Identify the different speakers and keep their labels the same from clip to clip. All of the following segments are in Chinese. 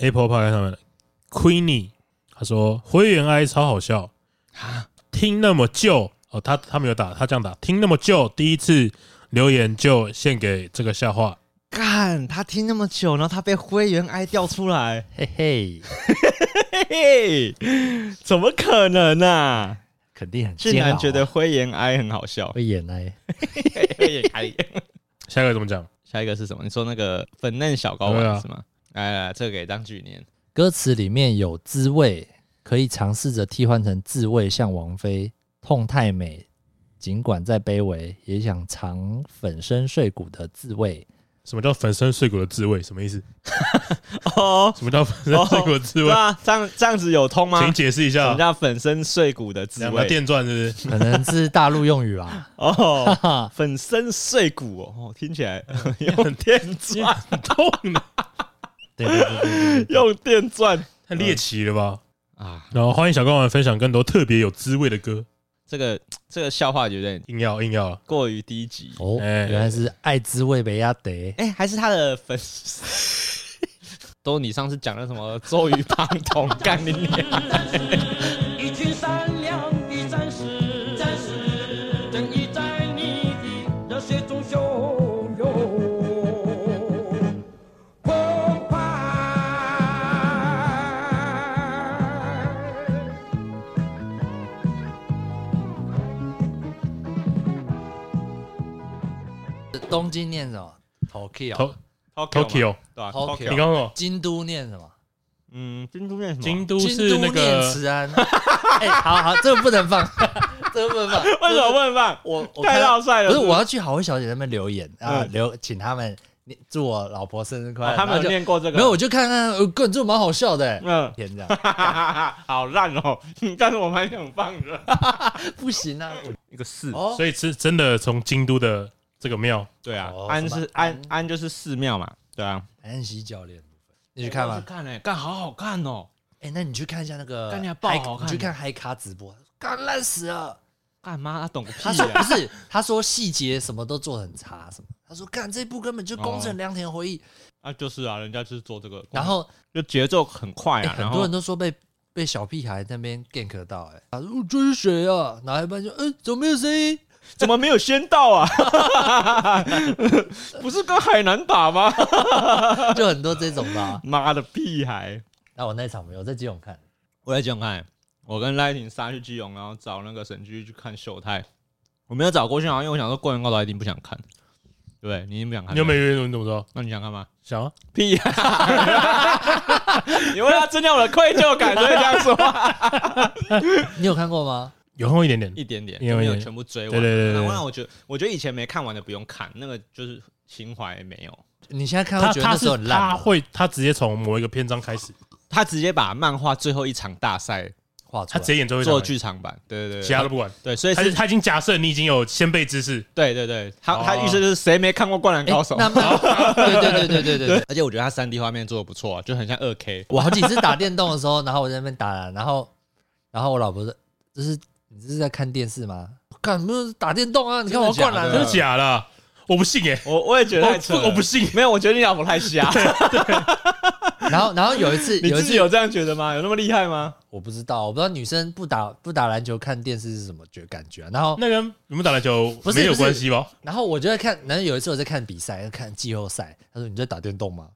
Speaker 1: Apple Park 上面的 Queenie，他说灰原哀超好笑，
Speaker 2: 啊
Speaker 1: 听那么旧哦，他他没有打，他这样打，听那么旧，第一次留言就献给这个笑话，
Speaker 3: 干，他听那么久，然后他被灰原哀调出来，
Speaker 2: 嘿嘿，
Speaker 3: 嘿嘿，怎么可能啊？
Speaker 2: 肯定很
Speaker 3: 竟
Speaker 2: 煎熬
Speaker 3: 然
Speaker 2: 啊
Speaker 3: 觉得灰原哀很好笑，
Speaker 2: 会演哎，
Speaker 3: 灰原哀。
Speaker 1: 下一个怎么讲？
Speaker 3: 下一个是什么？你说那个粉嫩小睾丸、
Speaker 1: 对啊
Speaker 3: 是吗？来来来，这个给张巨年。
Speaker 2: 歌词里面有滋味，可以尝试着替换成自慰，像王菲，痛太美，尽管再卑微，也想尝粉身碎骨的滋味。
Speaker 1: 什么叫粉身碎骨的滋味？什么意思？
Speaker 3: 哦，
Speaker 1: 什么叫粉身碎骨的
Speaker 2: 哦
Speaker 1: 滋味？
Speaker 3: 对啊，这样这样子有通吗？
Speaker 1: 请解释一
Speaker 3: 什
Speaker 1: 下
Speaker 3: 么。叫粉身碎骨的滋
Speaker 1: 两个
Speaker 3: 味？。
Speaker 1: 电钻是不是？
Speaker 2: 可能是大陆用语吧
Speaker 3: 哦，
Speaker 2: 哈，
Speaker 3: 粉身碎骨哦，哦听起 来用电钻，
Speaker 1: 很痛的，
Speaker 2: 对对对对对 对，
Speaker 3: 用电钻
Speaker 1: 太猎奇了吧！
Speaker 3: 啊！
Speaker 1: 然后欢迎小光们分享更多特别有滋味的歌，
Speaker 3: 这个这个笑话有点
Speaker 1: 硬要硬要，
Speaker 3: 过于低级。
Speaker 2: 哦，
Speaker 1: 哎
Speaker 2: 原来是爱滋味被压得。
Speaker 3: 哎、还是他的粉丝。 都你上次讲的什么周瑜胖 桶干你娘！
Speaker 4: 一群善良的战士，战士，正义在你的热血中汹涌澎湃。
Speaker 2: 东京念什么？Tokyo。
Speaker 1: To-
Speaker 3: Tokyo
Speaker 1: Tokyo
Speaker 3: 嘛对吧、啊
Speaker 2: Tokyo
Speaker 1: 你刚刚说
Speaker 2: 京都念什么？
Speaker 3: 嗯，京都念什么？
Speaker 1: 京都
Speaker 2: 京
Speaker 1: 是
Speaker 2: 都
Speaker 1: 那
Speaker 2: 念
Speaker 1: 个
Speaker 2: 慈安。 哎，好好，这个不能放， 这个不能放。
Speaker 3: 为什么不能放？
Speaker 2: 我我
Speaker 3: 太
Speaker 2: 看到
Speaker 3: 绕帅了！
Speaker 2: 不是，我要去好味小姐那边留言啊，
Speaker 3: 嗯
Speaker 2: 留请他们念祝我老婆生日快
Speaker 3: 哦
Speaker 2: 乐。
Speaker 3: 他们
Speaker 2: 然后
Speaker 3: 有
Speaker 2: 就
Speaker 3: 念过这个，
Speaker 2: 没有，我就看看，呃，个人这蛮好笑的欸，
Speaker 3: 嗯，
Speaker 2: 天这样
Speaker 3: 好烂哦！但是我蛮想放的。
Speaker 2: 不行啊，我
Speaker 3: 一个寺
Speaker 2: 哦
Speaker 1: 所以是真的从京都的这个庙，
Speaker 3: 对啊
Speaker 2: 哦，
Speaker 3: 安
Speaker 2: 什么
Speaker 3: 是安安就是寺庙嘛，对啊。
Speaker 2: 安西教练的部分，你去看
Speaker 3: 哎我要
Speaker 2: 吗
Speaker 3: 去？看诶，干好好看哦，
Speaker 2: 哎，那你去看一下那个嗨，
Speaker 3: 干你还爆好看
Speaker 2: 你去看嗨咖直播，干烂死了。
Speaker 3: 干妈他懂个
Speaker 2: 他
Speaker 3: 屁
Speaker 2: 说不
Speaker 3: 啊！
Speaker 2: 是，他说细节什么都做得很差，什么？他说干这部根本就工
Speaker 3: 哦
Speaker 2: 程良田回忆。
Speaker 3: 啊，就是啊，人家就是做这个，
Speaker 2: 然后
Speaker 3: 就节奏很快
Speaker 2: 欸
Speaker 3: 啊，
Speaker 2: 很
Speaker 3: 然
Speaker 2: 多
Speaker 3: 后
Speaker 2: 人都说被被小屁孩那边 gank 到、欸，哎，哦，这是谁啊？哪一半就，嗯、怎么没有声音？
Speaker 3: 怎么没有先到啊？ 不是跟海南打吗？。
Speaker 2: 就很多这种吧
Speaker 3: 妈的屁孩！
Speaker 2: 那、我那一场没有，我在基隆看，
Speaker 3: 我在基隆看，我跟赖廷杀去基隆，然后找那个沈居去看秀泰。我没有找郭俊豪，因为我想说郭元高岛一定不想看，对不对？你一定不想看，
Speaker 1: 你有没有约？你怎么知道？
Speaker 3: 那你想看吗？
Speaker 1: 想啊，
Speaker 3: 屁、啊！ 你为了增加我的愧疚感，所以这样说话
Speaker 2: 你有看过吗？
Speaker 1: 有空一点点，
Speaker 3: 一点点，
Speaker 1: 因为
Speaker 3: 没有全部追完。
Speaker 1: 对对对对
Speaker 3: 那那我觉得，我觉得以前没看完的不用看，那个就是情怀也没有。
Speaker 2: 你现在看
Speaker 1: 他
Speaker 2: 会觉得
Speaker 1: 他
Speaker 2: 那时候
Speaker 1: 是
Speaker 2: 很烂
Speaker 1: 他
Speaker 2: 吗，
Speaker 1: 会他直接从某一个篇章开始，
Speaker 3: 他直接把漫画最后一场大赛
Speaker 2: 画出
Speaker 1: 他
Speaker 2: 来
Speaker 1: 直。接演最后一场
Speaker 3: 做
Speaker 1: 而已
Speaker 3: 剧场版，对对
Speaker 1: 其他
Speaker 3: 对，
Speaker 1: 都不管，
Speaker 3: 对，所以，
Speaker 1: 他就是他已经假设你已经有先辈知识，
Speaker 3: 对对对，他
Speaker 1: 哦
Speaker 3: 他预设就是谁没看过《灌篮
Speaker 2: 欸
Speaker 3: 高手
Speaker 2: 那》，漫对对对对对 对对。
Speaker 3: 而且我觉得他三 D 画面做的不错啊，就很像二 K。
Speaker 2: 我好几次打电动的时候，然后我在那边打，然后然后我老婆说：“这是你这是在看电视吗？看，不是打电动啊！你看我灌篮
Speaker 1: 真
Speaker 3: 真
Speaker 1: 的
Speaker 2: 了
Speaker 3: 假。
Speaker 1: 假的？啊我不信哎，
Speaker 3: 我我也觉得太扯
Speaker 1: 我
Speaker 3: 了，
Speaker 1: 不我不信
Speaker 3: 没有，我觉得你老婆太瞎。
Speaker 2: 然后然后有一次
Speaker 3: 你
Speaker 2: 有一
Speaker 3: 自
Speaker 2: 次
Speaker 3: 己有这样觉得吗？有那么厉害吗？
Speaker 2: 我不知道，我不知道女生不打不打篮球看电视是什么觉感觉、啊。然后
Speaker 1: 那跟你们打篮球
Speaker 2: 不是
Speaker 1: 没有
Speaker 2: 不是
Speaker 1: 关系吧？
Speaker 2: 然后我就在看，然后有一次我在看比赛，看季后赛，他说你在打电动吗？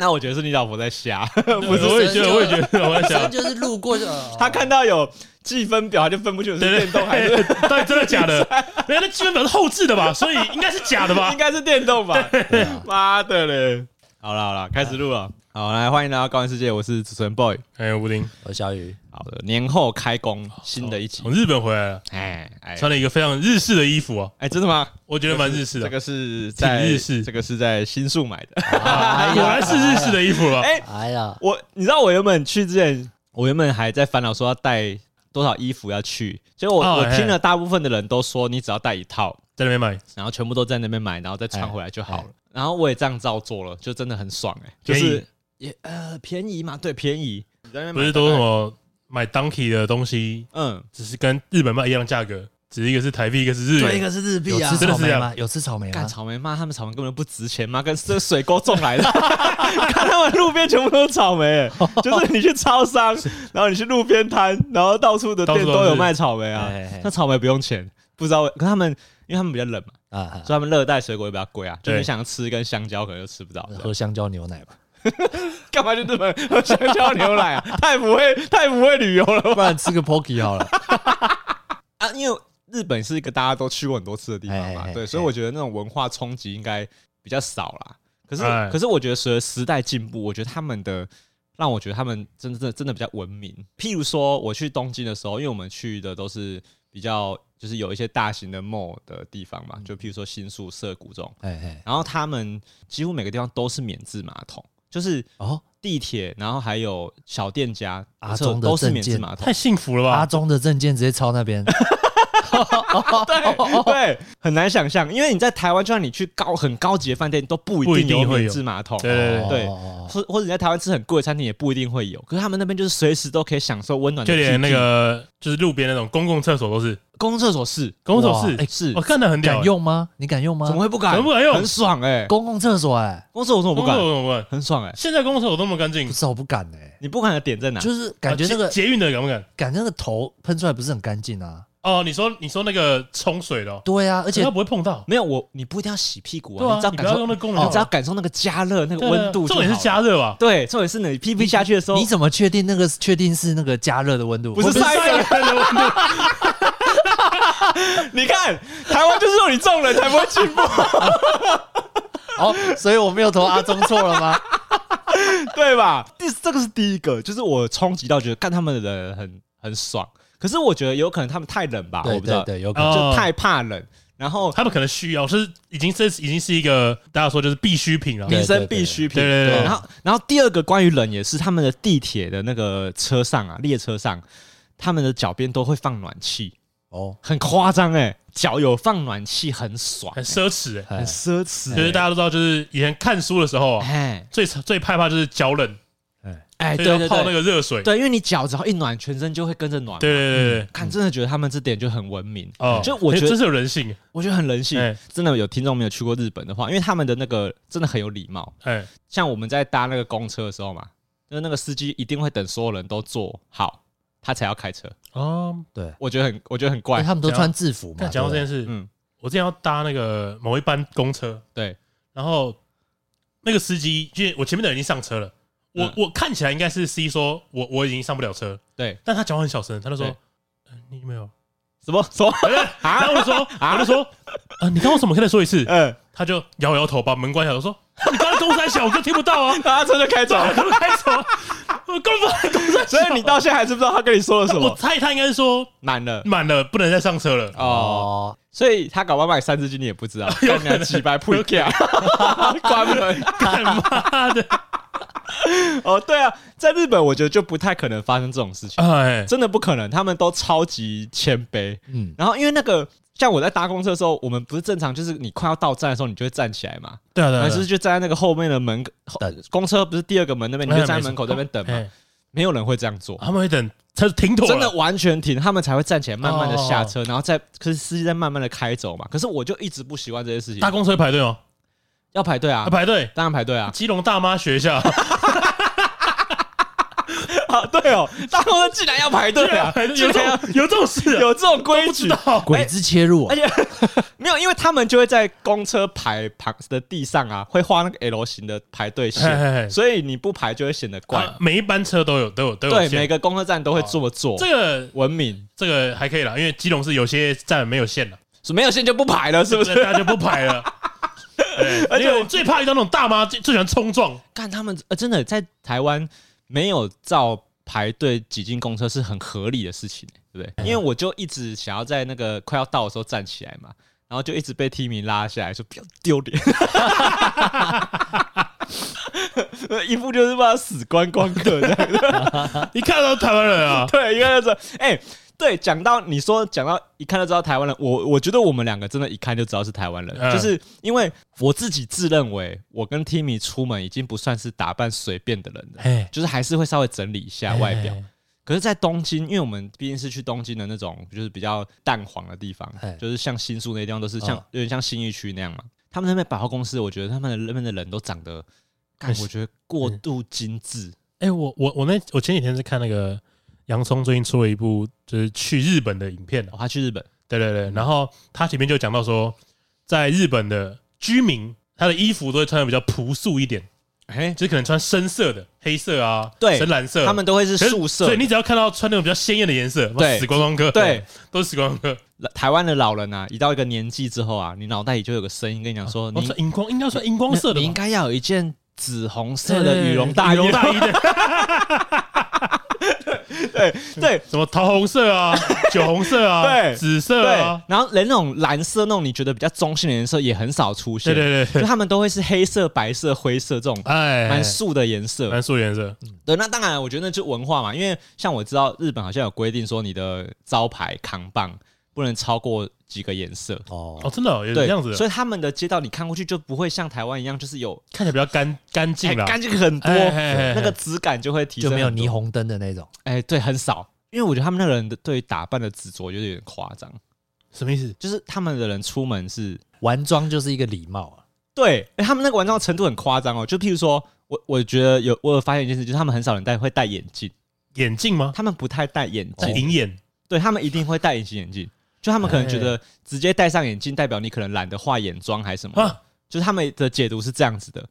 Speaker 3: 那我觉得是你老婆在 瞎，
Speaker 1: 不是，我也觉得，我也觉 得，我在
Speaker 2: 然后
Speaker 1: 想，
Speaker 2: 就是路过就、哦
Speaker 3: 她看到有积分表，她就分不清楚
Speaker 1: 对对哎
Speaker 3: 是电动还是
Speaker 1: 对，到底真的假的？没有，那基本表是后置的吧，所以应该是假的吧
Speaker 3: 应？该是电动吧？
Speaker 2: 对啊
Speaker 3: 妈的嘞！ 好了好了，开始录了。好，来欢迎来到高玩世界，我是主持人 boy。
Speaker 1: 哎，吴丁
Speaker 2: 我小雨
Speaker 3: 好的，年后开工，新的一集
Speaker 1: 从。日本回来了，
Speaker 3: 哎哎
Speaker 1: 穿了一个非常日式的衣服啊，
Speaker 3: 哎，真的吗？
Speaker 1: 我觉得蛮日式的
Speaker 3: 这。个是在
Speaker 1: 挺日式
Speaker 3: 这个是在新宿买的。
Speaker 1: 果
Speaker 2: 哎呀
Speaker 1: 然式的衣服了吧？
Speaker 3: 哎，
Speaker 2: 哎呀，
Speaker 3: 我你知道我原本去之前，我原本还在烦恼说要带多少衣服要去，结果我、
Speaker 1: 哦
Speaker 3: 我
Speaker 1: 嘿
Speaker 3: 听了大部分的人都说你只要带一套，
Speaker 1: 在那边买，
Speaker 3: 然后全部都在那边买，然后再穿回来就好了。然后我也这样照做了，就真的很爽哎、就
Speaker 1: 便宜
Speaker 3: 是也呃便宜嘛，对便宜。你在那边买
Speaker 1: 不是都是
Speaker 3: 大
Speaker 1: 什
Speaker 3: 概
Speaker 1: 么买 Donkey 的东西，
Speaker 3: 嗯，
Speaker 1: 只是跟日本卖一样价格，只是一个是台币，一个是日
Speaker 2: 对，一
Speaker 1: 元。
Speaker 2: 个是日
Speaker 1: 有
Speaker 2: 币啊，
Speaker 1: 吃真的是这样
Speaker 2: 有吃草莓吗
Speaker 3: 干？草莓妈他们草莓根本就不值钱妈，跟这水沟种来的， 看他们路边全部都是草莓、欸，就是你去超商，然后你去路边摊，然后到处的
Speaker 1: 到
Speaker 3: 店
Speaker 1: 处都是
Speaker 3: 都有卖草莓啊
Speaker 2: 哎哎哎。
Speaker 3: 那草莓不用钱，不知道为，可他们因为他们比较冷嘛，
Speaker 2: 啊啊，
Speaker 3: 所以他们热带水果也比较贵啊。就
Speaker 1: 对
Speaker 3: 你想吃一根香蕉，可能就吃不到。这样
Speaker 2: 喝香蕉牛奶吧，
Speaker 3: 干嘛去日本喝香蕉牛奶啊？太不会，太不会旅游了吧
Speaker 2: 不然吃个 Pocky 好了。
Speaker 3: 啊！因为日本是一个大家都去过很多次的地方
Speaker 2: 哎哎
Speaker 3: 嘛，
Speaker 2: 哎
Speaker 3: 对，所以我觉得那种文化冲击应该比较少啦。可是
Speaker 1: 哎，
Speaker 3: 可是我觉得随着时代进步，我觉得他们的让我觉得他们真的真的真的比较文明。譬如说，我去东京的时候，因为我们去的都是比较就是有一些大型的 mall 的地方
Speaker 2: 嗯
Speaker 3: 嘛，就譬如说新宿、涩谷这种，
Speaker 2: 哎哎，
Speaker 3: 然后他们几乎每个地方都是免治马桶，就是
Speaker 2: 哦，
Speaker 3: 地铁，然后还有小店家，
Speaker 2: 阿
Speaker 3: 厕
Speaker 2: 啊中的
Speaker 3: 都是
Speaker 2: 证
Speaker 3: 免治
Speaker 2: 件
Speaker 3: 马桶
Speaker 1: 太，幸福了
Speaker 2: 阿
Speaker 1: 吧？
Speaker 2: 中的证件直接抄那边，
Speaker 3: 对对，很难想象，因为你在台湾，就算你去高很高级的饭店，都不
Speaker 1: 不一
Speaker 3: 一定
Speaker 1: 定会有
Speaker 3: 免治马桶，
Speaker 1: 对对
Speaker 3: 对
Speaker 2: 哦哦
Speaker 3: 或或者你在台湾吃很贵的餐厅也不一定会有，可是他们那边就是随时都可以享受温暖的
Speaker 1: 就
Speaker 3: 屁屁，
Speaker 1: 连那个就是路边那种公共厕所都是，
Speaker 3: 公共厕所是
Speaker 1: 公共厕所
Speaker 2: 哇哎
Speaker 1: 是，
Speaker 3: 是
Speaker 1: 我，看的很
Speaker 2: 哦
Speaker 1: 屌
Speaker 2: 敢
Speaker 1: 欸，
Speaker 2: 用吗？你敢用吗？
Speaker 3: 怎么会不敢？
Speaker 1: 怎么不敢用
Speaker 3: 很爽哎，
Speaker 2: 公共厕所？哎，
Speaker 3: 公厕所怎么不
Speaker 1: 公共厕
Speaker 3: 敢？
Speaker 1: 所怎么办？
Speaker 3: 很爽哎，
Speaker 1: 现在公共厕所那么干净
Speaker 3: 嗯
Speaker 2: 不，是我不敢哎，
Speaker 3: 你不敢的点在哪？
Speaker 2: 就是感觉
Speaker 1: 啊
Speaker 2: 那
Speaker 3: 呃
Speaker 2: 个
Speaker 1: 捷捷运的敢不敢？
Speaker 2: 感觉那个头喷出来不是很干净啊。
Speaker 1: 哦，你说你说那个冲水的哦，
Speaker 2: 对啊，而且
Speaker 1: 它不会碰到，
Speaker 3: 没有我，你不一定要洗屁股
Speaker 1: 对
Speaker 3: 啊，
Speaker 1: 啊
Speaker 3: 你只要
Speaker 1: 你
Speaker 3: 感
Speaker 1: 不要
Speaker 3: 受，
Speaker 1: 用那功能
Speaker 3: 你只要感受那个加热那个
Speaker 1: 对对对啊
Speaker 3: 温度就
Speaker 1: 重
Speaker 3: 好了，
Speaker 1: 点是加热吧？
Speaker 3: 对，重点是你屁屁下去的时候
Speaker 2: 你，怎么确定那个确定是那个加热的温度？
Speaker 3: 不是
Speaker 2: 我
Speaker 3: 晒
Speaker 1: 晒干的温度，
Speaker 3: 你看台湾就是有你这种人才不会进 步。
Speaker 2: 哦，所以我没有投阿中错了吗？
Speaker 3: 对吧？第这个是第一个，就是我冲击到觉得干他们的人很很爽，可是我觉得有可能他们太冷吧，
Speaker 2: 对
Speaker 3: 我不知道
Speaker 2: 对，对，有可
Speaker 1: 啊
Speaker 2: 能。
Speaker 3: 就太怕冷，然后
Speaker 1: 他们可能需要，是已经这已经是一个大家说就是必需品了。
Speaker 2: 对
Speaker 3: 民生必需品。
Speaker 1: 对对对对
Speaker 3: 然后然后第二个关于冷也是他们的地铁的那个车上啊，列车上，他们的脚边都会放暖气，
Speaker 2: 哦，
Speaker 3: 很夸张哎，脚有放暖气很爽、欸
Speaker 1: 很奢侈哎、
Speaker 3: 很奢侈、哦
Speaker 1: 就是大家都知道，就是以前看书的时候啊，
Speaker 3: 哎
Speaker 1: 最最害怕就是脚冷，
Speaker 3: 哎，
Speaker 1: 所
Speaker 3: 对
Speaker 1: 以要
Speaker 3: 对
Speaker 1: 泡那
Speaker 3: 对，
Speaker 1: 个热水。对
Speaker 3: 对，因为你脚只要一暖，全身就会跟着暖嘛。
Speaker 1: 对对对对，
Speaker 3: 看，真的觉得他们这点就很文明
Speaker 1: 哦，
Speaker 3: 哎就我觉得
Speaker 1: 这是有人性，
Speaker 3: 我觉得很人性。
Speaker 1: 哎
Speaker 3: 真的有听众没有去过日本的话，因为他们的那个真的很有礼貌。
Speaker 1: 哎，
Speaker 3: 像我们在搭那个公车的时候嘛，就是那个司机一定会等所有人都坐好，他才要开车。
Speaker 1: 哦，
Speaker 2: 对，
Speaker 3: 我觉得很，我觉得很
Speaker 2: 因
Speaker 3: 怪
Speaker 2: 为。他们都穿制服嘛。
Speaker 1: 看讲到这
Speaker 2: 对
Speaker 1: 件
Speaker 2: 不对
Speaker 1: 事，
Speaker 3: 嗯，
Speaker 1: 我之前要搭那个某一班公车，
Speaker 3: 对，
Speaker 1: 然后那个司机，就我前面的人已经上车了，我、
Speaker 3: 嗯
Speaker 1: 我看起来应该是 C 说，我我已经上不了车，
Speaker 3: 对，
Speaker 1: 但他讲话很小声，他就说
Speaker 3: 对，啊
Speaker 1: 呃你没有，
Speaker 3: 什么 什么？
Speaker 1: 然后我就 说，我就说，呃，你刚刚为什么可以再说一次？
Speaker 3: 嗯，
Speaker 1: 他就摇摇头，把门关起来，我说，啊你刚刚公司还小，我就听不到啊，
Speaker 3: 他车就开走了，
Speaker 1: 他们开什么？我根本公司还小
Speaker 3: 所以你到现在还是不知道他跟你说了什
Speaker 1: 我
Speaker 3: 么，
Speaker 1: 猜他应该是说
Speaker 3: 满了
Speaker 1: 满了，不能再上车 了。
Speaker 3: 哦。
Speaker 2: 哦，
Speaker 3: 所以他搞不好买三只鸡，你也不 知道，干你几百扑克， 关门。
Speaker 1: 干嘛的？
Speaker 3: 哦，对啊，在日本我觉得就不太可能发生这种事 情。
Speaker 1: 哎，
Speaker 3: 真的不可能，他们都超级谦卑。
Speaker 2: 嗯，
Speaker 3: 然后因为那个，像我在搭公车的时候，我们不是正常，就是你快要到站的时候，你就会站起来嘛，
Speaker 1: 对啊对啊
Speaker 3: 然后就
Speaker 1: 对
Speaker 3: 是
Speaker 1: 啊，
Speaker 3: 就站在那个后面的门口，后
Speaker 2: 等
Speaker 3: 公车不是第二个门那边，你就哦站在门口这边等嘛，
Speaker 1: 哎
Speaker 3: 没有人会这样做。
Speaker 1: 他们会等，他就停妥了
Speaker 3: 真的完全停，他们才会站起来，慢慢的下车，然后再可是司机再慢慢的开走嘛。可是我就一直不习惯这些事情
Speaker 1: 搭，公车会排队哦，
Speaker 3: 要排队啊
Speaker 1: 啊，排队。，
Speaker 3: 当然排队啊
Speaker 1: 基隆大妈学校
Speaker 3: 啊对哦，搭公车竟然要排队啊，
Speaker 1: 排队
Speaker 3: 竟
Speaker 1: 有这
Speaker 3: 然
Speaker 1: 种有这种事
Speaker 3: 要
Speaker 1: 啊，
Speaker 3: 有这种规
Speaker 1: 不
Speaker 3: 矩
Speaker 1: 知， 道
Speaker 2: 鬼子切入
Speaker 1: 啊
Speaker 2: 哦
Speaker 3: 而，且哎 没有，因为他们就会在公车牌旁的地上啊，会画那个 L 型的排队
Speaker 1: 嘿
Speaker 3: 线，
Speaker 1: 嘿嘿
Speaker 3: 所以你不排就会显得怪
Speaker 1: 哎啊。每一班车都有都有都有
Speaker 3: 对，
Speaker 1: 线哦
Speaker 3: 每个公车站都会这么做，
Speaker 1: 这个
Speaker 3: 文明
Speaker 1: 这个还可以啦，因为基隆是有些站没有线了，
Speaker 3: 是没有线就不排了，是不是？
Speaker 1: 大家就不排 了。对
Speaker 3: 而且
Speaker 1: 因为我最怕遇到那种大妈，最最喜欢冲撞，
Speaker 3: 看他们呃，真的在台湾没有照排队挤进公车是很合理的事情、对不对？因为我就一直想要在那个快要到的时候站起来嘛，然后就一直被 T 米拉下来说不要丢脸。一副就是把死观光客这样。
Speaker 1: 一看到台湾人 啊，
Speaker 3: 对，一看就知道，哎、对，讲到你说讲到一看就知道台湾人，我我觉得我们两个真的，一看就知道是台湾人，
Speaker 1: 嗯
Speaker 3: 就是因为我自己自认为，我跟 Timmy 出门已经不算是打扮随便的人了，
Speaker 2: 嘿，
Speaker 3: 就是还是会稍微整理一下
Speaker 1: 哎
Speaker 3: 外表。
Speaker 2: 嘿
Speaker 3: 可是，在东京，因为我们毕竟是去东京的那种，就是比较淡黄的地方
Speaker 1: 哎
Speaker 2: 嘿，
Speaker 3: 就是像新宿那些地方，都是像、
Speaker 1: 嗯
Speaker 2: 哦
Speaker 3: 有点像新一区那样嘛。他们那边百货公司，我觉得他们的那边的人都长得，干
Speaker 1: 很
Speaker 3: 我觉得过度精致。
Speaker 1: 哎，我我我那我前几天是看那个洋葱最近出了一部就是去日本的影片
Speaker 3: 哦，
Speaker 1: 啊，
Speaker 3: 他去日本，
Speaker 1: 对对对，然后他里面就讲到说，在日本的居民他的衣服都会穿的比较朴素一点，
Speaker 3: 哎、
Speaker 1: 就是可能穿深色的、黑色啊，
Speaker 3: 对
Speaker 1: 深蓝色，
Speaker 3: 他们都会是
Speaker 1: 可是
Speaker 3: 宿舍，
Speaker 1: 所以你只要看到穿那种比较鲜艳的颜色，
Speaker 3: 对
Speaker 1: 死观光客，
Speaker 3: 对，哦
Speaker 1: 都是死观光客。
Speaker 3: 台湾的老人啊，一到一个年纪之后啊，你脑袋里就有个声音跟你讲说，
Speaker 1: 我
Speaker 3: 你
Speaker 1: 穿荧光，应该穿荧光哦色的
Speaker 3: 你应
Speaker 1: 吧，
Speaker 3: 该要有一件紫红
Speaker 1: 对
Speaker 3: 色的羽绒大
Speaker 1: 羽绒
Speaker 3: 衣，
Speaker 1: 大衣的，
Speaker 3: 对 对
Speaker 1: 什么桃红色 啊，酒红色啊，
Speaker 3: 对
Speaker 1: 紫色
Speaker 3: 对
Speaker 1: 啊，，
Speaker 3: 然后连那种蓝色那种你觉得比较中性的颜色也很少出
Speaker 1: 对
Speaker 3: 现，
Speaker 1: 对对，
Speaker 3: 就他们都会是黑色、白色、灰色这种
Speaker 1: 哎，
Speaker 3: 蛮素的颜色。嗯
Speaker 1: 蛮素颜色，
Speaker 3: 对，那当然，我觉得那就文化嘛，因为像我知道日本好像有规定说你的招牌扛棒不能超过几个颜色。
Speaker 1: 哦，
Speaker 2: 哦，
Speaker 1: 真的哦有这
Speaker 3: 对
Speaker 1: 样子，，
Speaker 3: 所以他们的街道你看过去就不会像台湾一样，就是有
Speaker 1: 看起来比较干干净
Speaker 3: 哎
Speaker 1: 啦，
Speaker 3: 干净很多，
Speaker 1: 哎哎哎
Speaker 3: 那个质感就会提
Speaker 2: 就
Speaker 3: 升，
Speaker 2: 没有霓。虹灯的那种，
Speaker 3: 哎，对，很少，因为我觉得他们那个人的对打扮的执着有点夸张，
Speaker 1: 什么意思？
Speaker 3: 就是他们的人出门是
Speaker 2: 玩妆就是一个礼貌啊。
Speaker 3: 对、哎他们那个玩妆的程度很夸张哦。就譬如说我，我觉得有我有发现一件事，就是他们很少人戴会戴眼镜，
Speaker 1: 眼镜吗？
Speaker 3: 他们不太戴眼
Speaker 1: 是
Speaker 3: 镜，
Speaker 1: 银眼，
Speaker 3: 对他们一定会戴隐形眼镜。就他们可能觉
Speaker 1: 哎
Speaker 3: 得直接戴上眼镜代表你可能懒得化眼妆还是什么的
Speaker 1: 啊，
Speaker 3: 就是他们的解读是这样子的，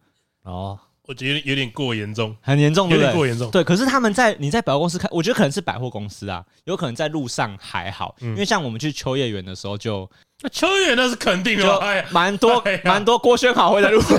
Speaker 2: 哦，
Speaker 1: 我觉得有点有点过严重，
Speaker 3: 很严重，
Speaker 1: 有
Speaker 3: 对不
Speaker 1: 点
Speaker 3: 对
Speaker 1: 过？严重，
Speaker 3: 对，可是他们在你在百货公司看，我觉得可能是百货公司啊，有可能在路上还好，
Speaker 1: 嗯
Speaker 3: 因为像我们去秋叶原的时候就
Speaker 1: 那秋叶那是肯定
Speaker 3: 就
Speaker 1: 的，哎呀，
Speaker 3: 蛮多
Speaker 1: 哎呀
Speaker 3: 蛮多郭轩豪会在路上，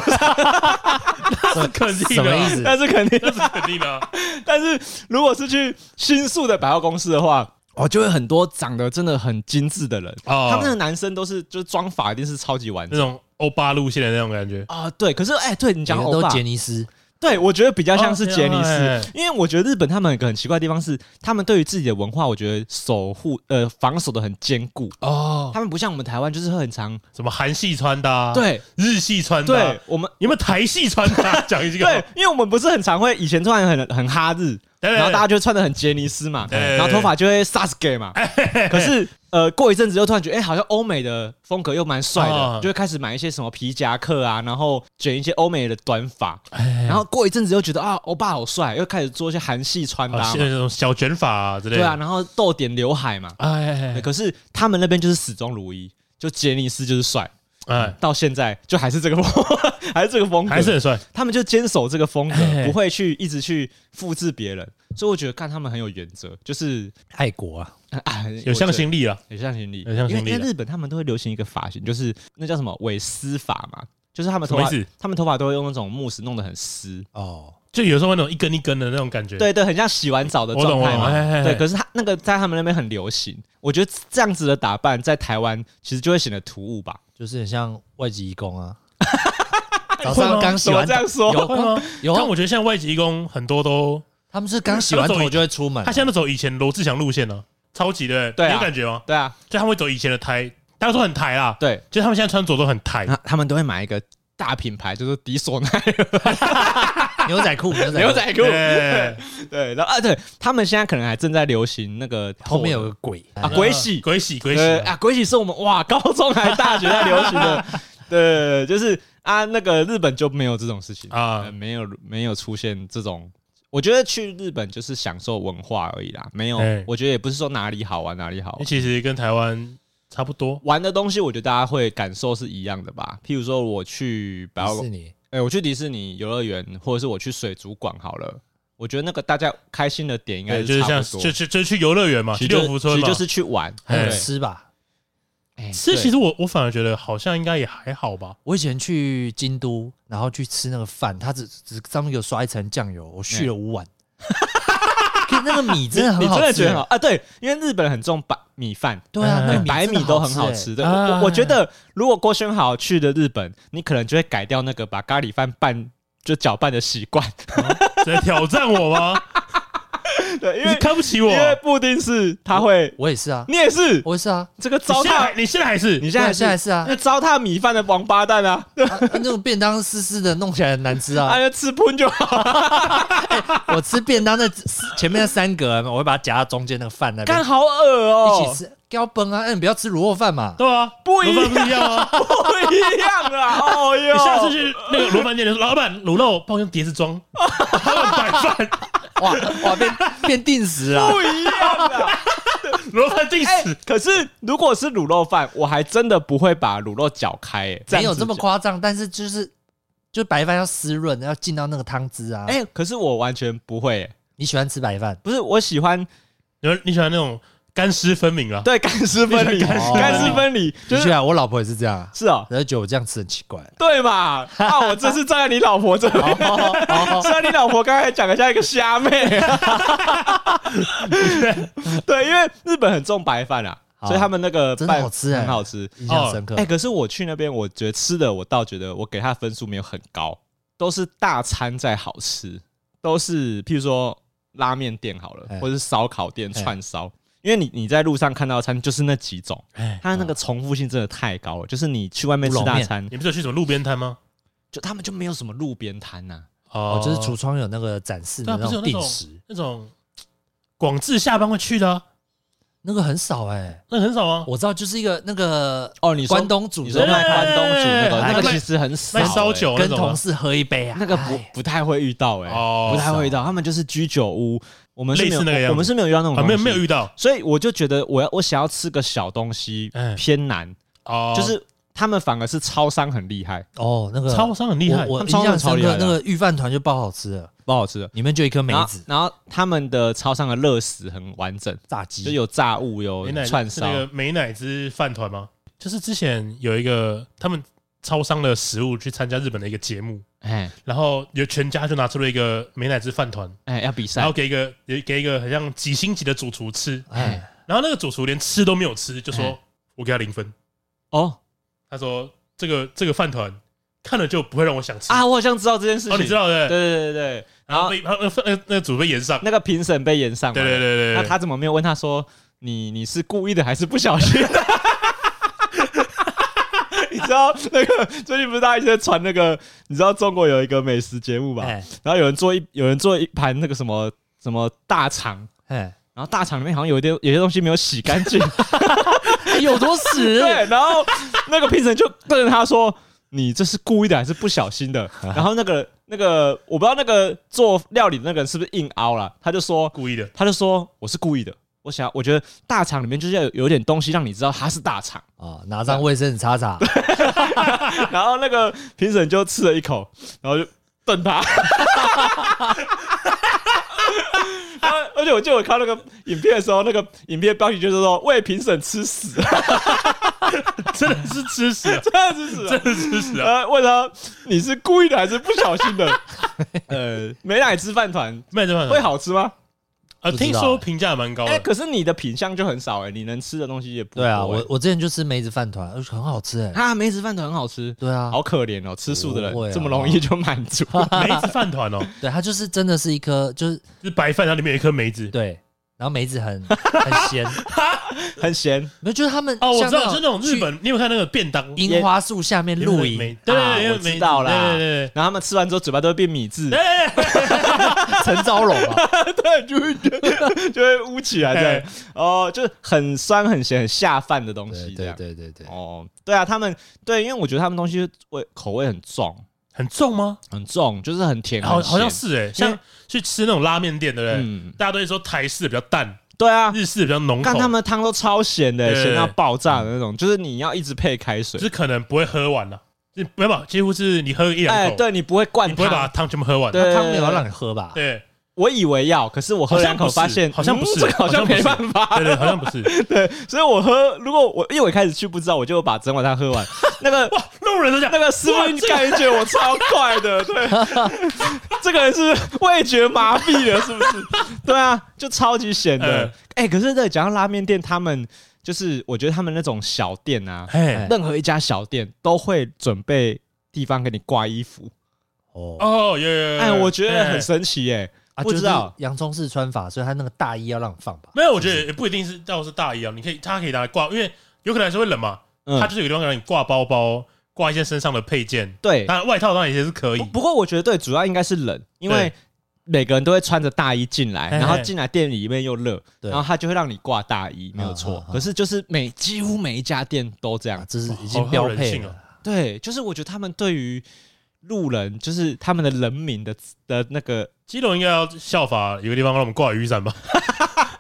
Speaker 1: 那是肯定
Speaker 2: 什么
Speaker 1: 的
Speaker 2: 意
Speaker 1: 啊，
Speaker 2: 思？
Speaker 3: 但是肯定，
Speaker 1: 那是肯定的 啊，
Speaker 3: 但是如果是去新宿的百货公司的话。哦，就会很多长得真的很精致的人，
Speaker 1: 哦嗯
Speaker 3: 他们那个男生都是就是妆法一定是超级完
Speaker 1: 那
Speaker 3: 整
Speaker 1: 种欧巴路线的那种感觉，
Speaker 3: 啊、对。可是哎、对你
Speaker 2: 每
Speaker 3: 讲
Speaker 2: 个
Speaker 3: 欧
Speaker 2: 都
Speaker 3: 巴，
Speaker 2: 杰尼斯，
Speaker 3: 对我觉得比较像是杰尼斯，
Speaker 1: 哦哎
Speaker 3: 因为我觉得日本他们有一个很奇怪的地方是，他们对于自己的文化，我觉得守护呃防守的很坚固，
Speaker 1: 哦，
Speaker 3: 他们不像我们台湾就是会很常
Speaker 1: 什么韩系穿搭，，啊
Speaker 3: 对
Speaker 1: 日系穿搭，
Speaker 3: 对，我们
Speaker 1: 有没有台系穿 搭？讲一句，
Speaker 3: 对，因为我们不是很常会以前突然很很哈日，
Speaker 1: 对
Speaker 3: 然后大家就穿的很杰尼斯嘛，
Speaker 1: 对
Speaker 3: 然后头发就会 Sasuke 嘛，
Speaker 1: 哎
Speaker 3: 可是呃过一阵子又突然觉得，哎，好像欧美的风格又蛮帅
Speaker 1: 哦
Speaker 3: 的，就会开始买一些什么皮夹克啊，然后卷一些欧美的短发，
Speaker 1: 然
Speaker 3: 然后过一阵子又觉得啊欧巴好帅，又开始做一些韩系穿搭嘛，
Speaker 1: 那种小卷发啊之类的，
Speaker 3: 对啊，，然后逗点刘海嘛，
Speaker 1: 哎
Speaker 3: 对可是他们那边就是始终如一，就杰尼斯就是帅，
Speaker 1: 哎，
Speaker 3: 到现在就还是这个风， 还是这个风格，
Speaker 1: 还是很帅，
Speaker 3: 他们就坚守这个风
Speaker 1: 哎
Speaker 3: 格，不会去一直去复制别人，所以我觉得看他们很有原则，就是
Speaker 2: 爱国啊，
Speaker 3: 啊
Speaker 1: 有向，心力啊，
Speaker 3: 我觉得有向心力，
Speaker 1: 有向心力的
Speaker 3: 因为在日本，他们都会流行一个发型，就是那叫什么伪丝发嘛，就是他们
Speaker 1: 什
Speaker 3: 头
Speaker 1: 么意
Speaker 3: 发，
Speaker 1: 思？
Speaker 3: 他们头发都会用那种慕斯弄得很湿，
Speaker 2: 哦，
Speaker 1: 就有时候会那种一根一根的那种感觉，
Speaker 3: 对对，很像洗完澡的
Speaker 1: 我懂
Speaker 3: 状态
Speaker 1: 我懂哎哎哎
Speaker 3: 嘛。对，可是他那个在他们那边很流行，我觉得这样子的打扮在台湾其实就会显得突兀吧。
Speaker 2: 就是很像外籍义工 啊。早
Speaker 1: 会
Speaker 2: 上
Speaker 1: 吗
Speaker 2: 刚洗
Speaker 3: 怎么
Speaker 2: 完
Speaker 3: 这样说？
Speaker 2: 有
Speaker 1: 会吗？
Speaker 2: 有
Speaker 1: 但
Speaker 2: 啊，
Speaker 1: 我觉得像外籍工很多都，
Speaker 2: 他们是刚洗完头就会出门啊，
Speaker 1: 他现在都走以前罗志祥路线了，超级的，
Speaker 3: 哎对啊
Speaker 1: 你有感觉吗？
Speaker 3: 对啊，
Speaker 1: 就他们会走以前的台，大家都很台啦，
Speaker 3: 对，
Speaker 1: 就他们现在穿着都很 台，
Speaker 3: 那他们都会买一个大品牌，就是迪索奈
Speaker 2: 牛仔裤，牛仔
Speaker 3: 牛
Speaker 2: 裤
Speaker 3: 仔裤。
Speaker 1: 对，
Speaker 3: 对，然后啊，对他们现在可能还正在流行那个
Speaker 2: 后面有个鬼
Speaker 3: 啊鬼洗，
Speaker 1: 鬼洗哎鬼洗
Speaker 3: 对啊，鬼洗是我们哇高中还大学在流行 的，对，就是啊，那个日本就没有这种事情啊，
Speaker 1: 啊
Speaker 3: 呃，没有没有出现这种。我觉得去日本就是享受文化而已啦，没有
Speaker 1: 哎，
Speaker 3: 我觉得也不是说哪里好玩哪里好
Speaker 1: 因为
Speaker 3: 玩，
Speaker 1: 哎其实跟台湾差不多，
Speaker 3: 玩的东西我觉得大家会感受是一样的吧。譬如说我去百货
Speaker 2: 迪
Speaker 3: 公
Speaker 2: 士尼，
Speaker 3: 哎、我去迪士尼游乐园，或者是我去水族馆好了，我觉得那个大家开心的点应该
Speaker 1: 对，就是
Speaker 3: 差
Speaker 1: 像
Speaker 3: 不多
Speaker 1: 就就就去游乐园嘛，
Speaker 3: 其
Speaker 1: 去
Speaker 3: 实就
Speaker 1: 啊六福村
Speaker 3: 其
Speaker 1: 嘛
Speaker 3: 实，就是去玩，
Speaker 2: 还有
Speaker 1: 哎
Speaker 3: 对
Speaker 2: 吃吧。
Speaker 3: 哎
Speaker 1: 吃
Speaker 3: 对
Speaker 1: 其实我我反而觉得好像应该也还好吧，
Speaker 2: 我以前去京都，然后去吃那个饭，他只只上面给我刷一层酱油，我续了五碗。 可是那个米真的
Speaker 3: 嗯你
Speaker 2: 很
Speaker 3: 真
Speaker 2: 好
Speaker 3: 的觉
Speaker 2: 吃欸
Speaker 3: 得很好，啊？对，因为日本人很重白米饭，
Speaker 2: 对啊，那个
Speaker 3: 白
Speaker 2: 真的
Speaker 3: 米都很好吃
Speaker 2: 欸。
Speaker 3: 的。
Speaker 1: 哎
Speaker 3: 我我我觉得，如果郭轩豪去的日本，你可能就会改掉那个把咖喱饭拌就搅拌的习惯。
Speaker 1: 在挑战我吗？
Speaker 3: 对，因
Speaker 1: 你
Speaker 3: 为
Speaker 1: 是看不起
Speaker 3: 因
Speaker 1: 我？
Speaker 3: 为布丁是他会，
Speaker 2: 我也是啊，
Speaker 3: 你也是
Speaker 2: 我也是啊，
Speaker 3: 这个
Speaker 1: 你
Speaker 3: 糟
Speaker 1: 现在还
Speaker 3: 蹋，
Speaker 1: 你现在还是
Speaker 3: 你现在
Speaker 2: 对现在是啊
Speaker 3: 那糟蹋米饭的王八蛋啊！
Speaker 2: 啊啊那种便当湿湿的，弄起来很难吃啊
Speaker 3: 哎。呀，吃喷就好。
Speaker 2: 我吃便当那前面那三格，啊我会把它夹到中间那个饭那边
Speaker 3: 干好恶哦、
Speaker 2: 一起吃，不要崩啊！那你不要吃卤肉饭嘛。
Speaker 1: 对啊，
Speaker 3: 不一
Speaker 1: 卤饭不
Speaker 3: 样
Speaker 1: 一样啊！
Speaker 3: 不一样啊！哦哟，
Speaker 1: 你下次去那个卤饭店就说，老板卤肉帮我用碟子 装，他们摆饭，
Speaker 2: 哇哇，变变定时啊！
Speaker 3: 不一样啊！
Speaker 1: 卤饭定
Speaker 3: 哎、
Speaker 1: 死。
Speaker 3: 可是如果是卤肉饭，我还真的不会把卤肉搅开、哎，
Speaker 2: 没
Speaker 3: 样
Speaker 2: 有
Speaker 3: 子
Speaker 2: 这么
Speaker 3: 搅。
Speaker 2: 夸张，但是就是就白饭要湿润，要进到那个汤汁啊。
Speaker 3: 哎、可是我完全不会、哎
Speaker 2: 你喜欢吃白饭？
Speaker 3: 不是我喜欢
Speaker 1: 你你喜欢那种干湿分明啊？
Speaker 3: 哎对干湿分离，
Speaker 1: 你喜欢
Speaker 2: 干
Speaker 3: 干
Speaker 2: 湿分离
Speaker 3: 湿分离 就
Speaker 2: 的确
Speaker 3: 是
Speaker 2: 啊，我老婆也是这样啊，
Speaker 3: 是哦，
Speaker 2: 然后觉得我这样吃很奇怪。
Speaker 3: 对嘛？啊，我这是站在你老婆 这
Speaker 2: 哦
Speaker 3: 边，虽然你老婆刚才讲的像一个虾妹，对，因为日本很重白饭啊，
Speaker 2: 好
Speaker 3: 所以他们那个
Speaker 2: 真的
Speaker 3: 饭
Speaker 2: 好吃哎
Speaker 3: 很好吃。
Speaker 2: 印象深刻
Speaker 3: 哎、，可是我去那边，我觉得吃的，我倒觉得我给他分数没有很高，都是大餐在好吃，都是譬如说拉面店好了，
Speaker 2: 哎
Speaker 3: 或者是烧烤店、
Speaker 2: 哎
Speaker 3: 串烧，因为你你在路上看到的餐就是那几种，
Speaker 1: 哎，
Speaker 3: 它那个重复性真的太高了。就是你去外面吃
Speaker 2: 乌龙
Speaker 3: 大
Speaker 2: 面
Speaker 3: 餐，
Speaker 1: 你不是有去什么路边摊吗？
Speaker 3: 就他们就没有什么路边摊啊呐，
Speaker 1: 哦
Speaker 2: 哦，就是橱窗有那个展示
Speaker 1: 对
Speaker 2: 的
Speaker 1: 啊，不是有
Speaker 2: 种
Speaker 1: 那
Speaker 2: 定
Speaker 1: 种
Speaker 2: 时，
Speaker 1: 那种广智下班会去的啊，
Speaker 2: 那个很少哎。
Speaker 1: 那很少啊。
Speaker 2: 我知道，就是一个那个
Speaker 3: 哦你说
Speaker 2: 关东煮
Speaker 3: 你
Speaker 2: 的
Speaker 3: 说卖
Speaker 2: 那
Speaker 3: 关东煮那个，
Speaker 2: 哎
Speaker 3: 那个
Speaker 2: 卖
Speaker 3: 其实很少、
Speaker 1: 卖烧
Speaker 3: 欸
Speaker 1: 酒那
Speaker 2: 跟
Speaker 1: 种
Speaker 2: 同
Speaker 1: 啊，
Speaker 2: 事喝一杯啊，
Speaker 3: 那个不
Speaker 2: 哎
Speaker 3: 不太会遇到哎、
Speaker 1: 哦
Speaker 3: 不太会遇到。他们就是居酒屋，我们是没有
Speaker 1: 类似那个样子
Speaker 3: 我们是没有遇到那种
Speaker 1: 啊，没有
Speaker 3: 东西
Speaker 1: 没有遇到
Speaker 3: 所以我就觉得我要我想要吃个小东西
Speaker 1: 哎
Speaker 3: 偏难，
Speaker 1: 哦，
Speaker 3: 就是他们反而是超商很厉害，
Speaker 2: 哦，那个
Speaker 1: 超商很厉害，
Speaker 2: 我
Speaker 3: 他
Speaker 2: 我
Speaker 3: 们
Speaker 2: 印
Speaker 3: 超商
Speaker 2: 象
Speaker 3: 超
Speaker 2: 深
Speaker 3: 厉害
Speaker 2: 刻，
Speaker 3: 的
Speaker 2: 那
Speaker 3: 啊
Speaker 2: 个御饭团就爆好吃了，
Speaker 3: 不好吃的。
Speaker 2: 里面就一颗梅
Speaker 3: 然后
Speaker 2: 子，
Speaker 3: 然后他们的超商的热食很完整，
Speaker 2: 炸
Speaker 3: 就
Speaker 2: 鸡，
Speaker 3: 有炸物，有
Speaker 1: 美乃
Speaker 3: 串
Speaker 1: 是
Speaker 3: 烧
Speaker 1: 那。个美乃滋饭团吗？就是之前有一个他们超商的食物去参加日本的一个节目，
Speaker 3: 哎
Speaker 1: 然后有全家就拿出了一个美乃滋饭团，
Speaker 3: 哎，要比
Speaker 1: 然
Speaker 3: 赛
Speaker 1: 后，给一个给给一个很像几星级的主厨吃，
Speaker 2: 哎，
Speaker 1: 然后那个主厨连吃都没有吃，就说
Speaker 3: 哎
Speaker 1: 我给他零分，
Speaker 3: 哦
Speaker 1: 他说这个这个饭团看了就不会让我想吃
Speaker 3: 啊，，我好像知道这件事
Speaker 1: 哦
Speaker 3: 情，
Speaker 1: 你知道的，
Speaker 3: 对？对对对对，
Speaker 1: 然
Speaker 3: 然
Speaker 1: 后
Speaker 3: 后
Speaker 1: 被他那那那个主被延上，
Speaker 3: 那个评审被延上嘛，
Speaker 1: 对对对对对，
Speaker 3: 那他怎么没有问他说你你是故意的还是不小心的？ 你知道那个最近不是大家一直在传那个，你知道中国有一个美食节目吧？
Speaker 2: 哎
Speaker 3: 然后有人做一有人做一盘那个什么什么大肠，
Speaker 2: 哎，
Speaker 3: 然后大肠里面好像有一点有些东西没有洗干净，
Speaker 2: 有多 屎？
Speaker 3: 对，然后那个评审就瞪着他说：“你这是故意的还是不小心的？”然后那个那个我不知道那个做料理的那个人是不是硬凹了，他就说
Speaker 1: 故意的，
Speaker 3: 他就说我是故意的，我想我觉得大肠里面就是要有有点东西让你知道它是大肠。
Speaker 2: 啊，拿张卫生纸擦擦，
Speaker 3: 然后那个评审就吃了一口，然后就瞪他。然后而且我记得我看那个影片的时候，那个影片标题就是说“为评审吃屎，
Speaker 1: 真的是吃屎啊”，
Speaker 3: 真的是屎啊
Speaker 1: 真。的是吃屎啊！
Speaker 3: 呃，问他你是故意的还是不小心 的？呃，美乃滋饭团
Speaker 1: 麦当劳
Speaker 3: 会好吃吗？
Speaker 1: 呃，
Speaker 2: 不知
Speaker 1: 听
Speaker 2: 道
Speaker 1: 说评价蛮高
Speaker 3: 哎、
Speaker 1: 的，
Speaker 3: 可是你的品相就很少哎、你能吃的东西也不多、
Speaker 2: 对啊，
Speaker 3: 哎
Speaker 2: 我我之前就吃梅子饭团，呃很好吃哎。
Speaker 3: 啊梅子饭团很好吃，
Speaker 2: 对啊，
Speaker 3: 好可怜哦，吃素的人
Speaker 2: 不会啊
Speaker 3: 这么容易就满足。
Speaker 1: 梅子饭团哦，
Speaker 2: 对，它就是真的是一颗，就是
Speaker 1: 就是白饭，它里面有一颗梅子。
Speaker 2: 对，然后梅子很很咸，
Speaker 3: 很咸，
Speaker 2: 没有，就是他们
Speaker 1: 哦，我
Speaker 2: 像
Speaker 1: 知道，就
Speaker 2: 那
Speaker 1: 那种日
Speaker 2: 去
Speaker 1: 本，你有没有看那个便当
Speaker 2: 樱花树下面露
Speaker 1: 里面有梅
Speaker 2: 营，
Speaker 1: 对
Speaker 3: 啊
Speaker 1: 对，因为
Speaker 3: 我
Speaker 1: 梅
Speaker 3: 知
Speaker 1: 子
Speaker 3: 道啦
Speaker 1: 对对对
Speaker 3: 然后他们吃完之后嘴巴都会变米字，
Speaker 1: 对哎。
Speaker 2: 陈昭荣 啊，
Speaker 3: 对， 就会觉得就会捂起来这样。哦，就是很酸、很咸、很下饭的东
Speaker 2: 对
Speaker 3: 西这
Speaker 2: 对
Speaker 3: 样。
Speaker 2: 对对对，
Speaker 3: 哦，对啊，他们对，因为我觉得他们东西味口味很重，
Speaker 1: 很重吗？
Speaker 3: 很重，就是很甜，
Speaker 1: 好，
Speaker 3: 很咸
Speaker 1: 好像是哎，
Speaker 3: 因
Speaker 1: 像
Speaker 3: 为
Speaker 1: 去吃那种拉面店，对不对？
Speaker 3: 嗯，
Speaker 1: 大家都会说台式比较淡，
Speaker 3: 对啊，
Speaker 1: 日式比较浓
Speaker 3: 看
Speaker 1: 口，
Speaker 3: 他们的汤都超咸的，
Speaker 1: 对
Speaker 3: 咸到爆炸的那种，就是你要一直配开水
Speaker 1: 就，是可能不会喝完了，就没有吧？几乎是你喝一两
Speaker 3: 哎，
Speaker 1: 口，
Speaker 3: 对你不会灌
Speaker 1: 你不会把
Speaker 3: 汤，
Speaker 1: 汤全部喝完。啊
Speaker 3: 对
Speaker 2: 汤没有要让你喝吧？
Speaker 1: 对
Speaker 3: 我以为要，可是我喝两口
Speaker 1: 好像
Speaker 3: 发
Speaker 1: 不是
Speaker 3: 现
Speaker 1: 好像不
Speaker 3: 嗯
Speaker 1: 是
Speaker 3: 这个好
Speaker 1: 好像
Speaker 3: 像
Speaker 1: 不
Speaker 3: 没
Speaker 1: 是
Speaker 3: 办法，
Speaker 1: 对对，好像不 是
Speaker 3: 对，所以我喝，如果我因为我一开始去不知道，我就把整碗汤 喝完。那个
Speaker 1: 路人都讲
Speaker 3: 那个师
Speaker 1: 哇
Speaker 3: 傅
Speaker 1: 这个
Speaker 3: 感觉我超 快的，对，这个人是味觉麻痹了，是不 是？对啊，就超级咸的
Speaker 1: 嗯。
Speaker 3: 哎，可是对，讲到拉面店，他们就是我觉得他们那种小店啊，
Speaker 1: 哎
Speaker 3: 任何一家小店都会准备地方给你挂衣服。
Speaker 2: 哦，
Speaker 1: 哦，有有有有，
Speaker 3: 哎，我觉得
Speaker 1: 哎
Speaker 3: 很神奇耶，
Speaker 2: 啊
Speaker 3: 不知道
Speaker 2: 就是洋葱式穿法，所以他那个大衣要让你放吧？
Speaker 1: 没有，我觉得也不一定是到是大衣啊，你可以它可以拿来挂，因为有可能还是会冷嘛，它
Speaker 3: 嗯，
Speaker 1: 就是有地方让你挂包包，挂一些身上的配件，
Speaker 3: 对。
Speaker 1: 当然外套当然也是可以
Speaker 3: 不，不过我觉得对，主要应该是冷，因为
Speaker 1: 对
Speaker 3: 每个人都会穿着大衣进来，
Speaker 1: 嘿嘿
Speaker 3: 然后进来店里面又热，
Speaker 2: 对
Speaker 3: 然后他就会让你挂大衣，没有错
Speaker 2: 啊啊。啊
Speaker 3: 可是就是每几乎每一家店都这样
Speaker 2: 啊，，这是已
Speaker 1: 好
Speaker 2: 经
Speaker 1: 有
Speaker 2: 标
Speaker 1: 人
Speaker 2: 配
Speaker 1: 性哦
Speaker 2: 了。
Speaker 3: 对，就是我觉得他们对于路人，就是他们的人民的的那个
Speaker 1: 基隆应该要效法有个地方让我们挂雨伞吧？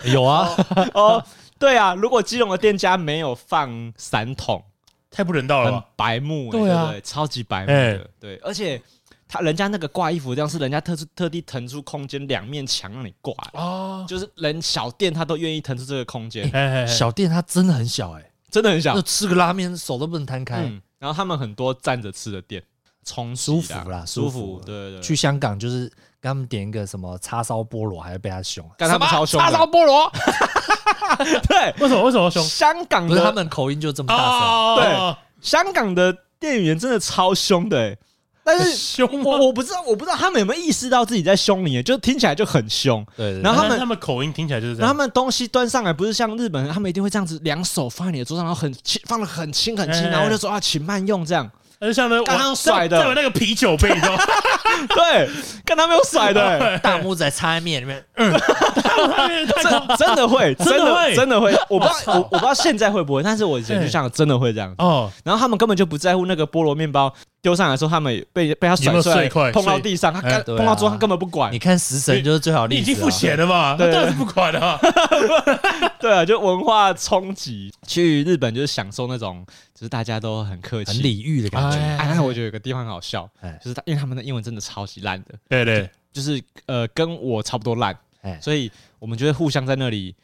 Speaker 2: 有啊，
Speaker 3: 哦， 对啊，如果基隆的店家没有放伞桶，
Speaker 1: 太不人道了
Speaker 3: 很
Speaker 1: 吧？
Speaker 3: 白目、欸，
Speaker 2: 对啊
Speaker 3: 不对，超级白目的，对，而且他人家那个挂衣服这样是人家特殊特地腾出空间，两面墙让你挂、欸
Speaker 1: 啊，
Speaker 3: 就是人小店他都愿意腾出这个空间，
Speaker 1: 哎，小
Speaker 2: 小店它真的很小哎，
Speaker 3: 真的很小
Speaker 1: 啊
Speaker 2: 那，吃个拉面手都不能摊开。
Speaker 3: 嗯，然后他们很多站着吃的店，冲击
Speaker 2: 舒服啦
Speaker 3: 舒
Speaker 2: 舒服
Speaker 3: 对对对，
Speaker 2: 去香港就是跟他们点一个什么叉烧菠萝，还要被他凶，
Speaker 3: 干他们超凶的
Speaker 2: 什么叉烧菠萝，
Speaker 3: 对，
Speaker 1: 为什么为什么要凶？
Speaker 3: 香港
Speaker 2: 不是他
Speaker 3: 的
Speaker 2: 们口音就这么大
Speaker 1: 啊，
Speaker 3: 香港的店员真的超凶的、欸，但
Speaker 1: 很
Speaker 3: 是。
Speaker 1: 凶
Speaker 3: 我
Speaker 1: 吗？
Speaker 3: 我不知道，我不知道他们有没有意识到自己在凶你，欸就听起来就很凶。
Speaker 2: 声，对，对
Speaker 3: 然后他们
Speaker 1: 他们口音听起来就是这
Speaker 3: 然后他
Speaker 1: 样，
Speaker 3: 们东西端上来，不是像日本人，他们一定会这样子，两手放在你的桌上，然后很轻，放的很轻很轻，
Speaker 2: 嗯
Speaker 1: 哎
Speaker 3: 然后就说啊，请慢用这样。
Speaker 1: 而且像那
Speaker 3: 刚刚甩的
Speaker 1: 再有那个啤酒杯，你知 道吗？
Speaker 3: 对，看他没有甩的、欸
Speaker 2: 对大拇指还插在面 里面，
Speaker 3: 真真的会，真
Speaker 1: 真的
Speaker 3: 的
Speaker 1: 会
Speaker 3: 真的会。我不知道，我我不知道现在会不会，但是我以前就像真的会这样。
Speaker 1: 哦，
Speaker 3: 然后他们根本就不在乎那个菠萝面包丢上来的时候，他们也被被他
Speaker 1: 有没
Speaker 3: 甩
Speaker 1: 有
Speaker 3: 出来
Speaker 1: 碎块
Speaker 3: 碰到
Speaker 1: 碎
Speaker 3: 地上，他
Speaker 1: 哎
Speaker 3: 根
Speaker 2: 对
Speaker 3: 碰到桌
Speaker 2: 啊
Speaker 3: 上根本不管
Speaker 2: 你。看食神就是最好的
Speaker 1: 你
Speaker 2: 例
Speaker 1: 已
Speaker 2: 子啊。
Speaker 1: 经付钱了嘛？
Speaker 3: 对
Speaker 1: 那
Speaker 3: 对
Speaker 1: 当然是不管了啊。
Speaker 3: 对啊，就文化冲击。去日本就是享受那种，就是大家都很客气，
Speaker 2: 很礼遇的感觉，
Speaker 3: 哎，那我觉得有个地方很好笑
Speaker 2: 哎，
Speaker 3: 就是他因为他们的英文真的超级烂的，
Speaker 1: 对对，
Speaker 3: 就是呃跟我差不多烂
Speaker 2: 哎，
Speaker 3: 所以我们就会互相在那里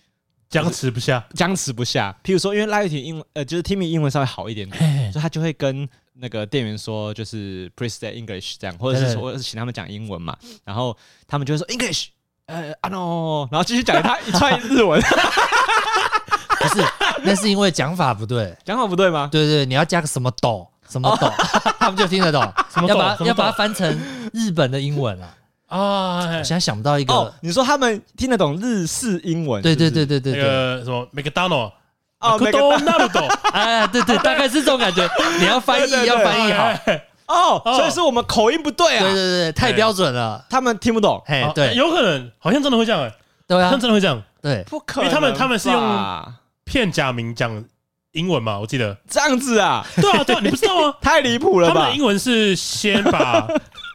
Speaker 1: 僵持不下。
Speaker 3: 僵持不下。譬如说，因为赖雨婷英文呃就是 Timmy 英文稍微好一点点，
Speaker 2: 哎
Speaker 3: 所以他就会跟那个店员说，就是 please say English 这样，或者是
Speaker 2: 对对
Speaker 3: 说或者是请他们讲英文嘛，然后他们就会说 English。呃啊 no，然后继续讲他一串日文，
Speaker 2: 不是， 那是因为讲法不对。
Speaker 3: 讲法不对吗？
Speaker 2: 哎对对，你要加个什么斗什么斗， 他们就听得懂。
Speaker 1: 么
Speaker 2: 要
Speaker 1: 斗 什么
Speaker 2: 把
Speaker 1: 斗
Speaker 2: 要把它翻成日本的英文啊！
Speaker 1: 啊，
Speaker 2: 我
Speaker 1: 哎
Speaker 2: 现在想不到一
Speaker 3: 哦
Speaker 2: 个，，
Speaker 3: 你说他们听得懂日式英文？
Speaker 2: 对对对
Speaker 3: 对，
Speaker 2: 对对
Speaker 1: 那
Speaker 2: 对，
Speaker 1: 个什么麦当劳，
Speaker 3: 哦，每个
Speaker 1: 都那么 懂，
Speaker 2: 哎，对对，大概是这种 感觉。你要翻
Speaker 3: 对对
Speaker 2: 译
Speaker 3: 对
Speaker 2: 要翻译
Speaker 1: 哎
Speaker 2: 好，
Speaker 3: 哦，
Speaker 1: 哦
Speaker 3: 所以是我们口音不对
Speaker 2: 对
Speaker 3: 啊
Speaker 2: 对，对，太标准了。
Speaker 3: 他们听不懂，
Speaker 2: 嘿
Speaker 1: 啊，
Speaker 2: 对
Speaker 1: 有可能，好像真的会这样，哎，
Speaker 2: 对
Speaker 1: 好
Speaker 2: 啊
Speaker 1: 像，真的会这样，
Speaker 2: 对，
Speaker 3: 不可能吧，
Speaker 1: 因为他们他们是用骗假名讲英文嘛，我记得，
Speaker 3: 这样子啊，？
Speaker 1: 对啊，对啊，你不知道 吗
Speaker 3: 太离谱了
Speaker 1: 他们
Speaker 3: 吧
Speaker 1: 的？英文是先 把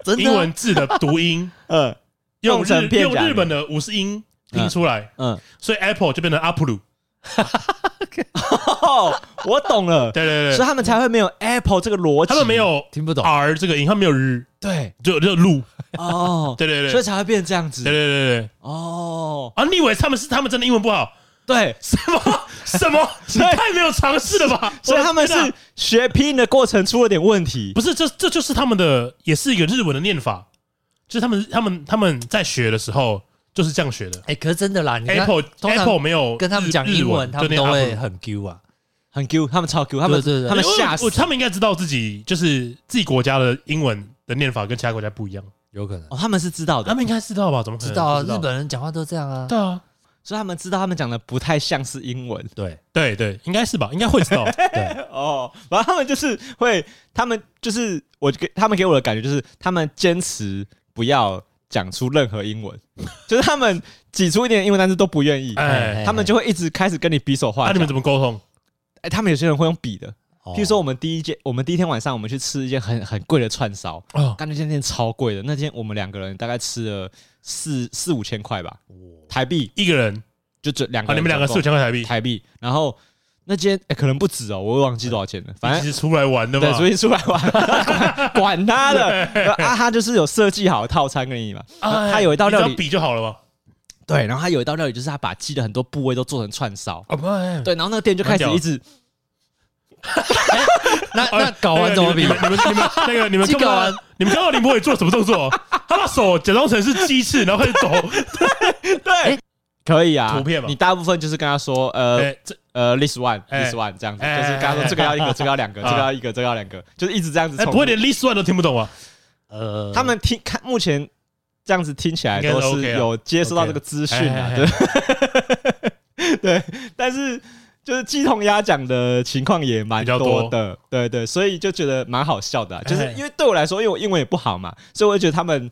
Speaker 2: 真的
Speaker 1: 英文字的啊读音
Speaker 3: 嗯
Speaker 1: 用
Speaker 3: 弄成
Speaker 1: 日
Speaker 3: 片
Speaker 1: 用
Speaker 3: 假名
Speaker 1: 日本的五十音拼出来，
Speaker 3: 嗯，
Speaker 1: 所以 Apple 就变成 Apple，
Speaker 3: 哦，我懂了，
Speaker 1: 对对对
Speaker 3: 所以
Speaker 1: 对，
Speaker 3: 他们才会没有 Apple 这个逻辑，
Speaker 1: 他们没有
Speaker 2: 听不懂。
Speaker 1: R 这个音，他们没有日，
Speaker 3: 对
Speaker 1: 就就路，
Speaker 3: 哦，
Speaker 1: 对对对，
Speaker 3: 所
Speaker 1: 对
Speaker 3: 以才会变这样子
Speaker 1: 对对对，
Speaker 3: 哦，
Speaker 1: 啊，你以为他们是他们真的英文不好？
Speaker 3: 对，
Speaker 1: 什么 什么？你
Speaker 3: 所以
Speaker 1: 太没有尝试了吧？
Speaker 3: 所以他们是
Speaker 1: 我的天哪
Speaker 3: 学拼音的过程出了点问题
Speaker 1: 不，是这这就是他们的，也是一个日文的念法，就是他们他们他们在学的时候就是这样学的。
Speaker 2: 哎，可是真的啦，你看
Speaker 1: Apple
Speaker 2: 通常
Speaker 1: Apple 没有
Speaker 2: 跟他们
Speaker 1: 日
Speaker 2: 讲英
Speaker 1: 日
Speaker 2: 文，
Speaker 1: 文，
Speaker 2: 他们
Speaker 1: 就
Speaker 2: 都
Speaker 1: 念
Speaker 2: 会
Speaker 1: Apple
Speaker 2: 很 Q 啊。
Speaker 3: 很 Q，他们超 Q，他们
Speaker 2: 对对对
Speaker 3: 哎他们
Speaker 1: 因为
Speaker 3: 吓
Speaker 1: 我
Speaker 3: 死
Speaker 1: 我，他们应该知道自己就是自己国家的英文的念法跟其他国家不一样，
Speaker 2: 有可能
Speaker 3: 哦，他们是知道的
Speaker 1: 他，们应该知道吧？怎么可能
Speaker 2: 知道啊，
Speaker 1: 不
Speaker 2: 日本人讲话都这样啊。
Speaker 1: 对啊，
Speaker 3: 所以他们知道他们讲的不太像是英文
Speaker 2: 对
Speaker 1: 对啊对，应该是吧？应该会知道。
Speaker 2: 对，
Speaker 3: 哦，然后他们就是会，他们就是我给他们给我的感觉就是，他们坚持不要讲出任何英文， 就是他们挤出一点英文单词都不愿意，
Speaker 1: 哎，
Speaker 3: 他们就会一直开始跟你比手
Speaker 1: 那
Speaker 3: 画
Speaker 1: 你
Speaker 3: 脚
Speaker 1: 们。怎么沟通？
Speaker 3: 哎，他们有些人会用比的，
Speaker 2: 譬
Speaker 3: 譬如说我们第一间，我们第一天晚上我们去吃一间很很贵的串烧，
Speaker 1: 哦，
Speaker 3: 干那间店超贵的，那天我们两个人大概吃了四四五千块吧，台币，
Speaker 1: 一个人
Speaker 3: 就这两
Speaker 1: 啊，
Speaker 3: 个
Speaker 1: 你
Speaker 3: 人
Speaker 1: 们
Speaker 3: 总
Speaker 1: 两
Speaker 3: 共，
Speaker 1: 个四五千块台币，
Speaker 3: 台币，然后那间哎可能不止哦，我忘记多少钱了，反正
Speaker 1: 一起出来玩的嘛
Speaker 3: 哎对，。所以出来玩，管管他的。啊，他就是有设计好的套餐给你嘛。
Speaker 1: 哎
Speaker 3: 他有一道
Speaker 1: 你只
Speaker 3: 料
Speaker 1: 要
Speaker 3: 理，
Speaker 1: 比就好了嘛。
Speaker 3: 对，然后他有一道料理，就是他把鸡的很多部位都做成串烧。
Speaker 1: 哦，不，
Speaker 3: 对，然后那个店就开始一直
Speaker 2: 那那搞
Speaker 1: 那
Speaker 2: 完
Speaker 1: 个
Speaker 2: 怎么比
Speaker 1: 哎你？们你们你们那个你们
Speaker 2: 鸡
Speaker 1: 看不
Speaker 2: 搞
Speaker 1: 到
Speaker 2: 完，
Speaker 1: 你们看到林博伟做什么动作？ 他把手假装成是鸡翅，然后开始走。
Speaker 3: 可以啊，
Speaker 1: 图片嘛
Speaker 3: 你大部分就是跟他说，呃
Speaker 1: 哎，这
Speaker 3: 呃，list one
Speaker 1: 哎
Speaker 3: list one 这样子，
Speaker 1: 哎
Speaker 3: 就是跟他说
Speaker 1: 哎
Speaker 3: 这个要一个，这个要两个，
Speaker 1: 啊
Speaker 3: 这个要一个，这个要两个，就是一直这样子
Speaker 1: 哎，
Speaker 3: 重
Speaker 1: 不会
Speaker 3: 复。
Speaker 1: 连 list one 都听不懂啊？
Speaker 2: 呃，
Speaker 3: 他们听看目前这样子听起来
Speaker 1: 应该
Speaker 3: 都
Speaker 1: 是 OK
Speaker 3: 是
Speaker 1: 啊
Speaker 3: 有接收到
Speaker 1: OK
Speaker 3: 这个资讯
Speaker 1: 哎
Speaker 3: 啊，
Speaker 1: 哎
Speaker 3: 对 对，但是就是鸡同鸭讲的情况也蛮
Speaker 1: 比较多
Speaker 3: 的，对对，所以就觉得蛮好笑的啊、就是
Speaker 1: 哎
Speaker 3: 因为对我来说，因为我英文也不好嘛，所以我就觉得他们。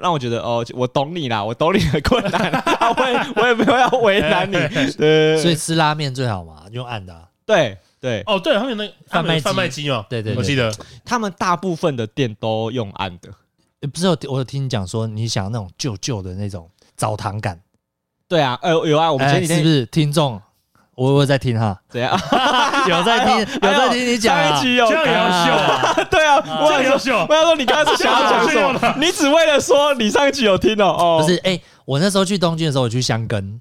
Speaker 3: 让我觉得哦，我懂你啦，我懂你的困 难啊，我也我也没有要为难你，
Speaker 1: 哎
Speaker 3: 对对
Speaker 2: 所以吃拉面最好嘛，用按的啊、
Speaker 3: 对对，
Speaker 1: 哦，对，他们有那个他们有贩
Speaker 2: 贩卖
Speaker 1: 卖
Speaker 2: 机
Speaker 1: 机嘛，
Speaker 2: 对对对
Speaker 1: 我记得
Speaker 3: 他们大部分的店都用按的，
Speaker 2: 呃不是有我有听你讲说，你想要那种旧旧的那种澡堂感，
Speaker 3: 对啊，呃，有啊，我
Speaker 2: 我
Speaker 3: 们前几天
Speaker 2: 哎是不是听众？我我有在 听哈，
Speaker 3: 怎样？
Speaker 2: 有在听，有在听你 讲
Speaker 3: 上
Speaker 2: 啊
Speaker 3: 一。集有
Speaker 1: 这样也要秀啊，
Speaker 3: 对啊，我
Speaker 1: 这样也
Speaker 3: 想
Speaker 1: 要
Speaker 3: 说，
Speaker 1: 秀
Speaker 3: 我，想说你刚刚是想要 讲
Speaker 1: 这样
Speaker 3: 什
Speaker 1: 也
Speaker 3: 么？你只为了说你上一集有听哦，哦，
Speaker 2: 不是，，哎、我那时候去东京的时候，我去箱根，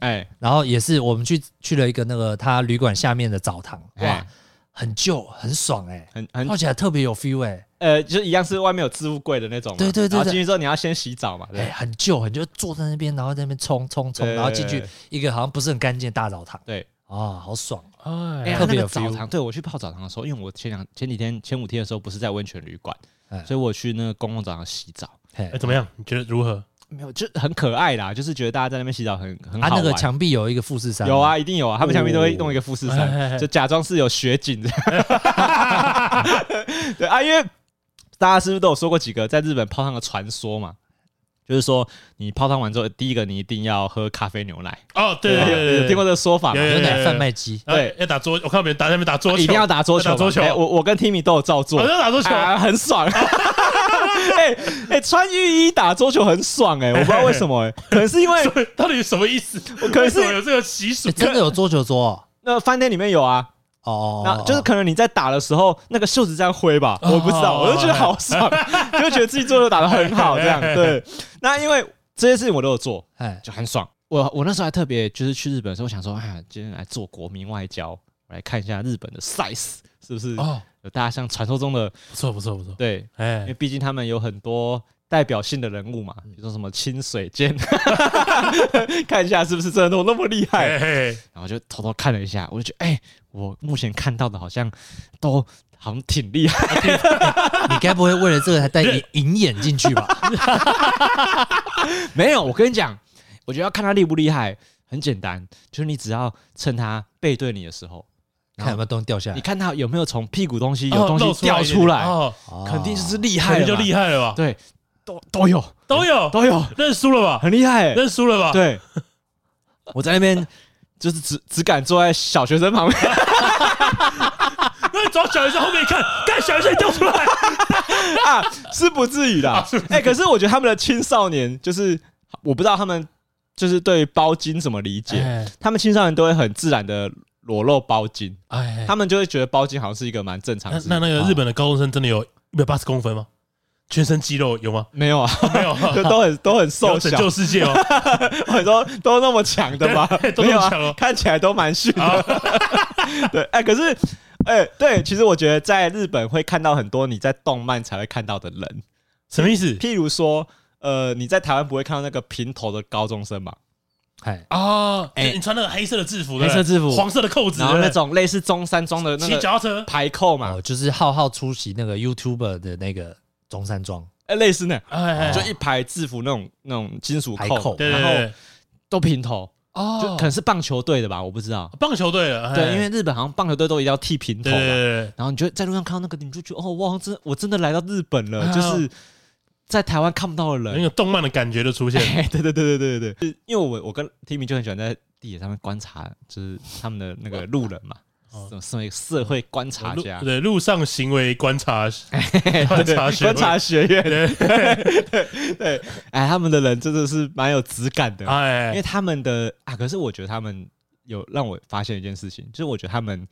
Speaker 3: 哎，
Speaker 2: 然后也是我们去去了一个那个他旅馆下面的澡堂，哇
Speaker 3: 哎，
Speaker 2: 很旧，很爽哎、
Speaker 3: 很很
Speaker 2: 泡起来特别有 feel 哎、
Speaker 3: 呃，就是一样是外面有置物柜的那种嘛，
Speaker 2: 对对对对
Speaker 3: 然后进去之后你要先洗澡嘛，
Speaker 2: 哎、
Speaker 3: 对
Speaker 2: 很旧，很旧，坐在那边，然后在那边冲冲冲，
Speaker 3: 对
Speaker 2: 然后进
Speaker 3: 对
Speaker 2: 去
Speaker 3: 对
Speaker 2: 一个好像不是很干净的大澡堂
Speaker 3: 对。
Speaker 2: 啊，好爽！
Speaker 3: 哎
Speaker 1: 哎
Speaker 3: 呀，
Speaker 2: 特
Speaker 3: 那
Speaker 2: 别
Speaker 3: 个
Speaker 2: 有 feel
Speaker 3: 澡堂，对我去泡澡堂的时候，因为我前两前几天前五天的时候不是在温泉旅馆
Speaker 2: 哎，
Speaker 3: 所以我去那个公共澡堂洗澡，
Speaker 2: 嘿，
Speaker 1: 哎，怎么样？你觉得如何？
Speaker 3: 没有就很可爱啦，就是觉得大家在那边洗澡很很
Speaker 2: 啊，
Speaker 3: 好
Speaker 2: 那个
Speaker 3: 玩。
Speaker 2: 墙壁有一个富士山，
Speaker 3: 有，啊，一定有啊，他们墙壁都会弄一个富士
Speaker 1: 哎哎
Speaker 3: 山，
Speaker 1: 哎
Speaker 3: 就假装是有雪景这样。对啊，因为大家是不是都有说过几个在日本泡汤的传说嘛？就是说，你泡汤完之后，第一个你一定要喝咖啡牛奶，
Speaker 1: 哦，对对
Speaker 3: 有
Speaker 1: 对对
Speaker 3: 有
Speaker 1: 对，
Speaker 3: 听过这个说法吗？
Speaker 1: 有
Speaker 2: 牛
Speaker 1: 对对
Speaker 2: 奶
Speaker 1: 对
Speaker 2: 贩卖机，
Speaker 1: 对，
Speaker 3: 对啊
Speaker 1: 要打桌，我看到别人打在那边打桌球，
Speaker 3: 一定要打桌球嘛，
Speaker 1: 要打桌球
Speaker 3: 哎我我跟 Timmy 都有照做
Speaker 1: 我，要打桌球，
Speaker 3: 啊，很爽。哎哎，穿浴衣打桌球很爽哎，我不知道为什么哎，可能是因为
Speaker 1: 所以 到底什么意思？
Speaker 3: 可
Speaker 1: 为
Speaker 3: 是
Speaker 1: 什么有这个习俗
Speaker 2: 哎，？真的有桌球桌哦
Speaker 3: 那饭店里面有啊，
Speaker 2: 哦哦，
Speaker 3: 那
Speaker 2: 哦
Speaker 3: 就是可能你在打的时候，那个袖子这样挥吧，我不知道，
Speaker 1: 哦
Speaker 3: 我就觉得好爽， 就觉得自己做的打的很好， 这样对。那因为这些事情我都有做，
Speaker 2: 哎，
Speaker 3: 就很爽。我我那时候还特别就是去日本的时候，我想说，哎呀，今天来做国民外交，我来看一下日本的 size 是不是
Speaker 1: 哦，
Speaker 3: 有大家像传说中的
Speaker 1: 不错不错不错，
Speaker 3: 对，因
Speaker 1: 哎
Speaker 3: 为，毕竟他们有很多代表性的人物嘛，比如说什么清水健， 看一下是不是真的都那么厉害。
Speaker 1: 嘿嘿，
Speaker 3: 然后就偷偷看了一下，我就觉得，哎、我目前看到的好像都好像挺厉害，
Speaker 2: 你该不会为了这个还带银银眼进去吧？
Speaker 3: 没有。我跟你讲，我觉得要看他厉不厉害，很简单，就是你只要趁他背对你的时候，
Speaker 2: 看有没有东西掉下
Speaker 3: 你
Speaker 2: 来，
Speaker 3: 看他有没有从屁股东西有
Speaker 1: 哦
Speaker 3: 东
Speaker 1: 露
Speaker 3: 西掉
Speaker 1: 一点
Speaker 3: 出来，啊
Speaker 1: 哦，
Speaker 2: 哦
Speaker 3: 肯定就是厉害
Speaker 1: 害
Speaker 3: 了，
Speaker 1: 就厉
Speaker 3: 害，
Speaker 1: 害了吧？
Speaker 3: 对，都都有
Speaker 1: 都有，
Speaker 3: 都有，
Speaker 1: 认输了吧？
Speaker 3: 很厉害、
Speaker 1: 认输了吧？，
Speaker 3: 对，我在那边就是只只敢坐在小学生旁边，
Speaker 1: 那找小学生后面一看，干小学生掉出来，
Speaker 3: 啊，是不至于啦
Speaker 1: 啊是不。
Speaker 3: 哎、可是我觉得他们的青少年，就是我不知道他们就是对包巾怎么理解，
Speaker 1: 哎
Speaker 3: 他们青少年都会很自然的裸露包巾，
Speaker 1: 哎，
Speaker 3: 他们就会觉得包巾好像是一个蛮正常
Speaker 1: 那
Speaker 3: 的事啊
Speaker 1: 那那个日本的高中生真的有一百八十公分吗？全身肌肉有吗？
Speaker 3: 没有啊，
Speaker 1: 没有，
Speaker 3: 就都很都很
Speaker 1: 有
Speaker 3: 瘦
Speaker 1: 拯
Speaker 3: 小，
Speaker 1: 救世界 哦。
Speaker 3: 很多都那么强的吧
Speaker 1: 对？都
Speaker 3: 没
Speaker 1: 那
Speaker 3: 有
Speaker 1: 么强啊
Speaker 3: 啊
Speaker 1: 哦，
Speaker 3: 看起来都蛮逊的。 对，哎、可是。哎、对，其实我觉得在日本会看到很多你在动漫才会看到的人，
Speaker 1: 什么意思？
Speaker 3: 譬如说，呃，你在台湾不会看到那个平头的高中生嘛？
Speaker 2: 哎，
Speaker 1: 啊，
Speaker 3: 哎
Speaker 1: 哎，你穿那个黑色的制服，
Speaker 3: 黑色制服
Speaker 1: 黄色的扣子，
Speaker 3: 然后那
Speaker 1: 对不
Speaker 3: 种类似中山装的
Speaker 1: 对
Speaker 3: 那
Speaker 1: 骑
Speaker 3: 个
Speaker 1: 脚踏车，
Speaker 3: 排扣嘛
Speaker 2: 哦，，就是浩浩出席那个 YouTuber 的那个中山装
Speaker 3: 哎，类似那样，
Speaker 1: 哎，
Speaker 3: 就一排制服那种那种金属
Speaker 2: 排
Speaker 3: 扣
Speaker 2: 扣，
Speaker 1: 对对
Speaker 3: 然后
Speaker 1: 对，
Speaker 3: 都平头，就
Speaker 1: 哦
Speaker 3: 可能是棒球队的吧，我不知道。
Speaker 1: 棒球队了，哎
Speaker 3: 对，因为日本好像棒球队都一定要剃平头
Speaker 1: 对对
Speaker 3: 嘛，
Speaker 1: 对
Speaker 3: 然后你就在路上看到那个，你就觉得哦，哇，真我真的来到日本了，
Speaker 1: 哎
Speaker 3: 就
Speaker 1: 呦哎
Speaker 3: 是在台湾看不到的
Speaker 1: 对，那。
Speaker 3: 人
Speaker 1: 个动漫的感觉就出现哦了。
Speaker 3: 啊哎 对对对对对对，因为我我跟 Timmy 就很喜欢在地铁上面观察，就是他们的那个路人嘛，
Speaker 1: 哦
Speaker 3: 什么社会社会观察
Speaker 1: 路
Speaker 3: 家，
Speaker 1: 对路上行为观察，
Speaker 3: 哎
Speaker 1: 观
Speaker 3: 观
Speaker 1: 察学
Speaker 3: 观察学院，
Speaker 1: 对
Speaker 3: 对，哎，他们的人真的是蛮有质感的，因为
Speaker 1: 哎，
Speaker 3: 他们的啊，可是我觉得他们有让我发现一件事情，就是我觉得他们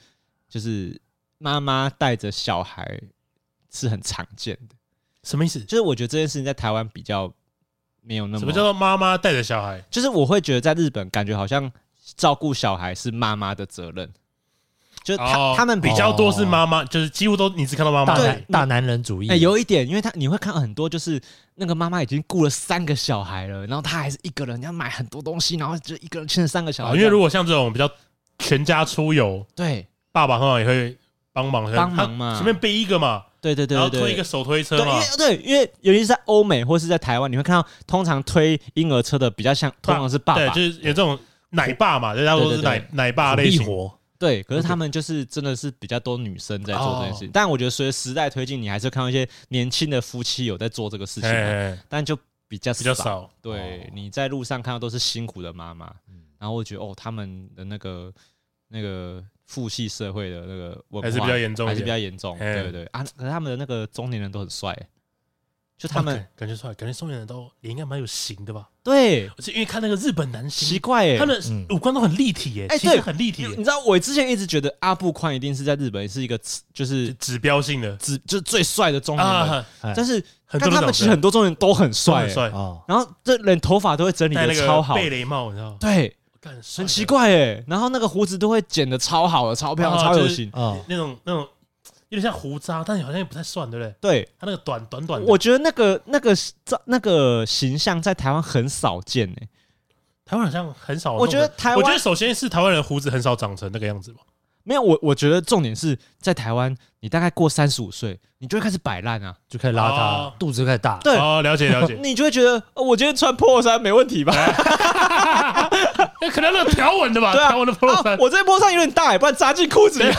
Speaker 3: 就是妈妈带着小孩是很常见的，
Speaker 1: 什么意思？
Speaker 3: 就是我觉得这件事情在台湾比较没有那么，
Speaker 1: 什么叫做妈妈带着小孩？
Speaker 3: 就是我会觉得在日本感觉好像照顾小孩是妈妈的责任，就是他、
Speaker 1: 哦
Speaker 3: 他们
Speaker 1: 比较多是妈妈，就是几乎都你只看到妈妈
Speaker 2: 大。
Speaker 3: 对
Speaker 2: 男大男人主义
Speaker 3: 哎、，有一点，因为他你会看到很多，就是那个妈妈已经雇了三个小孩了，然后她还是一个人，要买很多东西，然后就一个人牵着三个小
Speaker 1: 啊
Speaker 3: 孩这样。
Speaker 1: 因为如果像这种比较全家出游，
Speaker 3: 对
Speaker 1: 爸爸通常也会帮忙
Speaker 3: 帮忙嘛
Speaker 1: 他前面背一个嘛，
Speaker 3: 对对对
Speaker 1: 然后
Speaker 3: 对
Speaker 1: 推一个啊
Speaker 3: 对。
Speaker 1: 手推车
Speaker 3: 对，因
Speaker 1: 嘛
Speaker 3: 为，对，因为尤其是在欧美或是在台湾，你会看到通常推婴儿车的比较像，通常是爸
Speaker 1: 对，
Speaker 3: 爸
Speaker 1: 就，是有这种奶爸嘛，人家都是
Speaker 3: 对对对
Speaker 1: 奶奶爸类型，
Speaker 2: 活，
Speaker 3: 对。可是他们就是真的是比较多女生在做这件事情，
Speaker 1: 哦
Speaker 3: 但我觉得随着时代推进，你还是看到一些年轻的夫妻有在做这个事情嘛，
Speaker 1: 哎，
Speaker 3: 但就比较
Speaker 1: 比较少，
Speaker 3: 对，你在路上看到都是辛苦的妈妈，然后我觉得哦，他们的那个那个父系社会的那个文化
Speaker 1: 还是比较严重一点
Speaker 3: 还是比较严重，
Speaker 1: 嘿
Speaker 3: 对对对啊。可是他们的那个中年人都很帅，欸就他们
Speaker 1: 啊感感觉出来，感觉中年人都也应该蛮有型的吧？
Speaker 3: 对
Speaker 1: 而且因为看那个日本男
Speaker 3: 奇
Speaker 1: 星，
Speaker 3: 怪耶
Speaker 1: 他。们
Speaker 2: 嗯
Speaker 1: 五官都很立体耶，
Speaker 3: 哎
Speaker 1: 其实
Speaker 3: 对
Speaker 1: 很立体
Speaker 3: 你
Speaker 1: 耶
Speaker 3: 你，知道我之前一直觉得阿布宽一定是在日本是一个就是
Speaker 1: 指标性的
Speaker 3: 只就是最帅的中年人，
Speaker 1: 啊，
Speaker 2: 哎
Speaker 3: 但是
Speaker 1: 很多都
Speaker 3: 但他们
Speaker 1: 长这
Speaker 3: 其实
Speaker 1: 样
Speaker 3: 很多中年人都很
Speaker 1: 都
Speaker 3: 帅欸
Speaker 1: 很，帅，
Speaker 2: 哦，
Speaker 3: 然后这连头发都会整理
Speaker 1: 戴
Speaker 3: 的
Speaker 1: 那
Speaker 3: 超
Speaker 1: 个
Speaker 3: 好，
Speaker 1: 贝雷帽，你知道吗？
Speaker 3: 对，
Speaker 1: 干帅
Speaker 3: 很
Speaker 1: 的
Speaker 3: 奇怪哎。然后那个胡子都会剪的超好的，超漂亮，
Speaker 1: 啊
Speaker 3: 超
Speaker 1: 就
Speaker 3: 有
Speaker 1: 是
Speaker 3: 型。
Speaker 2: 哦，
Speaker 1: 那种那种有点像胡渣，但好像也不太算，对不对？
Speaker 3: 对，
Speaker 1: 他那个短短短的，
Speaker 3: 我觉得那个那个照那个形象在台湾很少见诶、
Speaker 1: 台湾好像很少弄的。
Speaker 3: 我觉得台
Speaker 1: 哦我觉得
Speaker 3: 湾
Speaker 1: 首先是台湾人胡子很少长成那个样子嘛，
Speaker 3: 没有我，我觉得重点是在台湾，你大概过三十五岁，你就会开始摆烂啊，
Speaker 2: 就开始邋
Speaker 1: 哦
Speaker 2: 遢，肚子开始大，
Speaker 3: 对
Speaker 1: 哦，了解了解。啊
Speaker 3: 你就会觉得、哦我今天穿破衫没问题吧？ 哦
Speaker 1: 那可能那个条纹的吧，
Speaker 3: 对啊
Speaker 1: 条纹的 polo 衫
Speaker 3: 啊，我这件破衫有点大、欸，不然扎进裤子里。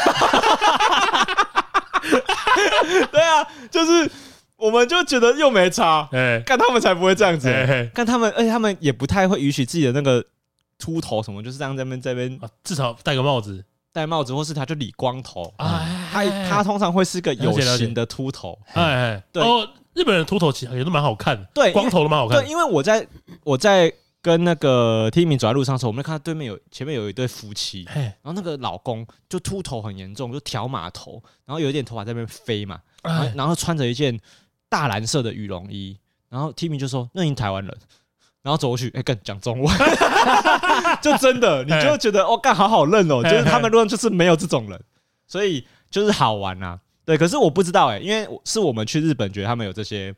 Speaker 3: 对啊，就是我们就觉得又没差，
Speaker 1: 哎
Speaker 3: 看他们才不会这样子、
Speaker 1: 哎
Speaker 3: 欸，
Speaker 1: 哎，
Speaker 3: 看他们，而且他们也不太会允许自己的那个秃头什么，就是这样在那边在那边
Speaker 1: 啊至少戴个帽子
Speaker 3: 戴帽子，或是他就理光头。
Speaker 1: 啊，
Speaker 3: 他他通常会是个有型的秃头，
Speaker 1: 哎哎，
Speaker 3: 对
Speaker 1: 哦，日本人秃头其实也都蛮好看的，
Speaker 3: 对
Speaker 1: 光头都蛮好看
Speaker 3: 对，
Speaker 1: 的，
Speaker 3: 因为我在我在跟那个 Timmy 走在路上的时候，我们就看到对面有前面有一对夫妻，
Speaker 1: 哎，
Speaker 3: 然后那个老公就秃头很严重，就挑马头，然后有一点头发在那边飞嘛，然后
Speaker 1: 哎
Speaker 3: 然后穿着一件大蓝色的羽绒衣，然后 Timmy 就说：“那你台湾人。”然后走过去，哎、干讲中 文， 就真的，你就
Speaker 1: 哎
Speaker 3: 会觉得哦，干好好认哦，就是他们路上就是没有这种人，所以就是好玩啊。对，可是我不知道哎、因为是我们去日本觉得他们有这些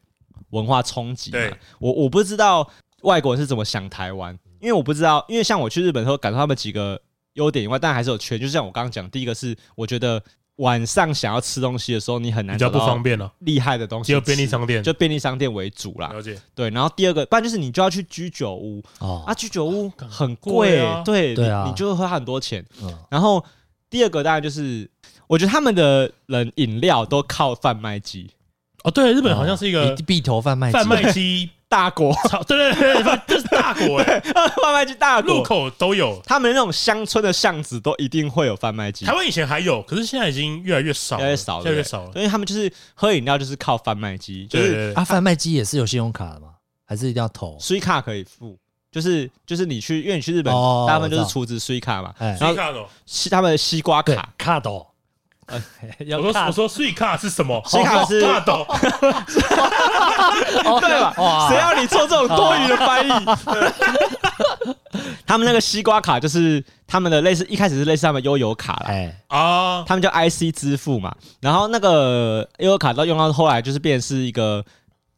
Speaker 3: 文化冲击嘛
Speaker 1: 对，
Speaker 3: 我我不知道外国人是怎么想台湾，因为我不知道，因为像我去日本的时候，感受他们几个优点以外，但还是有缺点，就像我刚刚讲，第一个是我觉得晚上想要吃东西的时候，你很难
Speaker 1: 比较不
Speaker 3: 找到
Speaker 1: 方便了，哦
Speaker 3: 厉害的东西，
Speaker 1: 只有便利，商店。啊
Speaker 3: 就便利商店为主啦。
Speaker 1: 了解，
Speaker 3: 对，然后第二个，不然就是你就要去居酒屋
Speaker 2: 哦
Speaker 3: 啊，，居酒屋
Speaker 1: 干
Speaker 3: 很
Speaker 1: 贵
Speaker 3: 贵
Speaker 1: 啊，
Speaker 3: 对
Speaker 2: 对
Speaker 3: 你
Speaker 2: 啊
Speaker 3: 你就会花很多钱。
Speaker 2: 嗯
Speaker 3: 然后第二个当然就是，我觉得他们的人饮料都靠贩卖机，
Speaker 1: 哦，对，日本好像是一个
Speaker 2: 你必头贩卖机
Speaker 1: 贩卖机，
Speaker 3: 大国
Speaker 1: 操对 对对，对这是大国哎，
Speaker 3: 贩卖机大国
Speaker 1: 路口都有。
Speaker 3: 他们那种乡村的巷子都一定会有贩卖机
Speaker 1: 台，湾以前还有，可是现在已经越来越少
Speaker 3: 越
Speaker 1: 了，
Speaker 3: 来越少了，
Speaker 1: 越来越少了。
Speaker 3: 因为他们就是喝饮料就是靠贩卖机，就
Speaker 1: 对
Speaker 3: 是
Speaker 1: 对对，
Speaker 2: 啊，贩卖机也是有信用卡的吗？还是一定要投？
Speaker 3: 水卡可以付，就是就是你去，因为你去日本
Speaker 2: 哦，
Speaker 3: 大部分就
Speaker 2: 我
Speaker 3: 是
Speaker 2: 知道
Speaker 3: 出资水卡嘛，
Speaker 2: 哎
Speaker 3: 然，后
Speaker 1: 税卡哦，
Speaker 3: 西他们的西瓜
Speaker 2: 对啊
Speaker 3: 卡，，
Speaker 2: 卡斗，
Speaker 1: 我说我说税卡是什么？哦
Speaker 3: 税卡是
Speaker 1: 大 斗，
Speaker 2: 哦
Speaker 3: 对吧？
Speaker 2: 啊
Speaker 3: 谁要你做这种多余的翻译？他们那个西瓜卡就是他们的类似，一开始是类似他们悠游卡啦，
Speaker 2: 哎，
Speaker 1: 啊，
Speaker 3: 他们叫 IC 支付嘛。然后那个悠游卡到用到后来就是变成是一个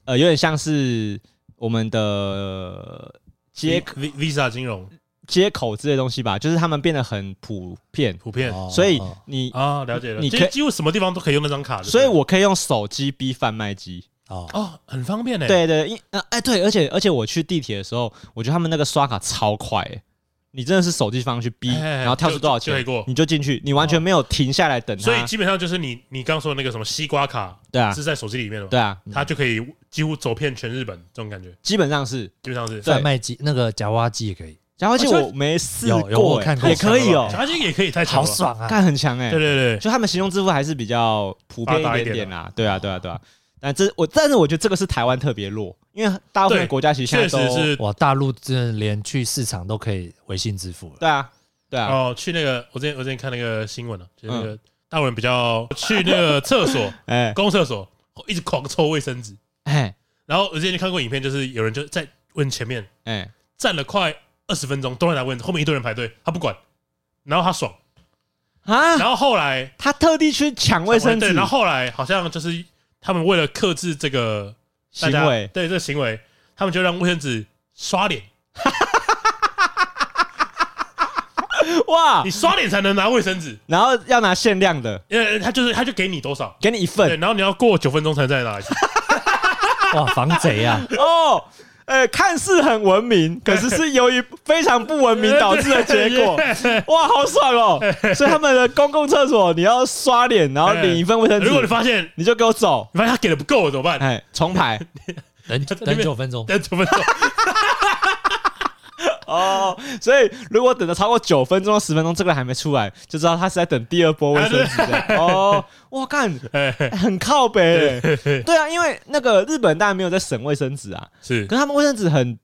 Speaker 3: 呃，有点像是我们的接
Speaker 1: V- Visa 金融
Speaker 3: 接口之类的东西吧，就是他们变得很普遍，
Speaker 1: 普遍
Speaker 2: 哦
Speaker 3: 所以
Speaker 2: 哦
Speaker 3: 你。
Speaker 1: 啊，了解了。
Speaker 3: 你
Speaker 1: 其
Speaker 3: 可
Speaker 1: 实
Speaker 3: 以
Speaker 1: 几乎什么地方都可以用那张卡的，
Speaker 3: 所以我可以用手机逼贩卖机，
Speaker 2: 哦，
Speaker 1: 哦，很方便呢。，
Speaker 3: 对对，因呃哎对，而且而且我去地铁的时候，我觉得他们那个刷卡超快、欸，你真的是手机方向去逼，
Speaker 1: 哎哎哎
Speaker 3: 然后跳出多少
Speaker 1: 就就可以
Speaker 3: 钱
Speaker 1: 过，
Speaker 3: 你就进去，你完全没有停下来等
Speaker 1: 所以
Speaker 3: 他，
Speaker 1: 基本上就是你你刚说的那个什么西瓜卡
Speaker 3: 对啊
Speaker 1: 是在手机里面的嘛，
Speaker 3: 对啊，
Speaker 1: 它就可以几乎走遍全日本，这种感觉
Speaker 3: 基本上是。
Speaker 1: 基本上是。
Speaker 3: 对
Speaker 2: 贩卖机那个夹娃娃机也可以，
Speaker 3: 然后而且
Speaker 1: 所以
Speaker 3: 我没试
Speaker 2: 有有
Speaker 3: 过、
Speaker 2: 我看
Speaker 3: 欸，
Speaker 2: 过
Speaker 3: 也可以哦、
Speaker 1: 小金也可以太强
Speaker 2: 好
Speaker 1: 了，
Speaker 2: 爽啊！
Speaker 3: 看很强哎、
Speaker 1: 对对对，
Speaker 3: 就他们行动支付还是比较普遍
Speaker 1: 发达一
Speaker 3: 一点
Speaker 1: 点
Speaker 3: 点啦，对啊对啊对啊。但这我但是我觉得这个是台湾特别弱，因为大部分
Speaker 1: 对
Speaker 3: 的国家其实现
Speaker 1: 确
Speaker 3: 在都
Speaker 1: 实是
Speaker 2: 哇，大陆真的连去市场都可以微信支 付了，
Speaker 3: 对啊对啊，
Speaker 1: 哦。去那个我之前我之前看那个新闻了，啊就
Speaker 3: 嗯
Speaker 1: 是那个大陆人比较去那个厕 所
Speaker 3: 哎
Speaker 1: 公共厕所一直狂抽卫生纸，
Speaker 3: 哎
Speaker 1: 然后我之前就看过影片，就是有人就在问前面
Speaker 3: 哎，
Speaker 1: 站了快二十分钟，都在来问，后面一堆人排队，他不管，然后他爽，
Speaker 3: 啊，
Speaker 1: 然后后来
Speaker 3: 他特地去抢卫生
Speaker 1: 对
Speaker 3: 纸，
Speaker 1: 然后后来好像就是他们为了克制这个大
Speaker 3: 行
Speaker 1: 家
Speaker 3: 为，
Speaker 1: 对这个行为，他们就让卫生纸刷脸，
Speaker 3: 哇
Speaker 1: 你！刷脸才能拿卫生纸，
Speaker 3: 然后要拿限量的，
Speaker 1: 因为他就是他就给你多少，
Speaker 3: 给你一
Speaker 1: 对，
Speaker 3: 份
Speaker 1: 然后你要过九分钟才能再拿一次，。
Speaker 2: 哇，防贼啊！
Speaker 3: 哦。呃，看似很文明，可是是由于非常不文明导致的结果
Speaker 1: 对
Speaker 3: 哇，好 爽哦！所以他们的公共厕所，你要刷脸，然后领一份卫生
Speaker 1: 哎如果你
Speaker 3: 纸，
Speaker 1: 发现
Speaker 3: 你就给我走。
Speaker 1: 你发现他给的不够怎么 办？
Speaker 3: 哎，重排
Speaker 2: 等
Speaker 1: 那
Speaker 2: 等
Speaker 1: 边
Speaker 2: 九分钟，
Speaker 1: 等九分钟，
Speaker 3: 哦。所以如果等的超过九分钟、十分钟，这个人还没出来，就知道他是在等第二波卫生纸这样。哦，哇，干，
Speaker 1: 啊哎，
Speaker 3: 很靠北、欸。对啊，因为那个日本当然没有在省卫生纸啊，
Speaker 1: 是
Speaker 3: 可是他们卫生纸很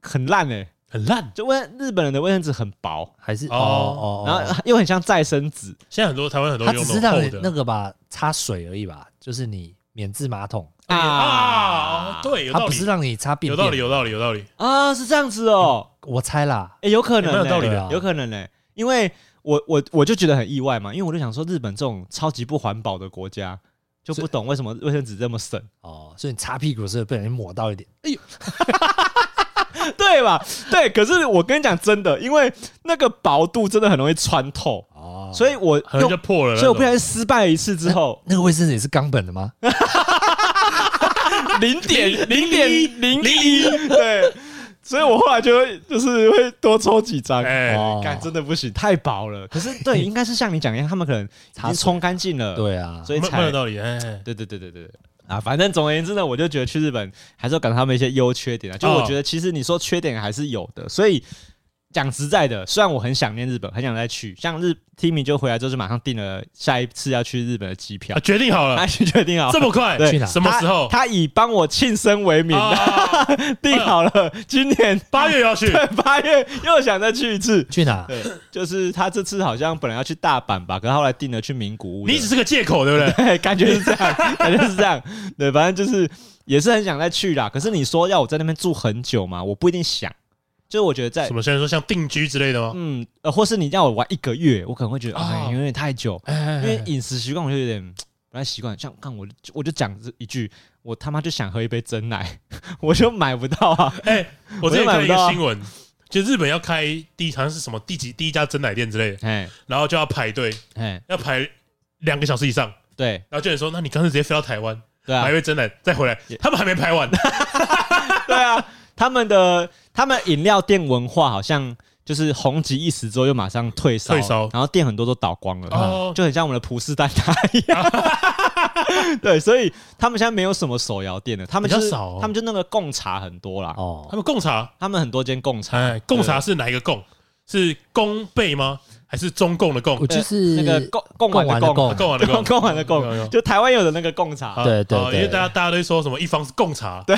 Speaker 3: 很烂哎、
Speaker 1: 很烂。
Speaker 3: 就卫日本人的卫生纸很薄，
Speaker 2: 还是
Speaker 1: 哦
Speaker 2: 哦哦，
Speaker 3: 然
Speaker 2: 然
Speaker 3: 后
Speaker 2: 后
Speaker 3: 又很像再生纸。
Speaker 1: 现在很多台湾很多
Speaker 2: 他
Speaker 1: 用
Speaker 2: 只
Speaker 1: 那
Speaker 2: 是
Speaker 1: 种厚
Speaker 2: 让你
Speaker 1: 的
Speaker 2: 那个吧擦水而已吧，就是你免治马桶，
Speaker 1: 啊，对，有
Speaker 2: 他
Speaker 1: 道
Speaker 2: 不
Speaker 1: 理
Speaker 2: 是，让你擦便
Speaker 1: 有
Speaker 2: 便
Speaker 1: 道理，有道理，有道理。
Speaker 3: 啊，是这样子哦，
Speaker 2: 我猜啦，
Speaker 3: 哎、有可能、
Speaker 1: 也
Speaker 3: 欸，
Speaker 1: 蛮有道理
Speaker 2: 的啊
Speaker 3: 有可能呢、欸因为我我我就觉得很意外嘛，因为我就想说，日本这种超级不环保的国家，就不懂为什么卫生纸这么省，
Speaker 2: 哦，所以你擦屁股的时候不小心抹到一点，哎
Speaker 3: 对吧？对，可是我跟你讲真的，因为那个薄度真的很容易穿透，
Speaker 2: 哦，，
Speaker 3: 所以我
Speaker 1: 可能
Speaker 3: 用
Speaker 1: 就破了那
Speaker 3: 所以
Speaker 1: 种，
Speaker 3: 我不小心失败一次之后
Speaker 2: 那个卫生纸也是冈本的吗？
Speaker 3: 零点零点零一，对，所以我后来就会就是会多抽几张。
Speaker 1: 哎
Speaker 2: 哦
Speaker 3: 干真的不行，太薄了。可是 对，应该是像你讲一样，他们可能已
Speaker 2: 擦
Speaker 3: 经
Speaker 2: 水
Speaker 3: 冲干净了，，
Speaker 2: 对啊，
Speaker 3: 所以
Speaker 1: 蛮蛮
Speaker 3: 才
Speaker 1: 有道理，哎， 哎
Speaker 3: 对对对对对对啊！反正总而言之呢，我就觉得去日本还是要感到他们一些优缺点啊。就
Speaker 1: 哦
Speaker 3: 我觉得其实你说缺点还是有的，所以讲实在的，虽然我很想念日本，很想再去，像日 Timmy 就回来之后就马上订了下一次要去日本的机票
Speaker 1: 啊，，决定好
Speaker 3: 他
Speaker 1: 了，
Speaker 3: 去决定好
Speaker 1: 这么快，
Speaker 3: 对
Speaker 2: 去哪
Speaker 1: 什么时候？
Speaker 3: 他他以帮我庆生为名，
Speaker 1: 啊
Speaker 3: 定好了今年
Speaker 1: 八月要 去，
Speaker 3: 八月又想再去一次。
Speaker 2: 去哪？
Speaker 3: 对，就是他这次好像本来要去大阪吧，可是后来定了去名古屋的。
Speaker 1: 你只是个借口，对不 对？
Speaker 3: 对，感觉是这样，感觉是这样。对，反正就是也是很想再去啦。可是你说要我在那边住很久嘛，我不一定想。就是我觉得在
Speaker 1: 什么？现在说像定居之类的吗？
Speaker 3: 嗯呃，或是你让我玩一个月，我可能会觉得哎、
Speaker 1: 哦哎
Speaker 3: 有点太久，
Speaker 2: 因
Speaker 3: 因为饮食习惯我就有点不太习惯。像看我我就讲这一句，我他妈就想喝一杯真奶， 我就买不到啊。
Speaker 1: 哎，我之前看了一
Speaker 3: 我就买不到
Speaker 1: 个
Speaker 3: 啊
Speaker 1: 新闻，就日本要开第一好像是什么第几第一家真奶店之类的，
Speaker 3: 哎
Speaker 1: 然后就要排队，
Speaker 3: 哎，
Speaker 1: 要排两个小时以上，
Speaker 3: 对
Speaker 1: 然后就有人说，那你干脆直接飞到台湾，
Speaker 3: 对啊
Speaker 1: 排一，杯真奶再回来
Speaker 3: 也，
Speaker 1: 他们还没排 完，
Speaker 3: 对啊，他们的他们饮料店文化好像就是红极一时之后又马上退烧，
Speaker 1: 退烧
Speaker 3: 然后店很多都倒光了，
Speaker 1: 哦
Speaker 3: 就很像我们的葡式蛋挞一样。 对，所以他们现在没有什么手摇店了，他们就是
Speaker 1: 比较少哦
Speaker 3: 他们就那个贡茶很多啦，
Speaker 1: 他
Speaker 2: 哦，
Speaker 1: 们贡茶，
Speaker 3: 他们很多间贡茶，
Speaker 1: 哎，贡茶是哪一个贡？是公贝吗？还是中共的共
Speaker 2: 我？就是
Speaker 3: 呃那个贡贡丸
Speaker 2: 贡丸的
Speaker 3: 贡，
Speaker 2: 贡
Speaker 1: 贡完的 贡，
Speaker 3: 贡丸的贡，就台湾有的那个贡茶，
Speaker 1: 好
Speaker 2: 对对
Speaker 1: 好
Speaker 2: 对
Speaker 1: 因为大家大家都说什么一方是贡茶，对，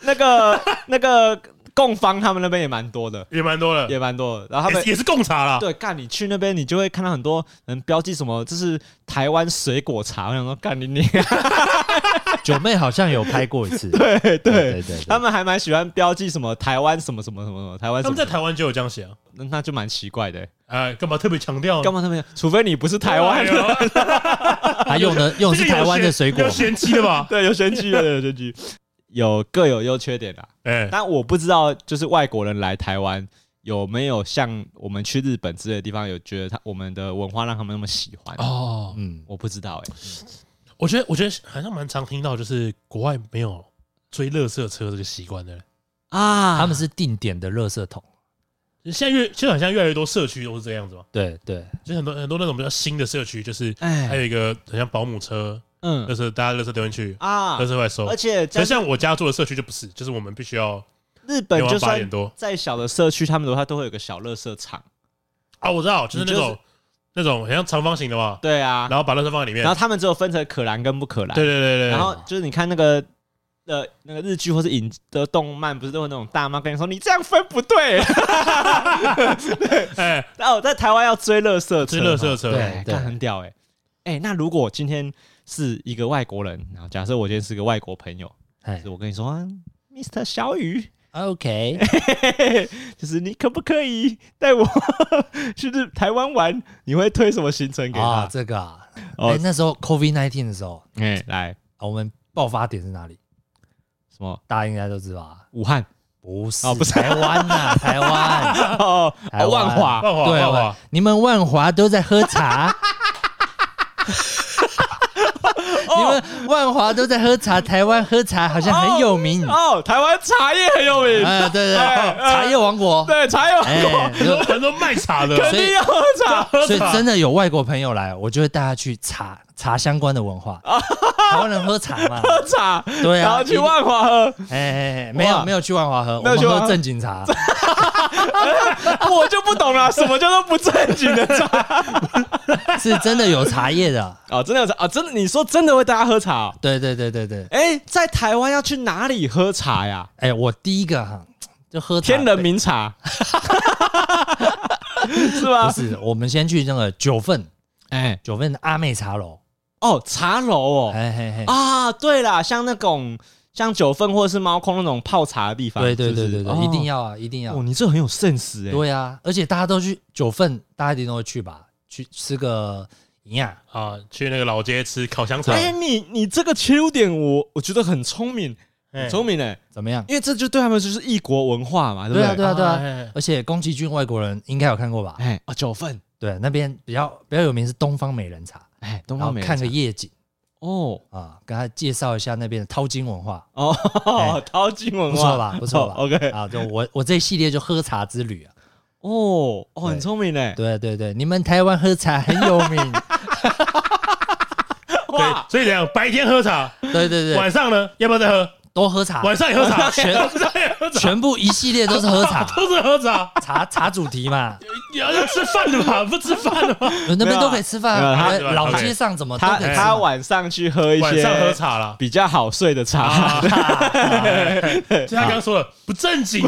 Speaker 3: 那个那个贡方他们那边也蛮 多的，
Speaker 1: 也蛮多的，
Speaker 3: 也蛮多的，然后他
Speaker 1: 也
Speaker 3: 们
Speaker 1: 是也是贡茶啦。
Speaker 3: 对，干你去那边，你就会看到很多人标记什么，这是台湾水果茶。我想说，干你 你，
Speaker 2: 九妹好像有拍过一次，对
Speaker 3: 对
Speaker 2: 对
Speaker 3: 对，
Speaker 2: 对，
Speaker 3: 他们还蛮喜欢标记什么台湾什么什么什么什么台湾
Speaker 1: 他
Speaker 3: 什
Speaker 1: 们
Speaker 3: 么
Speaker 1: 在，台湾就有这样写啊，
Speaker 3: 那那就蛮奇怪的欸。
Speaker 1: 哎，干嘛特别强调呢？
Speaker 3: 干嘛他们？除非你不是台湾
Speaker 1: 哎
Speaker 3: 人，
Speaker 1: 呦
Speaker 2: 他用的用的是台湾的水果
Speaker 1: 有，嫌弃的 吧？
Speaker 3: 对，有选举的，有选举，有各有优缺点啦。
Speaker 1: 哎，
Speaker 3: 但我不知道，就是外国人来台湾有没有像我们去日本之类的地方，有觉得他我们的文化让他们那么喜欢？
Speaker 1: 哦，
Speaker 2: 嗯，
Speaker 3: 我不知道哎、
Speaker 1: 我觉得我觉得好像蛮常听到，就是国外没有追垃圾车这个习惯的。
Speaker 3: 啊
Speaker 2: 他们是定点的垃圾桶，
Speaker 1: 现在越现在好像越来越多社区都是这样子嘛，
Speaker 2: 对对，
Speaker 1: 就很多很多那种比较新的社区，就是还
Speaker 3: 哎
Speaker 1: 有一个很像保姆车，垃
Speaker 3: 嗯
Speaker 1: 圾大家垃圾丢进去，
Speaker 3: 啊
Speaker 1: 垃，圾会收。
Speaker 3: 而且
Speaker 1: 可
Speaker 3: 加
Speaker 1: 是像我家住的社区就不是，就是我们必须要
Speaker 3: 日本
Speaker 1: 夜
Speaker 3: 就
Speaker 1: 晚八点
Speaker 3: 算
Speaker 1: 多
Speaker 3: 再小的社区，他们的话都会有个小垃圾场。
Speaker 1: 啊，我知道，就是那
Speaker 3: 你
Speaker 1: 种
Speaker 3: 就
Speaker 1: 那种很像长方形的嘛，
Speaker 3: 对啊，
Speaker 1: 然后把垃圾放在里面
Speaker 3: 然后，他们只有分成可燃跟不可燃。
Speaker 1: 对对对对，
Speaker 3: 然后就是你看那个。呃，那个日剧或是影的动漫，不是都有那种大妈跟你说你这样分不对。
Speaker 1: 哎，
Speaker 3: 然后在台湾要追乐色车，
Speaker 1: 是垃圾车，
Speaker 2: 对
Speaker 3: 哎，干很屌哎、哎、那如果今天是一个外国人，然后假设我今天是个外国朋友，
Speaker 2: 哎
Speaker 3: 就是我跟你说、啊、，Mr. 小雨，
Speaker 2: ，OK，
Speaker 3: 嘿嘿嘿，就是你可不可以带我 去日台湾玩？你会推什么行程给
Speaker 2: 啊，
Speaker 3: 他？
Speaker 2: 这个啊，
Speaker 3: 哦
Speaker 2: 哎，那时候 COVID nineteen 的时候，
Speaker 3: 哎、来
Speaker 2: 啊我们爆发点是哪里？
Speaker 3: 什么
Speaker 2: 大家应该都知道啊，
Speaker 3: 武汉？
Speaker 2: 不是，
Speaker 3: 哦不是
Speaker 2: 台湾呐，台湾，
Speaker 3: 哦，
Speaker 2: 台湾
Speaker 3: 哦万华，
Speaker 1: 万华，
Speaker 2: 对
Speaker 1: 万华，，
Speaker 2: 你们万华都在喝 茶。
Speaker 3: 哦
Speaker 2: 你们万华都在喝茶，台湾喝茶好像很有名啊！
Speaker 3: 哦，台湾茶叶很有名，
Speaker 2: 对对，
Speaker 3: 哎
Speaker 2: 对茶叶王国，
Speaker 3: 对，茶叶
Speaker 2: 哎，
Speaker 1: 有很多卖茶的，
Speaker 3: 肯定要喝茶。
Speaker 2: 所以真的有外国朋友来，我就会带他去茶茶相关的 文化。台湾人喝茶嘛，
Speaker 3: 喝茶，
Speaker 2: 对啊
Speaker 3: 然后去万华喝，
Speaker 2: 哎哎，哎没有
Speaker 3: 哇
Speaker 2: 没有去万华喝，我
Speaker 3: 没有
Speaker 2: 们
Speaker 3: 去万华
Speaker 2: 喝正经茶。
Speaker 3: 我就不懂 了，什么叫做不正经的茶
Speaker 2: 是真的有茶叶的。
Speaker 3: 啊？真的有茶啊？真的，你说真的会大家喝茶哦？
Speaker 2: 对对对对对，
Speaker 3: 哎，在台湾要去哪里喝茶呀？
Speaker 2: 哎，我第一个哈就喝茶
Speaker 3: 天人名 茶，是吧
Speaker 2: 不？是，我们先去那个九份
Speaker 3: 哎，
Speaker 2: 九份阿妹茶楼，
Speaker 3: 哦，茶楼哦，
Speaker 2: 嘿嘿嘿，
Speaker 3: 啊，对啦，像那种像九份或者是猫空那种泡茶的地方，
Speaker 2: 对对
Speaker 3: 是
Speaker 2: 对
Speaker 3: 不
Speaker 2: 对
Speaker 3: 是
Speaker 2: 对，一定。要啊，一定
Speaker 3: 哦
Speaker 2: 要
Speaker 3: 哦，，你这很有 sense 哎。
Speaker 2: 对啊，而且大家都去九份，大家一定都会去吧，去吃个营养，
Speaker 1: 啊，去那个老街吃烤香肠，
Speaker 3: 哎，你你这个切入点我，我觉得很聪明，很
Speaker 1: 哎
Speaker 3: 聪明哎、
Speaker 2: 怎么样？
Speaker 3: 因为这就对他们就是异国文化嘛，对哦不
Speaker 2: 对
Speaker 3: 对？
Speaker 2: 啊对啊对
Speaker 1: 哎
Speaker 2: 啊，
Speaker 1: 哎
Speaker 2: 而且宫崎骏外国人应该有看过吧？
Speaker 3: 哎啊，九份，
Speaker 2: 对，那边比较比较有名是东方美人茶，
Speaker 3: 哎，东
Speaker 2: 然
Speaker 3: 方
Speaker 2: 后
Speaker 3: 美人
Speaker 2: 看个
Speaker 3: 茶
Speaker 2: 夜景
Speaker 3: 哦
Speaker 2: 啊，跟他介绍一下那边的淘金文化。
Speaker 3: 哦
Speaker 2: 哎，
Speaker 3: 淘金文
Speaker 2: 不
Speaker 3: 化
Speaker 2: 错吧，不错吧、
Speaker 3: 哦 OK，
Speaker 2: 啊，就我我这一系列就喝茶之旅啊，
Speaker 3: 哦哦，很
Speaker 2: 对
Speaker 3: 聪明哎，
Speaker 2: 对对对，你们台湾喝茶很有 名，
Speaker 3: 哇
Speaker 1: 对，所以怎样？白天喝茶，
Speaker 2: 对对对
Speaker 1: 晚，上呢，要不要再喝？
Speaker 2: 多喝茶，
Speaker 1: 晚上也喝茶，
Speaker 2: 全
Speaker 1: 晚上也喝茶，，
Speaker 2: 全部一系列都是喝茶
Speaker 1: 都是喝茶。
Speaker 2: 茶茶主题嘛，
Speaker 1: 你要要吃饭的吧？不吃饭的吗？
Speaker 2: 那边都可以吃饭啊，
Speaker 1: 有
Speaker 3: 没
Speaker 1: 啊他
Speaker 2: 呃老街上怎么都
Speaker 3: 他
Speaker 2: 可以吃
Speaker 3: 他
Speaker 2: 嘛。
Speaker 3: 晚上去喝一些，
Speaker 1: 晚上喝茶啦。
Speaker 3: 比较好睡的茶，
Speaker 1: 啊，就他刚刚说了，不正经。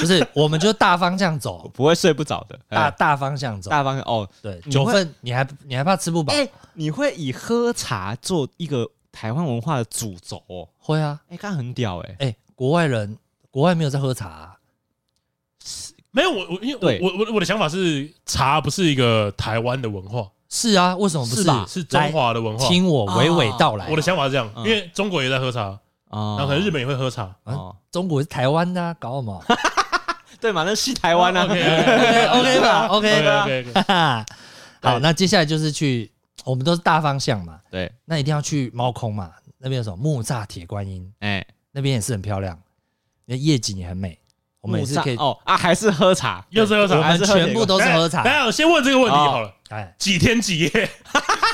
Speaker 2: 不是，我们就大方向走，
Speaker 3: 不会睡不着的。
Speaker 2: 大
Speaker 3: 哎
Speaker 2: 大方向走。
Speaker 3: 大方哦，
Speaker 2: 对，
Speaker 3: 你
Speaker 2: 九
Speaker 3: 会
Speaker 2: 份你还你还怕吃不饱？
Speaker 3: 哎，你会以喝茶做一个台湾文化的主轴哦，
Speaker 2: 会啊，
Speaker 3: 哎，刚很屌哎，
Speaker 2: 哎，国外人国外没有在喝茶啊，
Speaker 1: 没有我我因为
Speaker 3: 对
Speaker 1: 我我我我的想法是，茶不是一个台湾的文化，
Speaker 2: 是啊，为什么不
Speaker 1: 是
Speaker 2: 吧？
Speaker 1: 是中华的文
Speaker 2: 来
Speaker 1: 化。
Speaker 2: 听我娓娓道来。啊
Speaker 1: 我的想法是这样，
Speaker 3: 嗯
Speaker 1: 因为中国也在喝茶，
Speaker 3: 哦
Speaker 1: 然后可能日本也会喝茶。
Speaker 3: 哦，
Speaker 2: 中国是台湾的啊，搞什么
Speaker 3: 对嘛，那是台湾啊，
Speaker 1: 哎
Speaker 2: ？OK 吧？OK 吧？
Speaker 1: OK
Speaker 2: 哈哈， 好，
Speaker 3: 对
Speaker 2: 那接下来就是去，我们都是大方向嘛，
Speaker 3: 对，
Speaker 2: 那一定要去猫空嘛，那边有什么木栅铁观音，
Speaker 3: 哎，
Speaker 2: 那边也是很漂亮，那夜景也很美，我们也是可以，
Speaker 3: 木栅哦啊，还是喝茶，
Speaker 1: 又是喝
Speaker 2: 我
Speaker 1: 茶，
Speaker 3: 还
Speaker 2: 们
Speaker 3: 是喝铁观音
Speaker 2: 全部都是喝
Speaker 1: 等一
Speaker 2: 茶，
Speaker 1: 下，我先问这个问题好了，
Speaker 2: 哎，
Speaker 1: 几天几夜？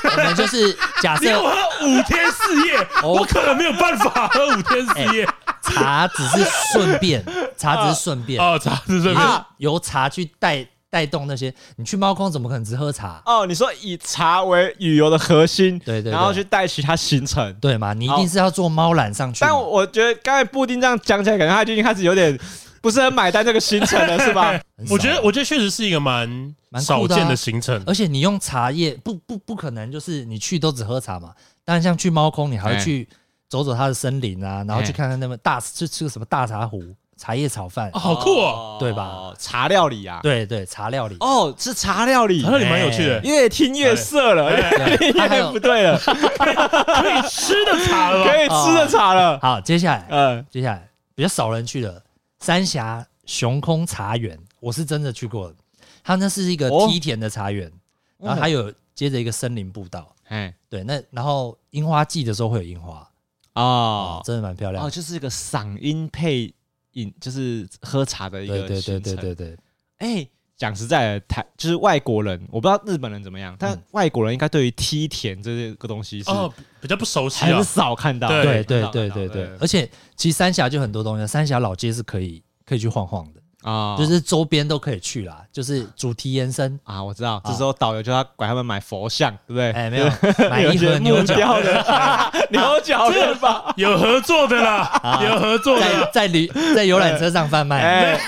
Speaker 2: 我们就是假
Speaker 1: 你要我
Speaker 2: 设
Speaker 1: 喝五天四夜，
Speaker 2: 哦
Speaker 1: 我可能没有办法喝五天四
Speaker 2: 哎
Speaker 1: 夜。
Speaker 2: 茶只是顺便，茶只是顺便，
Speaker 1: 哦，茶是这边
Speaker 2: 啊，由茶去带带动那些，你去猫空怎么可能只喝茶？
Speaker 3: 哦，你说以茶为旅游的核心，
Speaker 2: 对对对
Speaker 3: 然后去带其他行程。
Speaker 2: 对嘛？你一定是要坐猫缆上去嘛，
Speaker 3: 哦但我觉得刚才布丁这样讲起来，感觉他已经开始有点不是很买单这个行程了，是吧？
Speaker 2: 很
Speaker 1: 我觉
Speaker 2: 少
Speaker 1: 得，我觉得确实是一个蛮
Speaker 2: 蛮
Speaker 1: 少
Speaker 2: 酷的啊
Speaker 1: 见的行程。
Speaker 2: 而且你用茶叶，不不不可能，就是你去都只喝茶嘛。当然，像去猫空，你还
Speaker 3: 哎
Speaker 2: 会去走走它的森林啊，然
Speaker 3: 哎
Speaker 2: 后去看看那么大，去吃个什么大茶壶、茶叶炒饭
Speaker 1: 哦，，好 酷哦！
Speaker 3: 哦
Speaker 2: 对吧？
Speaker 3: 茶料理啊，
Speaker 2: 对对，茶料理。
Speaker 3: 哦，是茶料理
Speaker 1: 茶，料理蛮有趣的，
Speaker 3: 越听越色了，
Speaker 1: 哎
Speaker 3: 越听
Speaker 2: 哎还
Speaker 3: 越
Speaker 2: 有
Speaker 3: 不 对了，
Speaker 1: 可以吃的茶了
Speaker 3: 可
Speaker 1: 吧？
Speaker 3: 以吃的茶了。
Speaker 2: 好，接下来
Speaker 3: 嗯，
Speaker 2: 接下来比较少人去的三峡雄空茶园，我是真的去过的。它那是一个
Speaker 3: 哦
Speaker 2: 梯田的茶园，然后还有接着一个森林步道。
Speaker 3: 哎
Speaker 2: 对，那然后樱花季的时候会有樱花，哦
Speaker 3: 哦，
Speaker 2: 真的蛮漂亮
Speaker 3: 哦，
Speaker 2: 的。
Speaker 3: 就是一个嗓音配饮，就是喝茶的一
Speaker 2: 对
Speaker 3: 个
Speaker 2: 对对
Speaker 3: 行
Speaker 2: 对
Speaker 3: 程。
Speaker 2: 对对，
Speaker 3: 哎、讲实在的，台就是外国人，我不知道日本人怎么样，但
Speaker 2: 嗯
Speaker 3: 外国人应该对于梯田这个东西是
Speaker 1: 哦，比较不熟悉啊
Speaker 3: 很。少看到。
Speaker 1: 对
Speaker 2: 对
Speaker 3: 很
Speaker 2: 对
Speaker 3: 少
Speaker 2: 对
Speaker 3: 看到
Speaker 2: 对对，而且其实三峡就很多东西，三峡老街是可以可以去晃晃的，
Speaker 3: 啊，
Speaker 2: 就是周边都可以去啦，就是主题延伸。
Speaker 3: 啊，我知道，这时候导游就要拐他们买佛像，对不对？
Speaker 2: 哎， 没有买一
Speaker 3: 些
Speaker 2: 盒
Speaker 3: 木
Speaker 2: 牛
Speaker 3: 雕
Speaker 2: 角，
Speaker 3: 的 牛角人吧？
Speaker 1: 有合作的啦，有合作的
Speaker 2: 啊在
Speaker 1: 啦，
Speaker 2: 在旅在游览车上贩卖。
Speaker 3: 哎，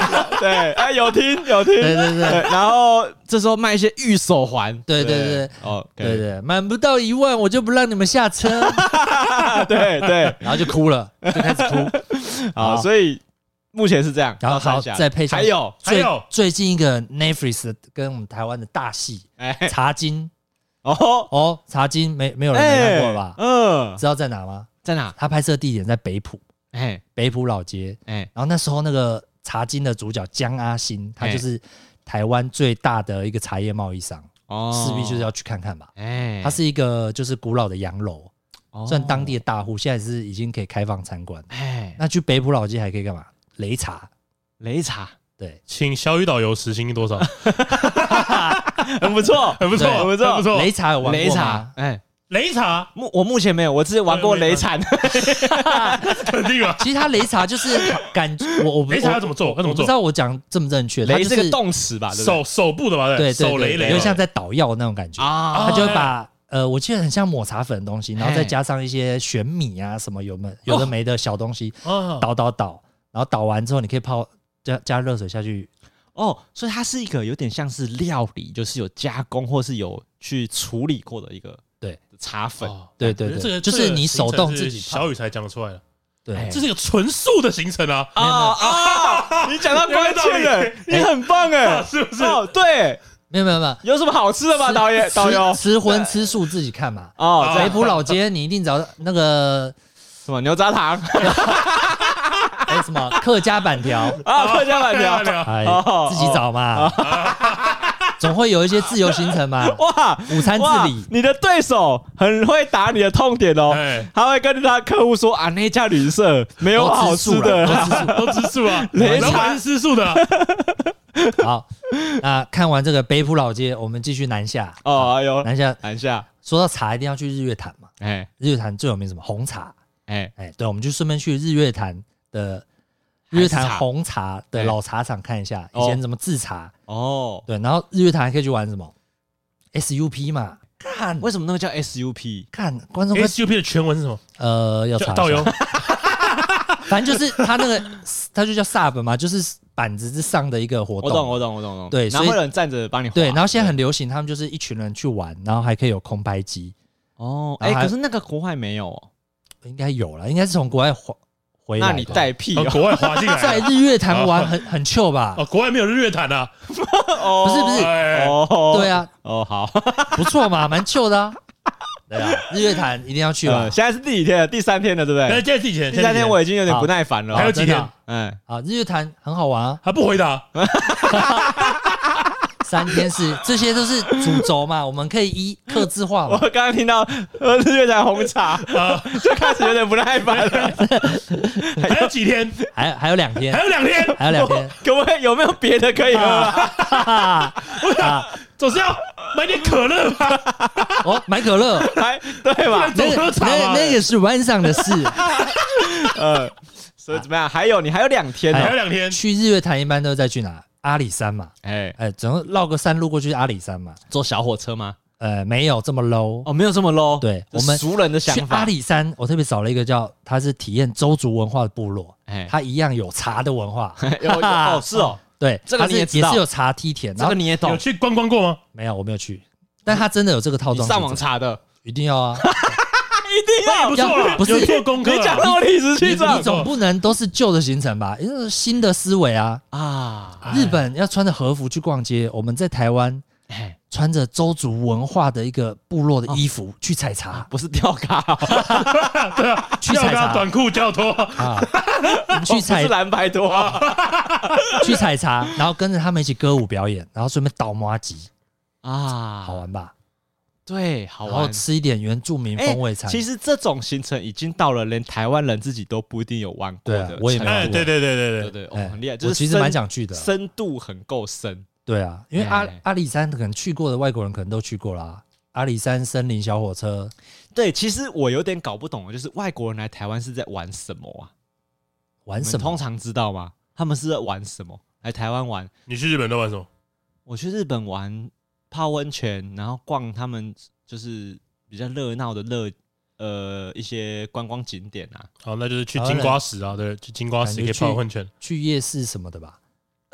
Speaker 3: 对，哎，有听有听。
Speaker 2: 对对对
Speaker 3: 对然后这时候卖一些玉手环，
Speaker 2: 对
Speaker 3: 对
Speaker 2: 对对，
Speaker 3: 哦，可以
Speaker 2: 对对，满不到一万我就不让你们下车，
Speaker 3: 对对，
Speaker 2: 然后就哭了，就开始哭。
Speaker 3: 好，
Speaker 2: 好
Speaker 3: 啊所以目前是这样，
Speaker 2: 然后
Speaker 3: 到山
Speaker 2: 好
Speaker 3: 下
Speaker 2: 再配上
Speaker 3: 还有，
Speaker 1: 还
Speaker 2: 最
Speaker 1: 有
Speaker 2: 最近一个 Netflix 的跟我们台湾的大戏《
Speaker 3: 哎，
Speaker 2: 茶经
Speaker 3: 哦》，
Speaker 2: 哦，《茶经》没没有人没看过吧？
Speaker 3: 嗯，
Speaker 2: 知道在哪吗？
Speaker 3: 在哪？
Speaker 2: 他拍摄地点在北浦，
Speaker 3: 哎
Speaker 2: 北浦老街。
Speaker 3: 哎
Speaker 2: 然后那时候那个茶经的主角江阿新，他
Speaker 3: 哎
Speaker 2: 就是台湾最大的一个茶叶贸易商，
Speaker 3: 哦，
Speaker 2: 势必就是要去看看吧。
Speaker 3: 哎，
Speaker 2: 它是一个就是古老的洋楼，
Speaker 3: 哦
Speaker 2: 算当地的大户，现在是已经可以开放参观。
Speaker 3: 哎
Speaker 2: 那去北浦老街还可以干嘛？擂茶，
Speaker 3: 擂 茶，
Speaker 2: 对，
Speaker 1: 请小雨导游时薪多少？
Speaker 3: 很不错，很
Speaker 2: 不错
Speaker 3: 很不
Speaker 1: 很
Speaker 3: 错，
Speaker 1: 不错
Speaker 2: 擂茶有玩
Speaker 3: 擂
Speaker 2: 过
Speaker 3: 茶
Speaker 2: 吗？，
Speaker 3: 哎，
Speaker 1: 擂茶
Speaker 3: 目我目前没有，我只玩过
Speaker 1: 对没
Speaker 3: 擂
Speaker 1: 有
Speaker 3: 茶，
Speaker 1: 肯定啊！
Speaker 2: 其实它擂茶就是感，我我不
Speaker 1: 擂茶要
Speaker 2: 我
Speaker 1: 怎么做？要怎
Speaker 2: 我
Speaker 1: 么
Speaker 2: 不
Speaker 1: 做？
Speaker 2: 知道我讲正不正确，它
Speaker 3: 擂
Speaker 2: 就是
Speaker 3: 个动词吧？对不对
Speaker 1: 手手部的吧，哦哎
Speaker 2: 对
Speaker 1: 手
Speaker 2: 对
Speaker 1: 雷
Speaker 2: 对，
Speaker 1: 雷，
Speaker 2: 有点像在捣药那种感觉。
Speaker 3: 啊
Speaker 2: 他就会把呃，我记得很像抹茶粉的东西，然后再
Speaker 3: 嘿
Speaker 2: 加上一些玄米啊什么有没有的
Speaker 1: 哦
Speaker 2: 没的小东西，
Speaker 1: 啊，
Speaker 2: 倒倒倒，然后倒完之后你可以泡加加热水下去，
Speaker 3: 哦，所以它是一个有点像是料理，就是有加工或是有去处理过的一个
Speaker 2: 对
Speaker 3: 茶粉。
Speaker 1: 哦
Speaker 2: 对对
Speaker 1: 我觉得这
Speaker 2: 对
Speaker 1: 个
Speaker 2: 就是
Speaker 1: 这个
Speaker 2: 你手动
Speaker 1: 行程是
Speaker 2: 自己泡
Speaker 1: 小雨才讲出来的，
Speaker 2: 对
Speaker 3: 哎，
Speaker 1: 这是一个纯素的行程啊，
Speaker 3: 啊 啊！你讲到关键
Speaker 1: 有道
Speaker 3: 了
Speaker 1: 理，
Speaker 3: 你很棒哎，
Speaker 1: 是不是？
Speaker 3: 哦，对，
Speaker 2: 没有没有没有，
Speaker 3: 有什么好 吃的吗？
Speaker 2: 吃
Speaker 3: 导演，
Speaker 2: 吃
Speaker 3: 导游，
Speaker 2: 吃荤吃素自己看嘛。
Speaker 3: 哦，
Speaker 2: 北
Speaker 3: 这
Speaker 2: 浦老街你一定找到那个
Speaker 3: 什么牛轧糖
Speaker 2: 还有哎什么客家板 条，
Speaker 3: 啊，客家板条，
Speaker 1: 聊
Speaker 2: 哎
Speaker 3: 哦，
Speaker 2: 自己找嘛，总会有一些自由行程嘛，
Speaker 3: 哇，
Speaker 2: 午餐
Speaker 3: 哇
Speaker 2: 自理，
Speaker 3: 你的对手很会打你的痛点哦，
Speaker 1: 哎，
Speaker 3: 他会跟他客户说啊，那家旅社没有好
Speaker 2: 都吃
Speaker 3: 吃
Speaker 2: 素
Speaker 3: 的
Speaker 2: 了，
Speaker 3: 啦，
Speaker 2: 都吃
Speaker 1: 都
Speaker 2: 素。
Speaker 1: 吃素 啊，
Speaker 3: 擂茶
Speaker 1: 老板是吃 素的啊，
Speaker 2: 好，那看完这个北浦老街，我们继续南下。
Speaker 3: 哦，哎呦，
Speaker 2: 南下
Speaker 3: 按下，
Speaker 2: 说到茶，一定要去日月潭嘛。
Speaker 3: 哎
Speaker 2: 日月潭最有名是什么红茶？
Speaker 3: 哎，
Speaker 2: 哎，对，我们就顺便去日月潭的日
Speaker 3: 还
Speaker 2: 月
Speaker 3: 是
Speaker 2: 潭
Speaker 3: 茶
Speaker 2: 红茶的老茶厂看一下，
Speaker 3: 哎
Speaker 2: 以前怎么制茶。
Speaker 3: 哦，
Speaker 2: 对，然后日月潭还可以去玩什么 SUP 嘛？看，
Speaker 3: 为什么那个叫 SUP？
Speaker 2: 看观众快
Speaker 1: SUP 的全文是什么？
Speaker 2: 呃要查一下
Speaker 1: 导 游，
Speaker 2: 反正就是它那个它就叫 sub 嘛，就是板子之上的一个活
Speaker 3: 我
Speaker 2: 动。
Speaker 3: 懂，我懂，我懂，我懂。
Speaker 2: 对
Speaker 3: 然
Speaker 2: 所
Speaker 3: 后
Speaker 2: 以
Speaker 3: 会有人站着帮你划。
Speaker 2: 对，然后现在很流行，他们就是一群人去玩，然后还可以有空拍机。
Speaker 3: 哦，
Speaker 2: 然
Speaker 3: 哎，
Speaker 2: 后还
Speaker 3: 可是那个国外没有哦，
Speaker 2: 应该有了，应该是从国外回回来
Speaker 3: 那
Speaker 2: 的。
Speaker 3: 你带屁
Speaker 1: 从
Speaker 3: 哦，
Speaker 1: 国外滑进
Speaker 2: 在
Speaker 1: 来的，
Speaker 2: 日月潭玩很很 chill 吧？
Speaker 1: 哦，国外没有日月潭啊，
Speaker 3: 不
Speaker 2: 不是不是
Speaker 1: 哎，
Speaker 3: 哦，
Speaker 2: 对，啊，
Speaker 3: 哦好，
Speaker 2: 不错嘛，蛮 chill 的、啊。对啊，日月潭一定要去吧
Speaker 3: 呃。现在是第几天了？第三天了，对不
Speaker 1: 那
Speaker 3: 对？
Speaker 1: 哎这是以前，
Speaker 3: 第三天我已经有点
Speaker 2: 好
Speaker 3: 不耐烦了
Speaker 1: 还有
Speaker 3: 哦。
Speaker 1: 几
Speaker 2: 真的
Speaker 1: 天
Speaker 2: 啊
Speaker 3: 嗯，
Speaker 2: 啊，日月潭很好玩啊，
Speaker 1: 还不回答，
Speaker 2: 三天是这些都是主轴嘛，我们可以一刻字化
Speaker 3: 我
Speaker 2: 嘛。
Speaker 3: 刚刚听到呃日月潭红茶， 就开始有点不耐烦了。
Speaker 1: 啊
Speaker 3: 哎
Speaker 1: 还有几 天，
Speaker 2: 还还有两天
Speaker 1: 还，有两天，
Speaker 2: 还有两天，
Speaker 3: 可不可以有没有别的可以喝啊？
Speaker 1: 总是要买点可乐 吧，
Speaker 2: 哦，买可乐，
Speaker 3: 还哎对 吧？
Speaker 1: 总
Speaker 2: 那
Speaker 1: 喝
Speaker 2: 个
Speaker 3: 啊
Speaker 1: 茶
Speaker 2: 那
Speaker 1: 嘛，
Speaker 3: 哎
Speaker 2: 那个是晚上 的事。
Speaker 3: 呃，所以怎么样？还有你还有两天哦
Speaker 1: 还有
Speaker 3: 呢。
Speaker 1: 两天，
Speaker 2: 去日月潭一般都在去哪？阿里山嘛，
Speaker 3: 哎，
Speaker 2: 哎，整个绕个山路过去阿里山嘛，
Speaker 3: 坐小火车吗？
Speaker 2: 呃，没有这么 low，
Speaker 3: 哦，没有这么 low。
Speaker 2: 对
Speaker 3: 这
Speaker 2: 我们
Speaker 3: 俗人的
Speaker 2: 去
Speaker 3: 想
Speaker 2: 阿
Speaker 3: 法。
Speaker 2: 里山，我特别找了一个叫它是体验周族文化的部落，
Speaker 3: 哎
Speaker 2: 它一样有茶的文化，
Speaker 3: 有 有 哦，是哦，
Speaker 2: 对，
Speaker 3: 这个
Speaker 2: 它
Speaker 3: 你也
Speaker 2: 是
Speaker 3: 知
Speaker 2: 也
Speaker 3: 道
Speaker 2: 是有茶梯田，
Speaker 3: 这
Speaker 2: 然后
Speaker 3: 个你也
Speaker 1: 有
Speaker 3: 懂，
Speaker 1: 去观光过吗？
Speaker 2: 没有我没有去，但它真的有这个套
Speaker 3: 你
Speaker 2: 装，
Speaker 3: 上网，查的。
Speaker 2: 一定要啊，
Speaker 3: 一定
Speaker 1: 那也不错啦，
Speaker 2: 要不是
Speaker 1: 有做功课
Speaker 3: 你讲
Speaker 1: 啊，
Speaker 3: 到理直
Speaker 2: 你
Speaker 3: 气
Speaker 2: 你
Speaker 3: 壮
Speaker 2: 总不能都是旧的行程吧？因为新的思维啊，
Speaker 3: 啊！
Speaker 2: 日本要穿着和服去逛街，我们在台湾
Speaker 3: 哎，哦
Speaker 2: 穿着周族文化的一个部落的衣服去采茶
Speaker 3: 不是吊卡哦，
Speaker 1: 对啊，
Speaker 2: 去
Speaker 1: 要
Speaker 2: 采
Speaker 1: 搭
Speaker 2: 茶
Speaker 1: 短裤交托，
Speaker 2: 啊，我们去
Speaker 3: 不
Speaker 2: 采
Speaker 3: 是蓝白拖啊
Speaker 2: 去采茶，然后跟着他们一起歌舞表演，然后顺便倒麻吉，好
Speaker 3: 啊！
Speaker 2: 玩吧？
Speaker 3: 对，好
Speaker 2: 然后
Speaker 3: 玩。
Speaker 2: 吃一点原住民
Speaker 3: 哎
Speaker 2: 风味餐。
Speaker 3: 其实这种行程已经到了连台湾人自己都不一定有玩过
Speaker 2: 对啊
Speaker 3: 的程度，
Speaker 2: 我也没
Speaker 1: 哎，
Speaker 2: 玩
Speaker 1: 对对对对
Speaker 3: 对
Speaker 1: 对，
Speaker 3: 对，哦，
Speaker 2: 哎
Speaker 3: 很厉害，
Speaker 2: 我
Speaker 3: 就是
Speaker 2: 其实
Speaker 3: 深
Speaker 2: 蛮想去的啊。
Speaker 3: 深度很够深。
Speaker 2: 对啊，因为阿
Speaker 3: 哎
Speaker 2: 阿里山可能去过的外国人可能都去过啦。阿里山森林小火车，
Speaker 3: 对，其实我有点搞不懂，就是外国人来台湾是在玩什么啊？
Speaker 2: 玩
Speaker 3: 你们
Speaker 2: 什
Speaker 3: 通
Speaker 2: 么？
Speaker 3: 常知道吗？他们是在玩什么？来台湾玩，
Speaker 1: 你去日本都玩什么？
Speaker 3: 我去日本玩泡温泉，然后逛他们就是比较热闹的热呃一些观光景点啊。
Speaker 1: 好，那就是去金瓜石啊，对，去金
Speaker 3: 哦
Speaker 1: 瓜石可以泡温泉，
Speaker 2: 去夜市什么的吧？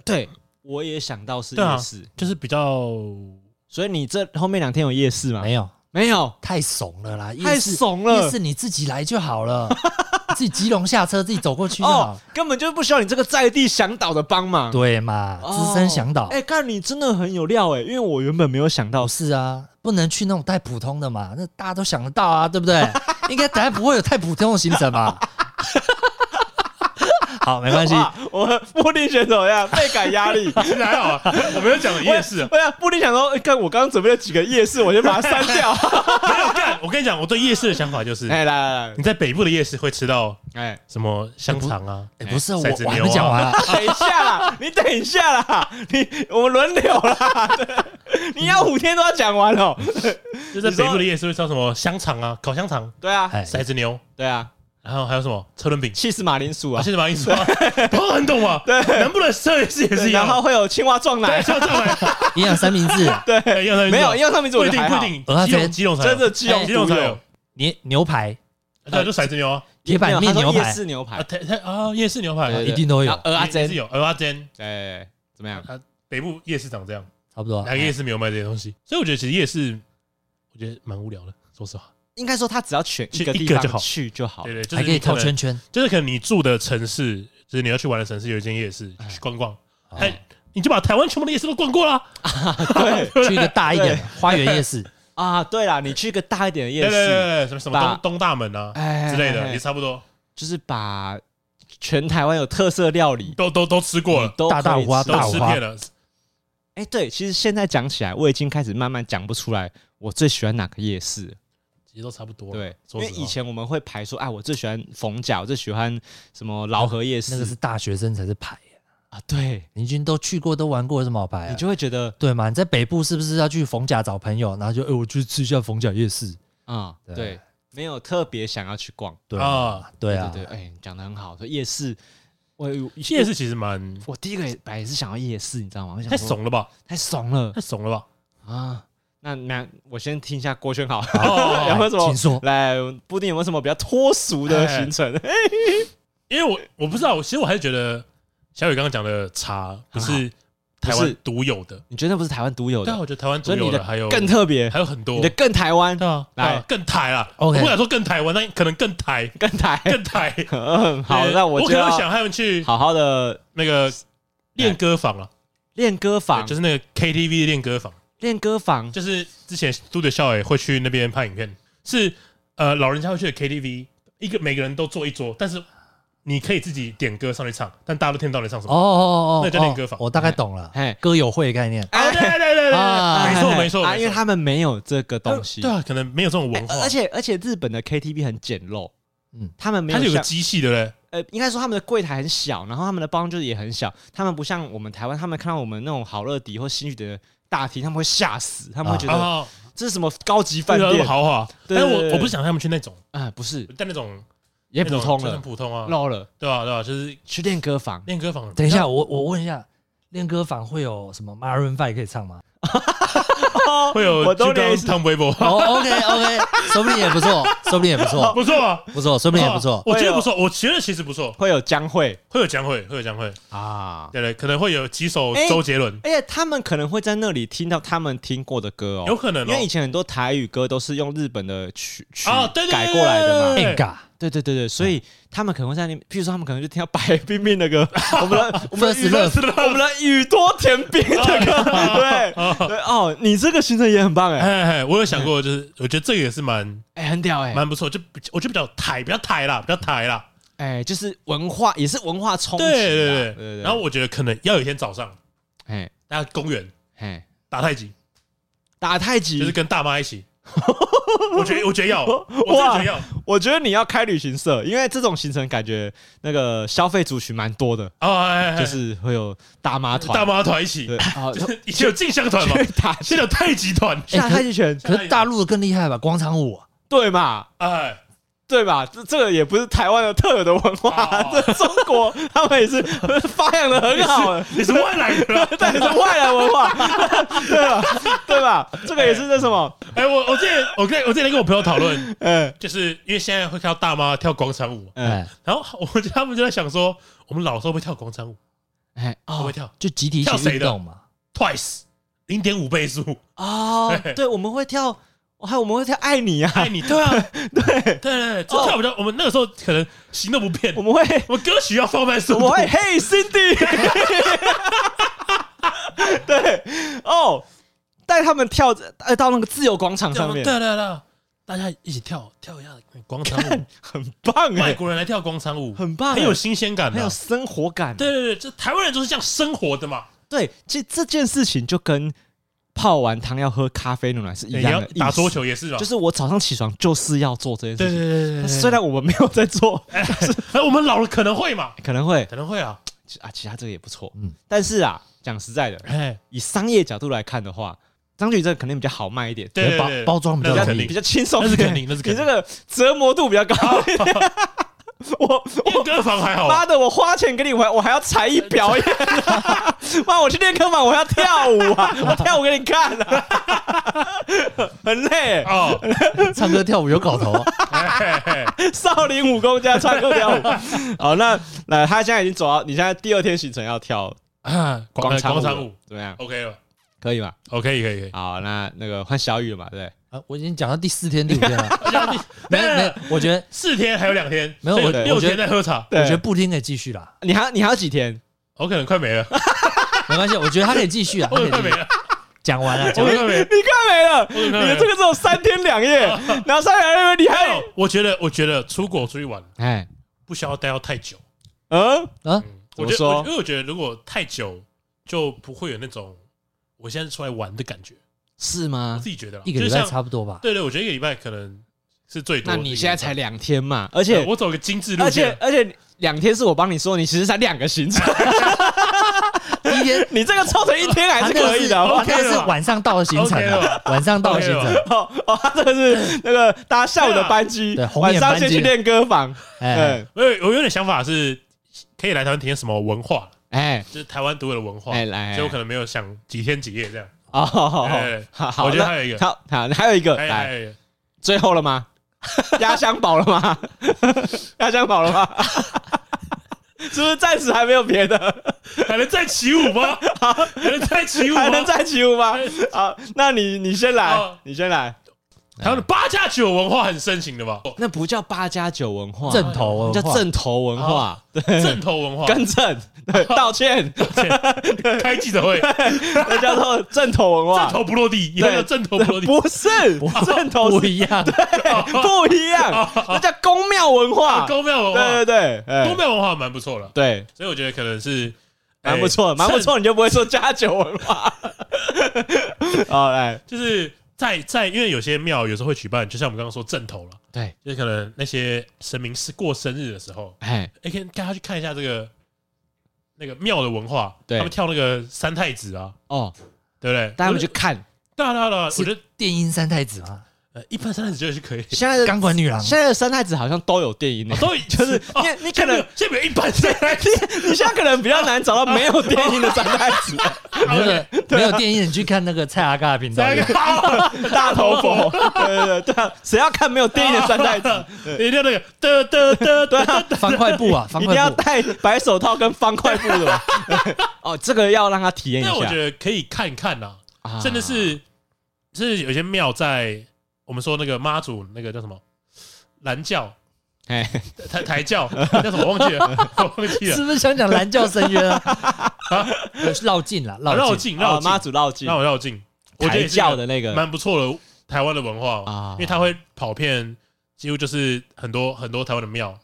Speaker 3: 对，我也想到是
Speaker 1: 对啊
Speaker 3: 夜市，
Speaker 1: 就是比 较
Speaker 3: 所以你这后面两天有夜市吗？
Speaker 2: 没有，
Speaker 3: 没有，
Speaker 2: 太怂了啦！夜
Speaker 3: 太
Speaker 2: 市
Speaker 3: 怂了
Speaker 2: 夜市你自己来就好了， 你自己基隆下车，自己走过去就好
Speaker 3: 哦。，根本就不需要你这个在地向导的帮忙。
Speaker 2: 对嘛，
Speaker 3: 哦，
Speaker 2: 资深向导
Speaker 3: 哎，干你真的很有料哎，因为我原本没有想到
Speaker 2: 不，是啊，不能去那种太普通的嘛，那大家都想得到啊，对不对？应该大家不会有太普通的行程吧？ 好，没关系，
Speaker 3: 哇我布丁选手 呀，倍感压力。
Speaker 1: 其实还好啊，我没有讲的夜市啊，
Speaker 3: 对啊，布丁想说，看我刚刚准备了几个夜市，我先把它删 掉。
Speaker 1: 没有干。 我跟你讲，我对夜市的想法就是，
Speaker 3: 哎，来来来，
Speaker 1: 你在北部的夜市会吃到
Speaker 3: 哎，
Speaker 1: 什么香肠啊？
Speaker 2: 哎，不是我
Speaker 1: 骰子
Speaker 2: 我还
Speaker 1: 牛
Speaker 2: 没
Speaker 1: 啊
Speaker 2: 讲完啊，
Speaker 3: 等一下啦，你等一下啦，你我们轮流啦， 对你要五天都要讲完哦。
Speaker 1: 就在北部的夜市会吃到什么香肠啊、烤香肠、
Speaker 3: 对啊，
Speaker 2: 哎，
Speaker 1: 骰子牛，
Speaker 3: 对啊，
Speaker 1: 然后还有什么车轮饼。
Speaker 3: 气死马铃薯
Speaker 1: 啊，
Speaker 3: 啊，
Speaker 1: 现在把你说，都很懂 啊。对，能不能设也是也是一样。
Speaker 3: 然后会有青蛙撞奶，
Speaker 1: 像这样来，
Speaker 2: 营养三明治，
Speaker 1: 对，哎要
Speaker 3: 没有，因为上面
Speaker 1: 不
Speaker 3: 我
Speaker 1: 一
Speaker 3: 觉
Speaker 1: 定
Speaker 3: 得还
Speaker 1: 不一
Speaker 3: 好，
Speaker 1: 定，
Speaker 2: 鹅啊
Speaker 1: 基隆
Speaker 2: 谁
Speaker 1: 基隆才有，
Speaker 3: 真的基隆
Speaker 1: 基隆才
Speaker 3: 独
Speaker 1: 有，
Speaker 2: 牛牛排、
Speaker 1: 啊对，就骰子牛啊，
Speaker 2: 铁板面
Speaker 3: 没有他
Speaker 2: 牛
Speaker 3: 说夜
Speaker 2: 排
Speaker 3: 市牛
Speaker 1: 啊，哦
Speaker 3: 排，
Speaker 1: 台台啊，夜市牛排
Speaker 3: 哎对
Speaker 2: 一定都有
Speaker 3: 然，后鹅啊阿
Speaker 1: 也
Speaker 3: 珍
Speaker 1: 是，有，鹅阿煎，
Speaker 3: 哎，怎么样？
Speaker 1: 北部夜市长这样，
Speaker 2: 差不多啊
Speaker 3: 哦
Speaker 1: 哪。
Speaker 3: 哎
Speaker 1: 个夜市没有卖这些东西？所以我觉得其实夜市，我觉得蛮无聊的，说实话。
Speaker 3: 应该说他只要选一个
Speaker 1: 去一
Speaker 3: 地
Speaker 1: 个就好
Speaker 3: 方去就好
Speaker 1: 对，对，就
Speaker 2: 还
Speaker 1: 是
Speaker 2: 可以
Speaker 1: 你
Speaker 2: 套
Speaker 1: 可
Speaker 2: 圈
Speaker 1: 能，
Speaker 2: 圈，
Speaker 1: 就是可能你住的城市，就是你要去玩的城市有一间夜市，去逛逛，哎，你就把台湾全部的夜市都逛过了。
Speaker 3: 对
Speaker 2: 去一个大一点的花园夜市，
Speaker 3: 啊，对啦，你去一个大一点的夜
Speaker 1: 对对对
Speaker 3: 市，
Speaker 1: 对，对什么什
Speaker 3: 把
Speaker 1: 么东东大门啊
Speaker 3: 哎
Speaker 1: 之类的，
Speaker 3: 哎
Speaker 1: 也差不多，
Speaker 3: 就是把全台湾有特色料理
Speaker 1: 都都都吃过了，
Speaker 3: 都
Speaker 2: 大大
Speaker 3: 可以
Speaker 2: 五花
Speaker 3: 吃
Speaker 1: 都
Speaker 2: 大五
Speaker 1: 吃
Speaker 2: 花
Speaker 1: 遍了。
Speaker 3: 哎、对，其实现在讲起来，我已经开始慢慢讲不出来我最喜欢哪个夜市了。
Speaker 1: 其实都差不多了。
Speaker 3: 对，因
Speaker 1: 说
Speaker 3: 为
Speaker 1: 实话
Speaker 3: 以前我们会排说，哎、我最喜欢逢甲，我最喜欢什么劳合夜市、
Speaker 2: 那个是大学生才是排啊，
Speaker 3: 啊，对，
Speaker 2: 邻居都去过，都玩过，有什么好排
Speaker 3: 你
Speaker 2: 啊？
Speaker 3: 就会觉得
Speaker 2: 对嘛？你在北部是不是要去逢甲找朋友，然后就哎，我去吃一下逢甲夜市？
Speaker 3: 啊、
Speaker 2: 对
Speaker 3: 对，没有特别想要去逛。
Speaker 2: 对啊，
Speaker 1: 啊，
Speaker 2: 对
Speaker 3: 对
Speaker 2: 啊，
Speaker 3: 对，哎、你讲的很好，说夜市，我
Speaker 1: 夜市，其实蛮
Speaker 3: 我第一个也本来也是想要夜市，你知道吗？我想
Speaker 1: 太
Speaker 3: 说，
Speaker 1: 怂了吧，
Speaker 3: 太怂了
Speaker 1: 太怂了吧。
Speaker 3: 啊！那那我先听一下郭轩好了，
Speaker 1: 哦
Speaker 3: 有没有什么
Speaker 2: 请？说
Speaker 3: 来，布丁有没有什么比较脱俗
Speaker 1: 哎
Speaker 3: 的行程？
Speaker 1: 因为我我不知道，我其实我还是觉得小雨刚刚讲的茶不是台
Speaker 3: 不
Speaker 1: 湾
Speaker 3: 是
Speaker 1: 独有的，
Speaker 3: 你觉得那不是台湾独有
Speaker 1: 对啊，
Speaker 3: 的？
Speaker 1: 我觉得台湾独
Speaker 3: 所以你
Speaker 1: 有
Speaker 3: 的
Speaker 1: 还有
Speaker 3: 更特别
Speaker 1: 还，有很多
Speaker 3: 你的更台湾，
Speaker 1: 对啊，对啊
Speaker 3: 来
Speaker 1: 更台啦。
Speaker 2: OK
Speaker 1: 我不敢说更台湾，但可能更台
Speaker 3: 更台。
Speaker 1: 更台。
Speaker 3: 嗯，好，
Speaker 1: 对
Speaker 3: 那
Speaker 1: 我
Speaker 3: 我
Speaker 1: 可
Speaker 3: 就
Speaker 1: 能
Speaker 3: 要
Speaker 1: 想他们去
Speaker 3: 好好的
Speaker 1: 那个练歌房啊，
Speaker 3: 练歌
Speaker 1: 对
Speaker 3: 房，
Speaker 1: 就是那个 KTV 的练歌房，
Speaker 3: 练歌房
Speaker 1: 就是之前都的校委会去那边拍影片，是呃老人家会去的 KTV，一个每个人都坐一桌，但是你可以自己点歌上去唱，但大家都听不到你唱什
Speaker 2: 哦
Speaker 1: 么。
Speaker 2: 哦哦，
Speaker 1: 那叫练歌房
Speaker 2: 哦我大概懂了
Speaker 3: 嘿，
Speaker 2: 歌友会概念，
Speaker 1: 啊，对对对对
Speaker 2: 啊
Speaker 1: 对，没错
Speaker 3: 哎
Speaker 1: 没错，
Speaker 3: 啊，
Speaker 1: 没错
Speaker 3: 因为他们没有这个东西，
Speaker 1: 对啊，可能没有这种文化
Speaker 3: 哎，而且而且日本的 KTV 很简陋，嗯
Speaker 2: 嗯，
Speaker 3: 他们没
Speaker 1: 它是有个
Speaker 3: 像
Speaker 1: 机器的嘞，
Speaker 3: 呃，应该说他们的柜台很小，然后他们的包厢就是也很小，他们不像我们台湾，他们看到我们那种好乐迪或新宇的大厅，他们会吓死，他们会觉得
Speaker 1: 啊，
Speaker 3: 这是什么高级
Speaker 1: 对
Speaker 3: 饭
Speaker 1: 啊，那么
Speaker 3: 店
Speaker 1: 豪华。
Speaker 3: 对
Speaker 1: 但是
Speaker 3: 对
Speaker 1: 我
Speaker 3: 对
Speaker 1: 我不是想他们去那种，
Speaker 3: 啊，不是
Speaker 1: 但那种
Speaker 3: 也普
Speaker 1: 那种
Speaker 3: 通
Speaker 1: 就是
Speaker 3: 了
Speaker 1: 很，普通啊，
Speaker 3: low 了，
Speaker 1: 对吧？对吧？就是
Speaker 3: 去练歌房，
Speaker 1: 练歌房。
Speaker 2: 等一下，我我问一下，练歌坊会有什么 Maroon Five 可以唱吗？
Speaker 1: 会有
Speaker 3: 我都
Speaker 1: 就刚
Speaker 3: 连
Speaker 1: 刚汤唯博，
Speaker 2: 哦，OK OK，说不定也不错，说不定也不错，
Speaker 1: 不错啊，
Speaker 2: 不错，说不定也不错。
Speaker 1: 我觉得不错，我觉得其实不错，
Speaker 3: 会有江会
Speaker 1: 会有将会，会有将会，
Speaker 3: 啊，
Speaker 1: 对对，可能会有几首
Speaker 3: 哎
Speaker 1: 周杰伦，
Speaker 3: 而且他们可能会在那里听到他们听过的歌哦，
Speaker 1: 有可能哦
Speaker 3: 因为以前很多台语歌都是用日本的曲曲
Speaker 1: 哦对对对
Speaker 3: 改过来的嘛
Speaker 1: 对。
Speaker 2: 硬尬
Speaker 3: 对对对对，所
Speaker 1: 嗯
Speaker 3: 以他们可能会在那，譬如说他们可能就听到白 冰冰 的歌，我们的我们的
Speaker 2: First
Speaker 3: 宇
Speaker 2: Love
Speaker 3: 我们的宇多田冰的 歌，对对哦，你这个行程也很棒哎，
Speaker 1: 哎哎，我有想过，
Speaker 2: 嗯
Speaker 1: 就是我觉得这个也是蛮
Speaker 3: 哎很屌哎，
Speaker 1: 蛮不错，就比我觉得比较台，比较台啦，比较台啦，
Speaker 3: 哎就是文化也是文化冲击
Speaker 1: 对
Speaker 3: 啊，
Speaker 1: 对对
Speaker 3: 对对，
Speaker 1: 然后我觉得可能要有一天早上，
Speaker 3: 哎
Speaker 1: 大家公园
Speaker 3: 哎
Speaker 1: 打太极，
Speaker 3: 打太极
Speaker 1: 就是跟大妈一 起。我觉得，我觉得要，我真的觉得要
Speaker 3: 我觉得你要开旅行社，因为这种行程感觉那个消费族群蛮多的，
Speaker 1: 啊！哎哎哎
Speaker 3: 就是会有大妈团，
Speaker 1: 大妈团一起
Speaker 3: 对，啊，
Speaker 1: 就是以前有静香 团嘛，哎
Speaker 3: 去 打
Speaker 1: 现在有太极团，
Speaker 3: 下太极拳，
Speaker 2: 哎可是大陆的更厉害吧？广场舞啊，
Speaker 3: 对嘛？
Speaker 1: 哎，
Speaker 3: 对吧？这这个也不是台湾的特有的文化，
Speaker 1: 哦
Speaker 3: 这中国他们也是发扬的很好的，
Speaker 1: 你是外来的 啦。
Speaker 3: 但也是外来文化， 对吧？对吧？这个也是那什么，
Speaker 1: 哎，我我之前我跟我之前跟我朋友讨论，
Speaker 3: 嗯
Speaker 1: 就是因为现在会看到大妈跳广场舞，
Speaker 3: 嗯
Speaker 2: 哎，
Speaker 1: 然后我觉得他们就在想说，我们老时候会跳广场舞，
Speaker 3: 哎
Speaker 1: 会不会
Speaker 3: 哦
Speaker 1: 跳
Speaker 2: 就集体一
Speaker 1: 跳
Speaker 2: 起
Speaker 1: 谁
Speaker 2: 运
Speaker 1: 的
Speaker 2: 动嘛。
Speaker 1: Twice 零点五倍速，
Speaker 3: 哦，对，我们会跳，还有我们会跳爱你啊，
Speaker 1: 哎
Speaker 3: 哦
Speaker 1: 爱你，对啊， 对对对，这跳比较，我们那个时候可能行动不便
Speaker 3: 我，们会
Speaker 1: 我们歌曲要放慢速
Speaker 3: 我
Speaker 1: 度
Speaker 3: 们，会嘿 Cindy，对哦，带他们跳呃到那个自由广场上面，
Speaker 1: 对对对，啊大家一起跳跳一下广场舞，
Speaker 3: 很棒
Speaker 1: 外
Speaker 3: 哎，
Speaker 1: 国人来跳广场舞，
Speaker 3: 很棒欸，
Speaker 1: 很有新鲜感
Speaker 3: 很
Speaker 1: 的
Speaker 3: 有。生活感。啊
Speaker 1: 对对对，这台湾人就是这样生活的嘛。
Speaker 3: 对，其实这件事情就跟泡完汤要喝咖啡牛奶是一
Speaker 1: 哎你
Speaker 3: 样
Speaker 1: 要
Speaker 3: 的意思。
Speaker 1: 打桌球也是吧？啊
Speaker 3: 就是我早上起床就是要做这件
Speaker 1: 对
Speaker 3: 事
Speaker 1: 对
Speaker 3: 情。
Speaker 1: 对对对。
Speaker 3: 虽然我们没有在做，
Speaker 1: 哎，我们老了可能会嘛，
Speaker 3: 可能会
Speaker 1: 可能会啊。
Speaker 3: 其啊，其他这个也不错。
Speaker 2: 嗯
Speaker 3: 嗯，但是啊，讲实在的，
Speaker 1: 哎，
Speaker 3: 以商业角度来看的话，张举这肯定比较好卖一点，
Speaker 1: 对对
Speaker 2: 包
Speaker 1: 对，
Speaker 2: 包装比
Speaker 3: 比
Speaker 2: 较
Speaker 1: 那
Speaker 3: 较
Speaker 1: 是肯
Speaker 3: 比
Speaker 1: 定，
Speaker 3: 较轻松
Speaker 1: 那
Speaker 3: 一
Speaker 1: 是
Speaker 3: 点。
Speaker 1: 肯定，那是肯
Speaker 3: 你这
Speaker 1: 定。
Speaker 3: 个折磨度比较高 一点。我
Speaker 1: 练歌房还好啊吧
Speaker 3: 妈，的，我花钱给你，我还我还要才艺 表演、啊，妈，我去练歌房，我还要跳舞 啊，我跳舞给你看啊，很累，
Speaker 1: 哦，哎
Speaker 2: 唱歌跳舞有搞头，啊
Speaker 1: 嘿嘿嘿
Speaker 3: 少林武功加唱歌跳舞。 好，那那他现在已经走到，你现在第二天行程要跳
Speaker 1: 啊
Speaker 3: 广
Speaker 1: 广
Speaker 3: 场
Speaker 1: 场
Speaker 3: 舞
Speaker 1: 广场舞
Speaker 3: 怎么样？
Speaker 1: ，OK 了
Speaker 3: 可以吗？
Speaker 1: ，OK，可以可以可以。
Speaker 3: 好，那那个换小雨了嘛，对不对，
Speaker 2: 啊我已经讲到第四天第五天了，
Speaker 1: 这样
Speaker 2: 没
Speaker 1: 没有
Speaker 2: 没，我觉得
Speaker 1: 四天还有两天，
Speaker 2: 没有我
Speaker 1: 所以
Speaker 2: 对
Speaker 1: 六
Speaker 2: 我觉得
Speaker 1: 天在喝茶，
Speaker 3: 对
Speaker 2: 我觉得布丁可以继续啦，
Speaker 3: 你还你还有几天？
Speaker 1: 我可能快 没了，
Speaker 2: 没关系，我觉得他可以继续啊，
Speaker 1: 我
Speaker 2: 他
Speaker 1: 可
Speaker 2: 可
Speaker 1: 能快
Speaker 2: 以继
Speaker 1: 没
Speaker 2: 续
Speaker 1: 了，
Speaker 2: 讲完了，
Speaker 1: 我
Speaker 2: 讲
Speaker 1: 可
Speaker 2: 完
Speaker 1: 能快没了。
Speaker 3: 你看没了，
Speaker 1: 我
Speaker 3: 你
Speaker 1: 看没了
Speaker 3: 的这个只有三天 两夜，然后三天两夜你
Speaker 1: 还
Speaker 3: 还
Speaker 1: 有，我觉得，我觉得出国出去玩
Speaker 3: 哎
Speaker 1: 不需要待到太久。
Speaker 3: 嗯
Speaker 2: 啊，
Speaker 1: 我
Speaker 3: 怎么
Speaker 1: 觉得，
Speaker 3: 说
Speaker 1: 我因为我觉得如果太久就不会有那种我现在是出来玩的感觉，
Speaker 3: 是
Speaker 1: 我
Speaker 3: 吗？
Speaker 1: 自己觉得啦
Speaker 2: 一个礼
Speaker 1: 就
Speaker 2: 拜
Speaker 1: 像
Speaker 2: 差不多吧，
Speaker 1: 对对，我觉得一个礼拜可能是最多
Speaker 3: 那
Speaker 1: 的。
Speaker 3: 你现在才
Speaker 1: 一个礼
Speaker 3: 两天嘛，而
Speaker 1: 拜
Speaker 3: 且
Speaker 1: 呃我走个精致路
Speaker 3: 而且
Speaker 1: 线，
Speaker 3: 而且两天是我帮你说，你其实才两个 行程，
Speaker 2: 第一天
Speaker 3: 你这个凑成一天 还
Speaker 2: 他
Speaker 3: 是
Speaker 2: 那个
Speaker 3: 可以的。好不好
Speaker 2: 他那个
Speaker 1: OK
Speaker 2: 是
Speaker 1: 了吧
Speaker 2: 晚上到的行程
Speaker 1: OK
Speaker 2: 啊
Speaker 1: 了，
Speaker 2: 晚上到的行
Speaker 1: OK
Speaker 2: 程
Speaker 1: 了，
Speaker 3: 哦哦，他这个是那个搭下午的班机
Speaker 2: 对啊对，红
Speaker 3: 晚
Speaker 2: 眼
Speaker 3: 上
Speaker 2: 班机
Speaker 3: 先去练歌房。
Speaker 2: 哎
Speaker 3: 嗯，
Speaker 1: 我有我有点想法是，可以来台湾体验什么文化，
Speaker 3: 哎
Speaker 1: 就是台湾独有的文化。
Speaker 3: 哎来，
Speaker 1: 所以我可能没有想几天几夜这样。
Speaker 3: 哦，好好
Speaker 1: 哎
Speaker 3: 好好，
Speaker 1: 我觉得
Speaker 3: 那
Speaker 1: 还有一个
Speaker 3: 好好，还有一个
Speaker 1: 哎
Speaker 3: 来，
Speaker 1: 哎，
Speaker 3: 最后了吗？ 压箱宝了 吗？压箱宝了吗？是不是暂时还没有别的？
Speaker 1: 哎还能再起舞 吗？还能再起舞吗？
Speaker 3: 还能再起舞吗？好，那你你先来
Speaker 1: 啊哎哦，
Speaker 3: 你先来。
Speaker 1: 台湾的八加九文化很盛行的吧？
Speaker 3: 那不叫八加九文化
Speaker 2: 正头文
Speaker 3: 叫
Speaker 2: 化
Speaker 3: 正头文化，对，
Speaker 1: 正头文化，
Speaker 3: 更正， 对，道歉，
Speaker 1: 开记者会，
Speaker 3: 那叫做正头文
Speaker 1: 正
Speaker 3: 化。
Speaker 1: 头不落地，以后叫正头不落地。
Speaker 3: 不是正头
Speaker 2: 不
Speaker 3: 是
Speaker 2: 一样，
Speaker 3: 不一 样，那叫啊公庙文化。
Speaker 1: 公哎庙文
Speaker 3: 对对
Speaker 1: 化，
Speaker 3: 对，
Speaker 1: 公
Speaker 3: 哎
Speaker 1: 庙文化蛮不错了，
Speaker 3: 对，
Speaker 1: 所以我觉得可能是
Speaker 3: 蛮不错，
Speaker 1: 哎
Speaker 3: 蛮不错，你就不会说加九文 化。哦哎好，来，
Speaker 1: 就是在在，因为有些庙有时候会举办，就像我们刚刚说正头了，
Speaker 3: 对，
Speaker 1: 就是可能那些神明是过生日的时候，
Speaker 3: 哎，
Speaker 1: 哎，可以带他去看一下这个那个庙的文化，
Speaker 3: 对
Speaker 1: 他们跳那个三太子啊，
Speaker 3: 哦，
Speaker 1: 对不对？
Speaker 3: 带他们
Speaker 1: 我觉
Speaker 3: 去
Speaker 1: 得，
Speaker 3: 看。
Speaker 1: 对啊对啊对啊，我
Speaker 2: 是
Speaker 1: 觉得
Speaker 2: 电音三太子吗？
Speaker 1: 呃一般三太子就是 可以，
Speaker 3: 现在的
Speaker 2: 钢管女郎，
Speaker 3: 现在的三太子好像都有电影呢
Speaker 1: 哦，都就是
Speaker 3: 你你可能
Speaker 1: 这边一般三太子，
Speaker 3: 你现在可能比较难找到没有电影的三太子，
Speaker 2: 没有没有电影，你去看那个蔡阿嘎的频道，
Speaker 3: 大头佛，对对对对啊，谁要看没有电影的三 太子？
Speaker 1: 一定要那个的的的
Speaker 3: 对
Speaker 1: 的，
Speaker 3: 啊，
Speaker 2: 方块布啊，方
Speaker 3: 一定要
Speaker 2: 块布，
Speaker 3: 戴白手套跟方块布的吧。 哦，这个要让他体验一
Speaker 1: 那我觉
Speaker 3: 下，
Speaker 1: 得可以看看呐，
Speaker 3: 啊
Speaker 1: 甚至是是有些庙在我们说那个妈祖那个叫什么蓝教
Speaker 3: 哎，
Speaker 1: 台台 教叫什么我忘记了，我忘记了
Speaker 2: 是不是想讲蓝教深渊啊？绕境啦，绕
Speaker 1: 绕境
Speaker 2: 境，
Speaker 3: 啊
Speaker 1: 绕
Speaker 3: 妈
Speaker 1: 境
Speaker 3: 祖绕境
Speaker 1: 让，我绕境，我觉得
Speaker 3: 抬
Speaker 1: 也是一
Speaker 3: 轿
Speaker 1: 个
Speaker 3: 的那个
Speaker 1: 蛮不错的台湾的文化哦，
Speaker 3: 啊
Speaker 1: 因为他会跑遍几乎就是很多很多台湾的庙，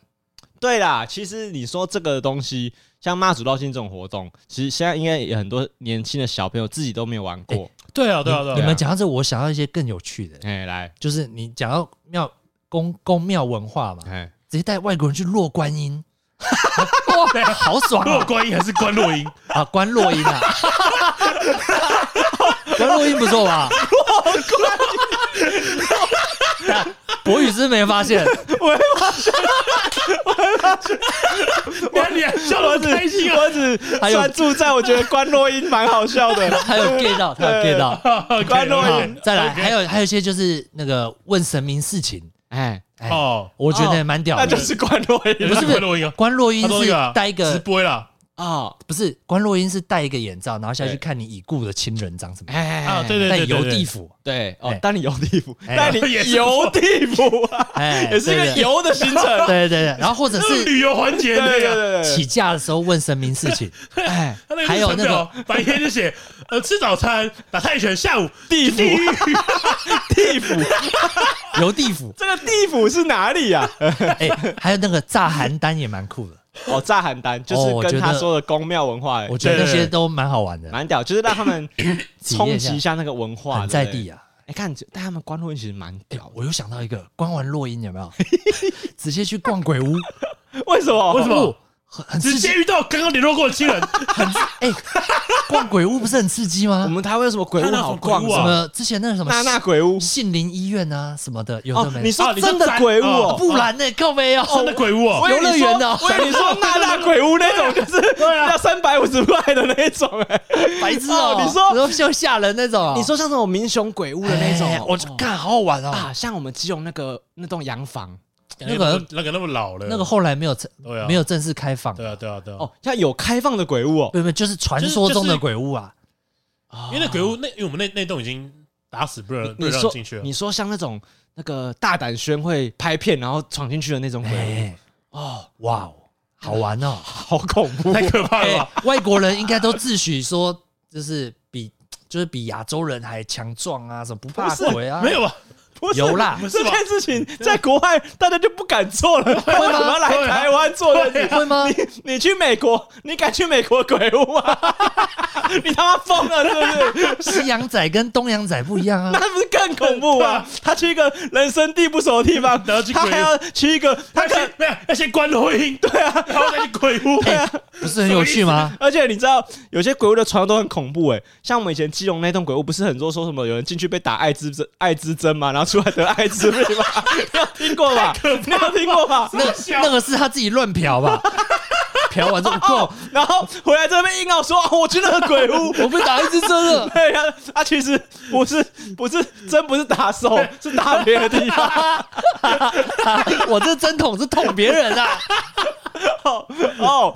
Speaker 3: 对啦，其实你说这个东西，像妈祖绕境这种活动，其实现在应该也很多年轻的小朋友自己都没有玩过。
Speaker 1: 对啊对啊对啊，
Speaker 2: 你们讲到这，我想到一些更有趣的，
Speaker 3: 哎，来，
Speaker 2: 就是你讲到庙公公庙文化嘛，
Speaker 3: 哎，
Speaker 2: 直接带外国人去落观音，哇， 好爽
Speaker 1: 若
Speaker 2: 啊！
Speaker 1: 观音还是观落音，
Speaker 2: 啊，关落音啊，关落音不错吧？关音，博宇是不是没发现，
Speaker 1: 你看你还笑得
Speaker 3: 我
Speaker 1: 很
Speaker 3: 只
Speaker 1: 开心 啊！
Speaker 3: 我只
Speaker 2: 还有
Speaker 3: 专注在我觉得关洛音蛮好笑的。
Speaker 2: 他有 get 到，他有 get 到。
Speaker 3: 关洛
Speaker 2: 好
Speaker 3: 音，
Speaker 2: 再来，
Speaker 1: OK
Speaker 2: 还有还有一些就是那个问神明事情，
Speaker 3: 哎，
Speaker 2: 哎，
Speaker 1: 哦，
Speaker 2: 我觉得蛮屌
Speaker 3: 那就
Speaker 2: 的。
Speaker 3: 是关洛音
Speaker 1: 也
Speaker 2: 不是
Speaker 1: 是观落音啊，
Speaker 2: 关洛音
Speaker 1: 他说那
Speaker 2: 是
Speaker 1: 个啊
Speaker 2: 哎带一
Speaker 1: 直
Speaker 2: 个
Speaker 1: 播啦，
Speaker 3: 啊，
Speaker 2: 不是关洛英是戴一个眼罩，然后下去
Speaker 3: 对
Speaker 2: 看你已故的亲人长什么样，
Speaker 3: 哎
Speaker 1: 啊哎对对
Speaker 2: 在游地府，
Speaker 3: 对哦
Speaker 2: 哎，
Speaker 3: 带你游地府，
Speaker 2: 哎
Speaker 3: 带你
Speaker 1: 也是
Speaker 3: 游地府啊，
Speaker 2: 哎，
Speaker 3: 也是一
Speaker 2: 对
Speaker 3: 个，游的行程，
Speaker 2: 对对对对，然后或者
Speaker 1: 这是
Speaker 2: 是
Speaker 1: 旅游环节，
Speaker 3: 对对对
Speaker 1: 呀。
Speaker 3: 对
Speaker 2: 起
Speaker 3: 对，
Speaker 2: 驾的时候问神明事 情，
Speaker 3: 哎，
Speaker 1: 他那个
Speaker 2: 还有
Speaker 1: 日程表白天就写 呃吃早餐、打泰拳，下午
Speaker 3: 地
Speaker 1: 地
Speaker 3: 府
Speaker 1: 狱
Speaker 3: 地府，
Speaker 2: 游地府，
Speaker 3: 这个地府是哪里啊 呀？
Speaker 2: 哎，还有那个炸邯郸也蛮酷的，
Speaker 3: 哦，炸邯郸就
Speaker 2: 哦
Speaker 3: 是
Speaker 2: 我觉
Speaker 3: 跟他
Speaker 2: 得
Speaker 3: 说的宫庙文化，
Speaker 2: 我觉
Speaker 1: 对对
Speaker 2: 得那
Speaker 1: 哎对
Speaker 2: 些都蛮好玩的，
Speaker 3: 蛮屌，就是让他 们
Speaker 2: 体
Speaker 3: 冲
Speaker 2: 验一下
Speaker 3: 击一下那个文化，
Speaker 2: 很在
Speaker 3: 对不对
Speaker 2: 地。啊。
Speaker 3: 哎，看，但他们关婚其实蛮
Speaker 2: 哎
Speaker 3: 屌，
Speaker 2: 我又想到一个，关完落音有没 有？直接去逛鬼屋，
Speaker 3: 的， 为什么？
Speaker 1: 为什么
Speaker 2: 哦很很 刺
Speaker 1: 直
Speaker 2: 激
Speaker 1: 接？遇到刚刚联络过的亲人，
Speaker 2: 哎，逛鬼屋不是很刺激
Speaker 3: 我
Speaker 2: 吗？
Speaker 3: 们台湾有什么鬼
Speaker 1: 看
Speaker 3: 屋
Speaker 1: 到
Speaker 3: 好
Speaker 1: 什么鬼
Speaker 3: 逛
Speaker 1: 屋
Speaker 3: 的？
Speaker 1: 啊
Speaker 3: 什
Speaker 2: 什
Speaker 3: 么
Speaker 2: 么之前那个什么
Speaker 3: 娜娜鬼屋？
Speaker 2: 杏林医院啊什么的，有
Speaker 3: 哦
Speaker 2: 的，没
Speaker 3: 你
Speaker 2: 的。
Speaker 3: 说
Speaker 1: 哦你说
Speaker 3: 真的
Speaker 1: 宅
Speaker 3: 鬼屋
Speaker 1: 哦
Speaker 3: 哦？
Speaker 2: 不然呢？够没有？
Speaker 1: 真的鬼屋哦，
Speaker 3: 我以为
Speaker 2: 游乐
Speaker 3: 你说
Speaker 2: 园的
Speaker 3: 我以为你说那那鬼屋那种，就是
Speaker 1: 对啊
Speaker 3: 要三百五十块的那一种，哎，
Speaker 2: 白痴
Speaker 3: 哦
Speaker 2: 哦！
Speaker 3: 你说
Speaker 2: 就吓人那种哦？
Speaker 3: 你说像那种民雄鬼屋的那种
Speaker 2: 哎，我
Speaker 3: 哦
Speaker 2: 就看好好玩哦。
Speaker 3: 啊，像我们基隆那个那栋洋房
Speaker 1: 那
Speaker 2: 那
Speaker 1: 个
Speaker 2: 个
Speaker 1: 那个那么老了，
Speaker 2: 那个后来没有成
Speaker 1: 对啊
Speaker 2: 没有正式开放，
Speaker 1: 对啊对啊对啊，
Speaker 3: 哦，要有开放的鬼屋哦，
Speaker 2: 没有没有，就是传说中的鬼屋啊。
Speaker 1: 因为那鬼屋那因为我们那那栋已经打死不让不
Speaker 3: 你
Speaker 1: 让人
Speaker 3: 说
Speaker 1: 进去了，
Speaker 3: 你说像那种那个大胆宣会拍片然后闯进去的那种鬼屋，
Speaker 2: 哎，哦，哇哦，好玩哦！
Speaker 3: 好恐怖！
Speaker 1: 太可怕了
Speaker 2: 哎
Speaker 1: 吧？，
Speaker 2: 外国人应该都自诩说，就是比就是比亚洲人还强壮啊，什么不怕鬼啊？
Speaker 1: 哎没有吧？
Speaker 3: 不是
Speaker 2: 有啦，
Speaker 3: 这
Speaker 1: 是吧
Speaker 3: 件事情在国外大家就不敢做了，为什么要来
Speaker 1: 对啊
Speaker 3: 台湾做这件事？
Speaker 2: 会吗？
Speaker 3: 你去美国，你敢去美国鬼屋啊？ 你他妈疯了是不是？
Speaker 2: 西洋仔跟东洋仔不一样啊。
Speaker 3: 那不是更恐 怖吗？他去一个人生地不熟的地方，
Speaker 1: 然后去
Speaker 3: 他
Speaker 1: 鬼屋
Speaker 3: 还要去一个， 他
Speaker 1: 他
Speaker 3: 可
Speaker 1: 先没有要先关录音，对啊，然后再去鬼屋，
Speaker 2: 哎，
Speaker 3: 啊
Speaker 2: 不是很有趣吗？
Speaker 3: 而且你知道，有些鬼屋的床都很恐怖哎、像我们以前基隆那栋鬼屋，不是很多说什么有人进去被打艾滋针、艾滋针嘛，然后出来得艾滋病嘛， 你有听过吧？你有听 过吧？
Speaker 2: 那那个是他自己乱嫖吧？ 嫖完之后够，
Speaker 3: 哦然后回来这边硬要说，哦我去那个鬼屋。
Speaker 2: 我被打一支针 了。
Speaker 3: 对呀，他其实不是不是针不是打手，是打别的地方。
Speaker 2: 我这针筒是捅别人啊！
Speaker 3: 哦，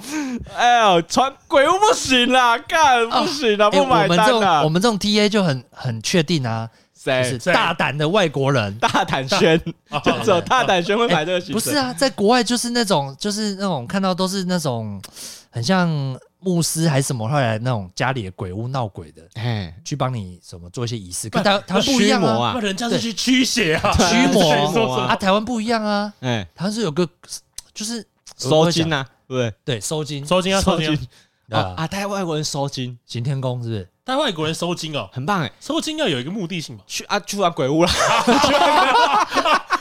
Speaker 3: 哎呦，传鬼屋不行啦，干不行啦，
Speaker 2: 哎，
Speaker 3: 不
Speaker 2: 我
Speaker 3: 买
Speaker 2: 们这
Speaker 3: 单啊
Speaker 2: 种
Speaker 3: 啦
Speaker 2: 我。们这种 TA 就很很确定啊，就
Speaker 3: 谁
Speaker 2: 是？大胆的外国人。
Speaker 3: 大胆宣，
Speaker 2: 哦
Speaker 3: 就只有大胆宣会买这个行程。
Speaker 2: 不是啊，在国外就是那种，就是那种看到都是那种很像牧师还是什么，后来那种家里的鬼屋闹鬼的，
Speaker 3: 哎，
Speaker 2: 去帮你什么做一些仪式，可台台湾不一样
Speaker 3: 驱魔
Speaker 2: 啊，
Speaker 3: 啊
Speaker 1: 那人家是去驱邪啊，
Speaker 2: 驱魔
Speaker 1: 谁说 什
Speaker 3: 啊
Speaker 1: 么
Speaker 2: 啊，台湾不一样啊，
Speaker 3: 哎，
Speaker 2: 台湾是有个就是
Speaker 3: 收金呐、啊，对不
Speaker 2: 对收金
Speaker 1: 收金啊收
Speaker 3: 收
Speaker 1: 金啊
Speaker 3: 金，对？
Speaker 2: 啊
Speaker 3: 啊啊！带外国人收金
Speaker 2: 行天宫是不是？
Speaker 1: 但外国人收金哦，
Speaker 3: 很棒哎，，
Speaker 1: 收金要有一个目的性嘛
Speaker 3: 去啊去玩鬼 屋啦，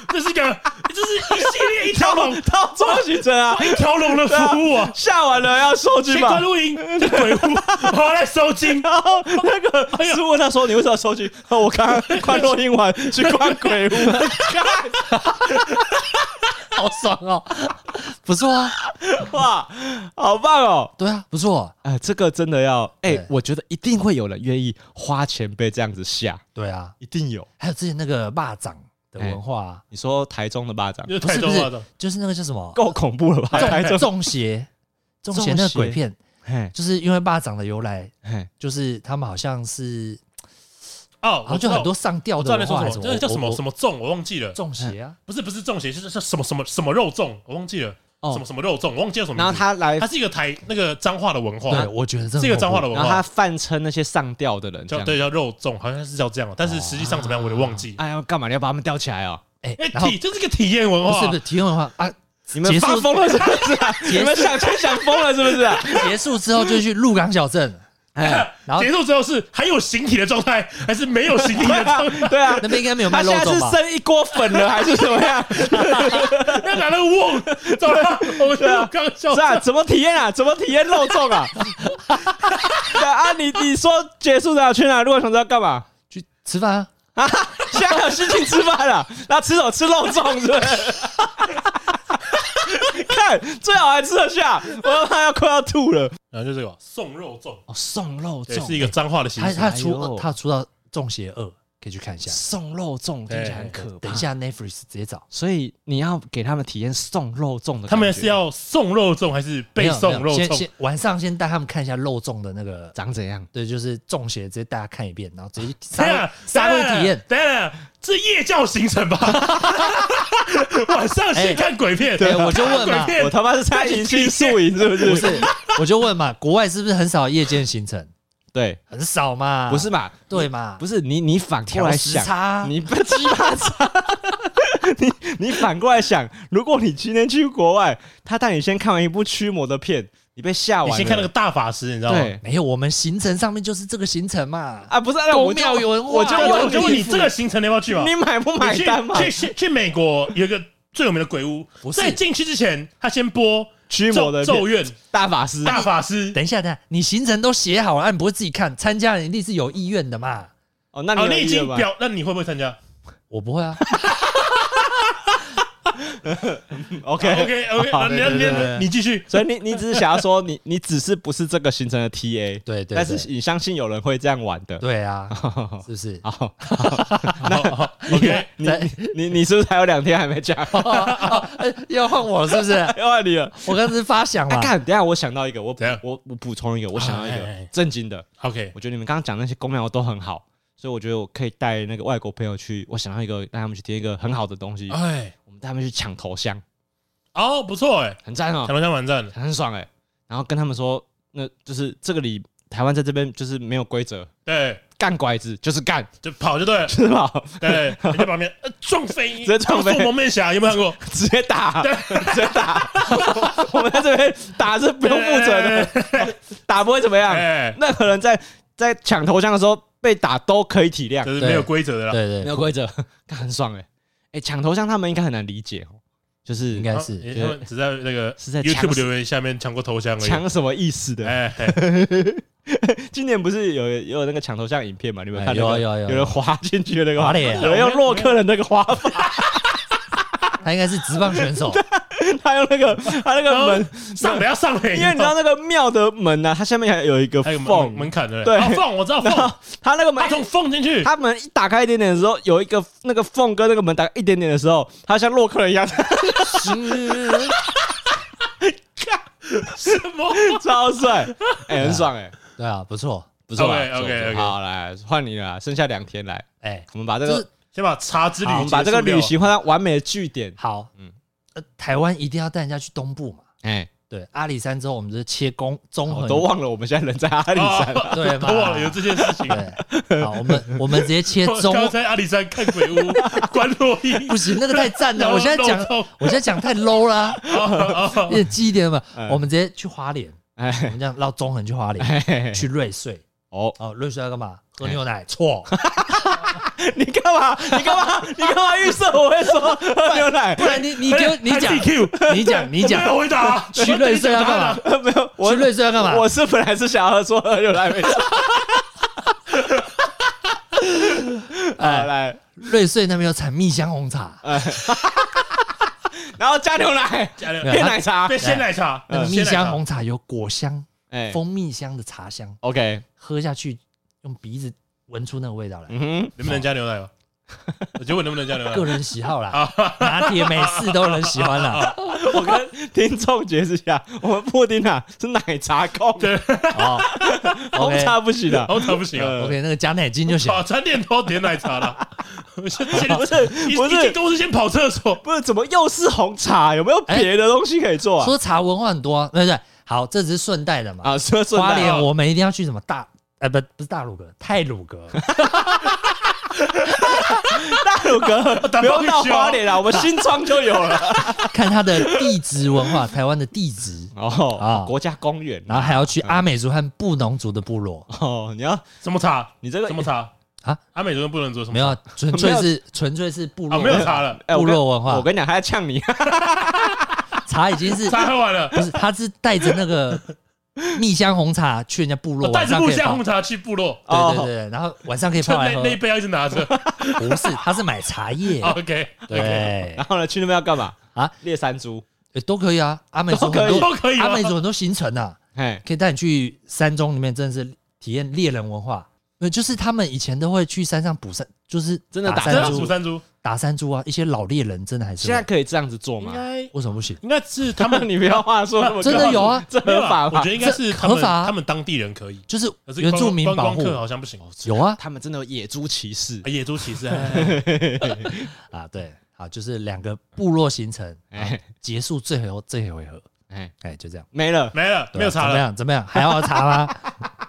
Speaker 1: 这是一个，这是一系列一条龙
Speaker 3: 到中行程 啊，
Speaker 1: 一 条龙的服务啊。
Speaker 3: 下完了要收金
Speaker 1: 先
Speaker 3: 吧
Speaker 1: 关。录音，再 鬼屋，然后来收金，哎
Speaker 3: 然后那个师问他说：“你为什么要收金？”哦我刚刚快录音完去逛鬼 屋，
Speaker 2: 好爽哦，不错啊，
Speaker 3: 哇，好棒哦！
Speaker 2: 对啊，不错啊，
Speaker 3: 哎，这个真的要哎
Speaker 2: 对，
Speaker 3: 我觉得一定会有人愿意花钱被这样子吓，
Speaker 2: 对啊，
Speaker 3: 一定有。
Speaker 2: 还有之前那个蚂蚱的文化啊，
Speaker 3: 你说台中的巴掌
Speaker 1: 就是
Speaker 2: 不
Speaker 1: 台
Speaker 2: 是不
Speaker 1: 中话
Speaker 2: 是
Speaker 1: 的，，
Speaker 2: 就是那个叫什么
Speaker 3: 够恐怖了吧？台
Speaker 2: 中
Speaker 3: 中，
Speaker 2: 中邪，中邪那个鬼片，
Speaker 3: 嘿
Speaker 2: 就是因为蚂蚱的由来，
Speaker 3: 嘿，
Speaker 2: 就是他们好像是
Speaker 1: 哦
Speaker 2: 好，
Speaker 1: 我
Speaker 2: 像就很多上吊
Speaker 1: 我知道
Speaker 2: 的
Speaker 1: 你
Speaker 2: 文
Speaker 1: 说
Speaker 2: 化
Speaker 1: 什
Speaker 2: 还
Speaker 1: 么
Speaker 2: 是，
Speaker 1: 那个叫什么什
Speaker 2: 么
Speaker 1: 么粽，我忘记了，
Speaker 2: 中邪啊，
Speaker 1: 不是不是粽邪，就是是什么什么什么肉粽，我忘记了，
Speaker 3: 哦
Speaker 1: 什么什么肉粽，我忘记了什么名字。
Speaker 3: 然后他来
Speaker 1: 它是一个台那个脏话的文化，
Speaker 2: 对，我觉得这
Speaker 1: 哎是一个脏话的文
Speaker 3: 然后他
Speaker 1: 化，
Speaker 3: 泛称那些上吊的人，这
Speaker 1: 叫
Speaker 3: 样
Speaker 1: 对叫肉粽，好像是叫这样，但是
Speaker 2: 哦
Speaker 1: 实际上怎么样我有点忘记。
Speaker 3: 哎呀，干嘛你要把他们吊起来哦？
Speaker 2: 哎
Speaker 1: 哎，，
Speaker 2: 然后
Speaker 1: 体这是个体验文
Speaker 2: 不是
Speaker 1: 化
Speaker 2: 不是，体验文化啊，
Speaker 3: 你们
Speaker 2: 结束
Speaker 3: 发疯了是不是 啊？你们想钱想疯了是不是啊？
Speaker 2: 结束之后就去鹿港小镇， 哎，然后
Speaker 1: 结束之后是还有形体的状态，还是没有形体
Speaker 3: 对
Speaker 1: 的状态？
Speaker 3: 啊，对啊
Speaker 2: 那边应该没有卖
Speaker 3: 他
Speaker 2: 肉
Speaker 3: 现在
Speaker 2: 粽
Speaker 3: 是
Speaker 2: 吧？
Speaker 3: 剩一锅粉了还是怎么 样？
Speaker 1: 要拿那个瓮，走了，我们就刚笑
Speaker 3: 是啊，怎么体验啊？怎么体验肉粽啊？ 对啊，你你说结束的去哪？如果想知道干嘛？
Speaker 2: 去吃饭啊，
Speaker 3: 啊，现在还有心情吃饭了，那吃什么？吃肉粽是不 是？看，最好还吃得下，我他要快要吐了。
Speaker 1: 然后就这个送肉粽，
Speaker 3: 哦，送肉
Speaker 1: 对，是一个脏话的形
Speaker 2: 他
Speaker 1: 式。
Speaker 2: 他
Speaker 3: 哎
Speaker 2: 出
Speaker 3: 呦
Speaker 2: 他出到中邪二，可以去看一下。
Speaker 3: 送肉粽听起来很
Speaker 1: 对
Speaker 3: 可怕。
Speaker 2: 等一，下 Netflix 直接找，
Speaker 3: 所以你要给他们体验送肉粽的感觉，
Speaker 1: 他们是要送肉粽还是
Speaker 2: 没
Speaker 1: 被
Speaker 2: 有
Speaker 1: 送
Speaker 2: 没有
Speaker 1: 肉
Speaker 2: 先
Speaker 1: 粽？
Speaker 2: 先晚上先带他们看一下肉粽的 那个，
Speaker 3: 长怎样？
Speaker 2: 对，就是中邪直接带他看一遍，然后直 接
Speaker 1: 等一
Speaker 2: 杀
Speaker 3: 啊
Speaker 1: 下
Speaker 2: 杀戮体验。
Speaker 1: 等一下，这夜教行程 吧，晚上先看鬼片，
Speaker 2: 哎对我就问嘛
Speaker 1: 看鬼片
Speaker 3: 我他妈是参营去宿营是不
Speaker 2: 不
Speaker 3: 是？
Speaker 2: 是，我就问嘛， 国外是不是很少夜间行程？
Speaker 3: 对，
Speaker 2: 很少嘛，
Speaker 3: 不是嘛？
Speaker 2: 对嘛？
Speaker 3: 不是你，你反过来
Speaker 2: 调啊时
Speaker 3: 想，
Speaker 2: 差，
Speaker 3: 你不鸡巴差。 你你反过来想，如果你今天去国外，他带你先看完一部驱魔的片，你被吓完
Speaker 1: 你
Speaker 3: 了，
Speaker 1: 先看那个大法师，你知道吗？
Speaker 3: 对
Speaker 2: 没有，我们行程上面就是这个行程嘛。
Speaker 3: 啊，不是，那我
Speaker 2: 公
Speaker 3: 就
Speaker 2: 庙有人
Speaker 3: 我就
Speaker 2: 画
Speaker 1: 我
Speaker 3: 问
Speaker 1: 就问你，这个行程你要不要去嘛？啊
Speaker 3: 你买不买
Speaker 1: 你去
Speaker 3: 单嘛？
Speaker 1: 去去去美国有一个最有名的鬼屋
Speaker 2: 不，是
Speaker 1: 在进去之前，他先播
Speaker 3: 驱魔
Speaker 1: 咒
Speaker 3: 的
Speaker 1: 咒怨
Speaker 3: 大法师，
Speaker 1: 大法师。
Speaker 2: 等一下，等一下，你行程都写好了，啊你不会自己看？参加人一定是有意愿的嘛？
Speaker 3: 哦，那你
Speaker 1: 哦，
Speaker 3: 有
Speaker 1: 你已
Speaker 3: 意愿
Speaker 1: 经
Speaker 3: 吗
Speaker 1: 表，那你会不会参加
Speaker 2: 我不 会啊，
Speaker 3: OK。
Speaker 1: ？OK OK，那你哦要
Speaker 2: 对对对对
Speaker 1: 你你继续。
Speaker 3: 所以你你只是想要说你你只是不是这个行程的 TA，
Speaker 2: 对对
Speaker 3: 但
Speaker 2: 对
Speaker 3: 是你相信有人会这样玩的。
Speaker 2: 对 啊，是不是？
Speaker 3: 好，
Speaker 1: 好好 OK，
Speaker 3: 你
Speaker 2: 在哦
Speaker 3: 你你是不是还有两天还没讲？
Speaker 2: 哎要换我是不是？
Speaker 3: 要换你了。
Speaker 2: 我刚才是发想
Speaker 3: 啊，
Speaker 2: 嘛，
Speaker 3: 干！等一下我想到一个，我补
Speaker 1: 怎样
Speaker 3: 我我补充一个，我想到一
Speaker 1: 哎哎哎
Speaker 3: 个正经的。
Speaker 1: OK，
Speaker 3: 我觉得你们刚刚讲那些公庙都很好，所以我觉得我可以带那个外国朋友去。我想到一个，带他们去贴一个很好的东西，
Speaker 1: 哎，
Speaker 3: 我们带他们去抢头香，
Speaker 1: 哦，不错哎，
Speaker 3: 很赞哦
Speaker 1: 抢，头香蛮赞的。
Speaker 3: 很爽哎、然后跟他们说，那就是这个里台湾在这边就是没有规则，
Speaker 1: 对，
Speaker 3: 干拐子就是干，
Speaker 1: 就跑就对了。
Speaker 3: 是吧？
Speaker 1: 对，人家旁边呃撞飞，直
Speaker 3: 接撞飞
Speaker 1: 蒙面侠有没有看 过？
Speaker 3: 直接打，直接打。 我我们在这边打是不用负责的，打不会怎么样。
Speaker 1: 哎，
Speaker 3: 任何人在在抢头像的时候被打都可以体谅
Speaker 1: 这，是没有规则的啦。
Speaker 2: 对
Speaker 3: 没
Speaker 2: 对，
Speaker 3: 有规则， 干很爽哎、欸、哎，抢、头像他们应该很难理解哦，就是
Speaker 2: 应该
Speaker 1: 他
Speaker 2: 是。
Speaker 1: 他们只在那个
Speaker 3: 是在抢
Speaker 1: YouTube
Speaker 3: 什
Speaker 1: 留言下面抢过头像而已。
Speaker 3: 抢什么意思的。
Speaker 1: 哎，哎
Speaker 3: 今年不是有也有那个抢头像影片嘛？你们
Speaker 2: 哎
Speaker 3: 看那个
Speaker 2: 有有有
Speaker 3: 有人滑进去的那个
Speaker 2: 滑
Speaker 3: 滑，
Speaker 2: 脸啊
Speaker 3: 有人用洛克人那个滑法，
Speaker 2: 他应该是职棒选 手，
Speaker 1: 啊
Speaker 3: 他用那个他那个门，
Speaker 1: 上不要上脸，
Speaker 3: 因为你知道那个庙的门啊，它下面还有一个
Speaker 1: 还有门
Speaker 3: 缝
Speaker 1: 门，门槛的，
Speaker 3: 对
Speaker 1: 哦缝我知道
Speaker 3: 然后
Speaker 1: 缝，
Speaker 3: 它 那个门
Speaker 1: 他从缝进去，
Speaker 3: 他门一打开一点点的时候，有一个那个缝跟那个门打开一点点的时候，他像洛克人一样，
Speaker 1: 什么？
Speaker 3: 超帅，哎、很爽哎、
Speaker 2: 对啊，不错。
Speaker 3: 不错吧
Speaker 1: OK，OK，OK
Speaker 3: 好来换你了，啊剩下两天来，
Speaker 2: 哎，
Speaker 3: 我们把这
Speaker 2: 就
Speaker 3: 个
Speaker 2: 是
Speaker 1: 先把茶之旅
Speaker 3: 好，
Speaker 1: 结
Speaker 3: 我们
Speaker 1: 束
Speaker 3: 把这个
Speaker 1: 掉
Speaker 3: 旅，行画上完美的句点，
Speaker 2: 好，
Speaker 3: 嗯
Speaker 2: 嗯，台湾一定要带人家去东部嘛。
Speaker 3: 哎、
Speaker 2: 对，阿里山之后，我们就切公中
Speaker 3: 我
Speaker 2: 横，
Speaker 3: 都忘了我们现在人在阿里山，
Speaker 1: 哦
Speaker 2: 对
Speaker 1: 都
Speaker 2: 嘛？
Speaker 1: 哦忘了有这件事情。
Speaker 2: 对，好，我们我们直接切
Speaker 1: 我
Speaker 2: 中，
Speaker 1: 刚才阿里山看鬼 屋，关洛伊，
Speaker 2: 不行，那个太赞了。我现在讲
Speaker 1: 然后漏，
Speaker 2: 我现在讲太 low 啦，
Speaker 1: 哦
Speaker 2: 也激一点嘛
Speaker 3: 嗯。
Speaker 2: 我们直接去花莲，
Speaker 3: 哎、
Speaker 2: 我们这样绕中横去花
Speaker 1: 哎
Speaker 2: 莲，
Speaker 3: 嘿
Speaker 2: 去瑞穗。
Speaker 3: 哎哦，
Speaker 2: 哦，瑞穗要干嘛？喝牛
Speaker 1: 哎
Speaker 2: 奶？错，
Speaker 3: 你干嘛？你干嘛？你干嘛预设我会说喝牛奶
Speaker 2: 不？然你你给我你讲
Speaker 1: 哎还 DQ
Speaker 2: 你讲你
Speaker 1: 我没有
Speaker 2: 讲，
Speaker 1: 回答，
Speaker 2: 去瑞穗要干嘛？
Speaker 3: 没有，我
Speaker 2: 去瑞穗要干嘛？
Speaker 3: 我是本来是想要说喝牛奶没错。好来，
Speaker 2: 哎瑞穗那边有产蜜香红茶，
Speaker 3: 然后加牛奶，
Speaker 1: 加了
Speaker 2: 没有
Speaker 3: 变奶茶
Speaker 1: 哎被，鲜奶茶，嗯
Speaker 3: 嗯
Speaker 2: 那个
Speaker 1: 鲜
Speaker 2: 蜜
Speaker 1: 奶茶
Speaker 2: 香红茶有果香、
Speaker 3: 哎
Speaker 2: 蜂蜜香的茶香，
Speaker 3: ，OK，
Speaker 2: 喝下去用鼻子闻出那个味道来。
Speaker 3: 嗯
Speaker 1: 能不能加牛 奶吧？我就问能不能加牛奶
Speaker 2: 个？人喜好啦
Speaker 1: 啊，
Speaker 2: 拿铁美式都有人喜 欢啦。
Speaker 3: 哼，我跟听众解释一下，我们布丁啊是奶茶控，
Speaker 1: 对
Speaker 2: 哦
Speaker 3: 红
Speaker 2: ，OK
Speaker 3: 茶不行的，
Speaker 1: 红茶不行啊，
Speaker 3: 呃
Speaker 2: OK，那个加奶精就 行。
Speaker 1: 早餐店都点奶茶 了。不是
Speaker 3: 不是不
Speaker 1: 一进
Speaker 3: 是
Speaker 1: 公司先跑厕所，
Speaker 3: 不是，怎么又是红茶？有没有别的东西可以做啊？
Speaker 2: 说茶文化很多啊，对不对？好，这只是顺带的嘛。
Speaker 3: 啊，说顺
Speaker 2: 花
Speaker 3: 带
Speaker 2: 莲
Speaker 3: 啊，
Speaker 2: 我们一定要去什么大？呃，不，不是大鲁阁，泰鲁 阁。
Speaker 3: 大鲁阁不用到花莲啊，我们新庄就有了。
Speaker 2: 看它的地质文化，台湾的地质，
Speaker 3: 哦
Speaker 2: 啊，
Speaker 3: 国家公园
Speaker 2: 然后还要
Speaker 3: 嗯
Speaker 2: 去阿美族和布农族的部落，
Speaker 3: 哦，你要
Speaker 1: 什么茶？
Speaker 3: 你这个
Speaker 1: 什么茶
Speaker 2: 啊？
Speaker 1: 阿美族人不能做什么？
Speaker 2: 没有啊纯 粹是纯粹是部
Speaker 1: 啊，
Speaker 2: 落，
Speaker 1: 没有茶了，
Speaker 3: 哎我
Speaker 2: 部
Speaker 3: 跟
Speaker 2: 落文化
Speaker 3: 我跟你讲，他在呛你，
Speaker 2: 茶已经 是
Speaker 1: 茶喝完了，
Speaker 2: 不是？他是带着那个蜜香红茶去人家部
Speaker 1: 我
Speaker 2: 落，
Speaker 1: 哦带
Speaker 2: 晚
Speaker 1: 着
Speaker 2: 上
Speaker 1: 木
Speaker 2: 可以
Speaker 1: 香
Speaker 2: 泡
Speaker 1: 红。茶去部落，
Speaker 2: 对
Speaker 3: 哦
Speaker 2: 对对，然后晚上可以
Speaker 1: 就
Speaker 2: 泡来
Speaker 1: 那
Speaker 2: 喝
Speaker 1: 那。一杯要一直拿着。
Speaker 2: 不是，他是买 茶叶，
Speaker 1: OK，
Speaker 2: 对
Speaker 3: 然，后呢，去那边要干嘛
Speaker 2: 啊？
Speaker 3: 猎山猪，
Speaker 2: 欸都可以啊。阿美族
Speaker 3: 都可以
Speaker 2: 很
Speaker 1: 都
Speaker 2: 多，
Speaker 1: 可以吗
Speaker 2: 阿美族很多行程啊，
Speaker 3: 哎，
Speaker 2: 可以带你去山中里面，真的是体验猎人文化。没有，就是他们以前都会去山上捕山，就是
Speaker 3: 真的打
Speaker 2: 山
Speaker 3: 山
Speaker 2: 猪
Speaker 1: 煮，山猪
Speaker 2: 打山猪啊！一些老猎人真的还是
Speaker 3: 现在
Speaker 2: 会
Speaker 3: 可以这样子做
Speaker 1: 应
Speaker 3: 吗？
Speaker 1: 该
Speaker 2: 为什么不行？
Speaker 1: 应该是他
Speaker 3: 他
Speaker 1: 们
Speaker 3: 们 你不要话说那么
Speaker 2: 真
Speaker 3: 高
Speaker 2: 的有啊，
Speaker 3: 这
Speaker 1: 没有
Speaker 3: 合
Speaker 1: 啦
Speaker 3: 法
Speaker 1: 我
Speaker 3: 吧
Speaker 1: 觉？得应该是
Speaker 2: 这
Speaker 1: 他们
Speaker 2: 合法啊
Speaker 1: 他们当地人可以，
Speaker 2: 就是
Speaker 1: 可是
Speaker 2: 原住民
Speaker 1: 观
Speaker 2: 保
Speaker 1: 光
Speaker 2: 护
Speaker 1: 观光客好像不行，
Speaker 2: 有啊
Speaker 3: 他们真的有野猪骑士
Speaker 1: 啊，野猪骑士，哎
Speaker 2: 啊，对，好，就是两个部落形成，然后
Speaker 3: 哎
Speaker 2: 结束最后这一回合，
Speaker 3: 哎，
Speaker 2: 哎，就这样，
Speaker 3: 没了，
Speaker 1: 没了，
Speaker 2: 对啊
Speaker 1: 没有茶
Speaker 2: 怎么
Speaker 1: 了，
Speaker 2: 样？怎么样？还要查吗？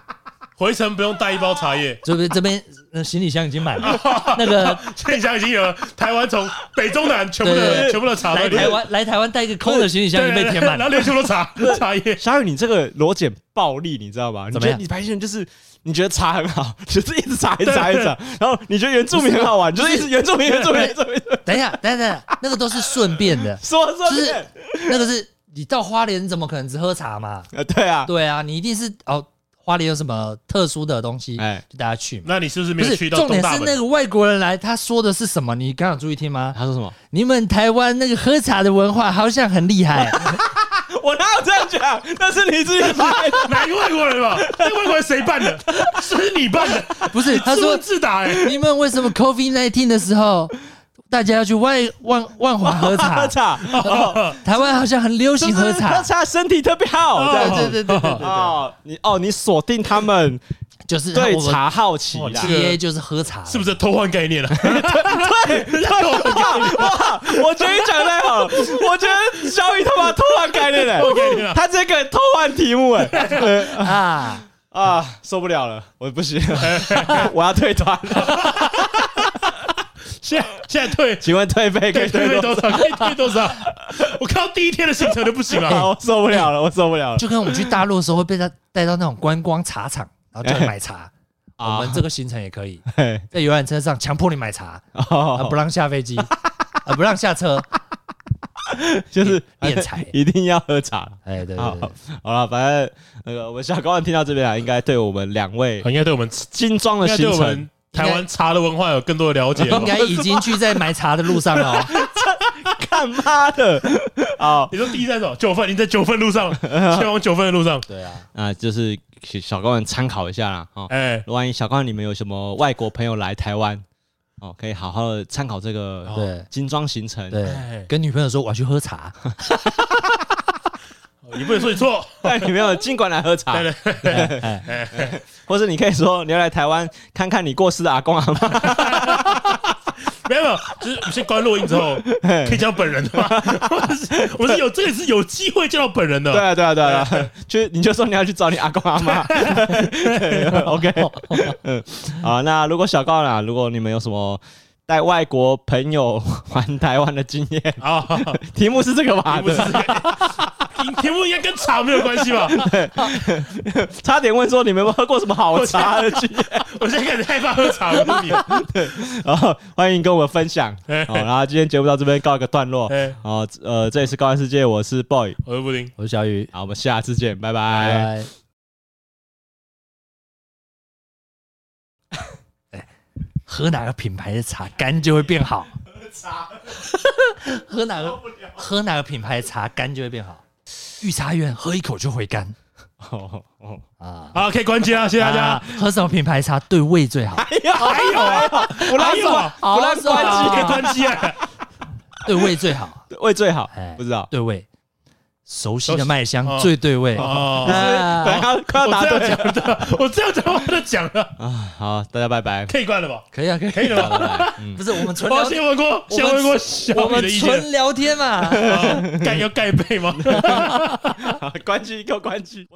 Speaker 1: 回程不用带一包茶叶。
Speaker 2: 这边这边呃行李箱已经满了，那个
Speaker 1: 现在已经有了台湾从北中南全部
Speaker 2: 对对
Speaker 1: 的
Speaker 2: 对
Speaker 1: 全部的茶都
Speaker 2: 来
Speaker 1: 已经
Speaker 2: 台湾来台湾带一个空的行李箱已经被填满
Speaker 1: 然后
Speaker 2: 了，
Speaker 1: 连全部都 茶茶叶，
Speaker 3: 小雨，你这个裸检暴力，你知道吧？你
Speaker 2: 怎
Speaker 3: 觉
Speaker 2: 么
Speaker 3: 得
Speaker 2: 样
Speaker 3: 你白人就是你觉得茶很好， 就是一直查一直查一直查，然后你觉得原住民很好玩，就是一直原住民原住民原住民，
Speaker 2: 等一下，等一下，等一下，那个都是顺便 的，
Speaker 3: 说说
Speaker 2: 就是
Speaker 3: 遍
Speaker 2: 那个是你到花莲怎么可能只喝茶嘛？
Speaker 3: 呃对啊，
Speaker 2: 对啊，你一定是哦，花莲有什么特殊的东西，
Speaker 3: 哎
Speaker 2: 就大家去嘛。
Speaker 1: 那你是不是
Speaker 2: 不
Speaker 1: 没有
Speaker 2: 是，
Speaker 1: 去到
Speaker 2: 重
Speaker 1: 东
Speaker 2: 点
Speaker 1: 大
Speaker 2: 是那
Speaker 1: 门？
Speaker 2: 个外国人来，他说的是什么？你刚有注意听吗？
Speaker 3: 他说什么？
Speaker 2: 你们台湾那个喝茶的文化好像很 厉害，
Speaker 3: 我哪有这样讲？那是你自己 拍的。
Speaker 1: 哪一个外国人吧？那个外国人谁办的？ 是不是你办的？
Speaker 2: 不是？他
Speaker 1: 是不
Speaker 2: 说
Speaker 1: 是自打哎，
Speaker 2: 你们为什么 COVID 1 9的时候，大家要去万万万华 喝茶
Speaker 3: 喝？茶， 哦
Speaker 2: 台湾好像很流行喝
Speaker 3: 就是
Speaker 2: 茶哦
Speaker 3: 喝，茶身体特别好。这
Speaker 2: 对
Speaker 3: 样
Speaker 2: 对对对对对对，
Speaker 3: 哦，你哦，你锁定他 们
Speaker 2: 就是
Speaker 3: 对
Speaker 2: 我们
Speaker 3: 茶好奇
Speaker 1: 哦你
Speaker 3: 啦
Speaker 1: 这。
Speaker 2: TA 就是喝茶，
Speaker 1: 是不是偷换概念了？啊
Speaker 3: 对对，哇，我觉得你讲得太好了，我觉得小雨他妈偷换概念
Speaker 1: 偷换概念
Speaker 3: 嘞，
Speaker 1: 啊
Speaker 3: 他这个偷换题目 哎，呃
Speaker 2: 啊？
Speaker 3: 啊，受不了了，我不行， 我要退团 了。
Speaker 1: 现在现在退
Speaker 3: 请问退费可以
Speaker 1: 对
Speaker 3: 退
Speaker 1: 退
Speaker 3: 多
Speaker 1: 多
Speaker 3: 少？
Speaker 1: 少？可以退多少？我看到第一天的行程就不行
Speaker 3: 啊
Speaker 1: 了。
Speaker 3: 我受不了了，我受不了 了。
Speaker 2: 就跟我们去大陆的时候会被他带到那种观光茶厂，然后叫你 买茶。
Speaker 3: 啊
Speaker 2: 我们这个行程也可以，
Speaker 3: 嘿
Speaker 2: 在游览车上强迫你买茶，啊，
Speaker 3: 哎哦
Speaker 2: 不让下飞机，啊，不让下车，
Speaker 3: 就是
Speaker 2: 敛财
Speaker 3: 一定要喝茶。
Speaker 2: 哎，对对
Speaker 3: 好
Speaker 2: 对，
Speaker 3: 好了，反正那个我们小高人听到这边啊，应该对我们两位
Speaker 1: 应该对我们，
Speaker 3: 精装的
Speaker 1: 应该对
Speaker 3: 行
Speaker 1: 我
Speaker 3: 程
Speaker 1: 们台湾茶的文化有更多的了
Speaker 3: 哦
Speaker 1: 解吧。
Speaker 2: 应该已经去在买茶的路上了哦。
Speaker 3: 干 妈的好
Speaker 1: 你说第一站是什么？九份，你在九份路 上，前往九份的路上。
Speaker 2: 对啊，
Speaker 3: 啊，就是给小高人参考一下啦哦。
Speaker 1: 哎，
Speaker 3: 万一小高人你们有什么外国朋友来台湾哦，可以好好的参考这个
Speaker 1: 哦
Speaker 2: 对
Speaker 3: 精装行程。
Speaker 2: 对，跟女朋友说我要去喝茶，
Speaker 1: 你不能说你错。
Speaker 3: 带女朋友尽管来喝茶，
Speaker 1: 对
Speaker 3: 或者你可以说你要来台湾看看你过世的阿公阿妈。
Speaker 1: 没有，没有，就是我们先关录音之后，可以见到本人的吗？ 我是我是有这里是有机会见到本人
Speaker 3: 对
Speaker 1: 的。
Speaker 3: 啊，对啊，对啊，对啊就是你就说你要去找你阿公阿妈对，OK，嗯，
Speaker 1: 哦
Speaker 3: 好，那如果小高啦，如果你们有什么带外国朋友玩台湾的经验，
Speaker 1: 啊，
Speaker 3: 题目是这个吧？
Speaker 1: 题目是这个， 题目应该跟茶没有关系吧？
Speaker 3: 对差点问说你们有没有喝过什么好茶的经 验
Speaker 1: 我现在开始害怕喝茶了，我问你。
Speaker 3: 然后哦欢迎跟我们分 享。
Speaker 1: 哎
Speaker 3: 好，然后今天节目到这边告一个段落。
Speaker 1: 哎，
Speaker 3: 好，呃，这里是高玩世界，我是 boy，
Speaker 1: 我是布丁。
Speaker 2: 我是小雨，
Speaker 3: 好，我们下次见，拜
Speaker 2: 拜
Speaker 3: 拜。
Speaker 2: 拜。 哎喝哪个品牌的茶，肝就会变好。 喝哪个喝哪个品牌的茶，肝就会变好。御茶园喝一口就回甘
Speaker 3: 哦哦
Speaker 2: 啊！
Speaker 1: 好，可以关机了，谢谢大家
Speaker 2: 啊。喝什么品牌茶对胃最 好？
Speaker 3: 哎呀，还有，不让
Speaker 1: 还有
Speaker 3: 关
Speaker 1: 啊
Speaker 3: 不让关
Speaker 2: 好
Speaker 1: 可以
Speaker 3: 机
Speaker 2: 爽，
Speaker 1: 关机了。
Speaker 2: 对胃最好，
Speaker 3: 为最好
Speaker 2: 哎，
Speaker 3: 不知道。
Speaker 2: 对胃。熟悉的麦香
Speaker 1: 熟悉
Speaker 2: 最对味。
Speaker 1: 哦，
Speaker 3: 本来
Speaker 2: 啊
Speaker 3: 要 快要
Speaker 1: 我
Speaker 3: 答
Speaker 1: 这
Speaker 3: 对
Speaker 1: 样讲的，我这样讲我都讲了，
Speaker 3: 啊！好，大家 拜拜，
Speaker 1: 可以关了吧？哦
Speaker 2: 可以啊，可以
Speaker 1: 可以了吧？
Speaker 3: 拜拜。嗯
Speaker 2: 不，是我们纯
Speaker 1: 我
Speaker 2: 聊
Speaker 1: 要先问过，先问过小
Speaker 2: 我
Speaker 1: 雨
Speaker 2: 们
Speaker 1: 的意见。哦
Speaker 2: 纯聊天嘛。
Speaker 1: 啊盖要盖被吗？
Speaker 3: 好关机，给我关机。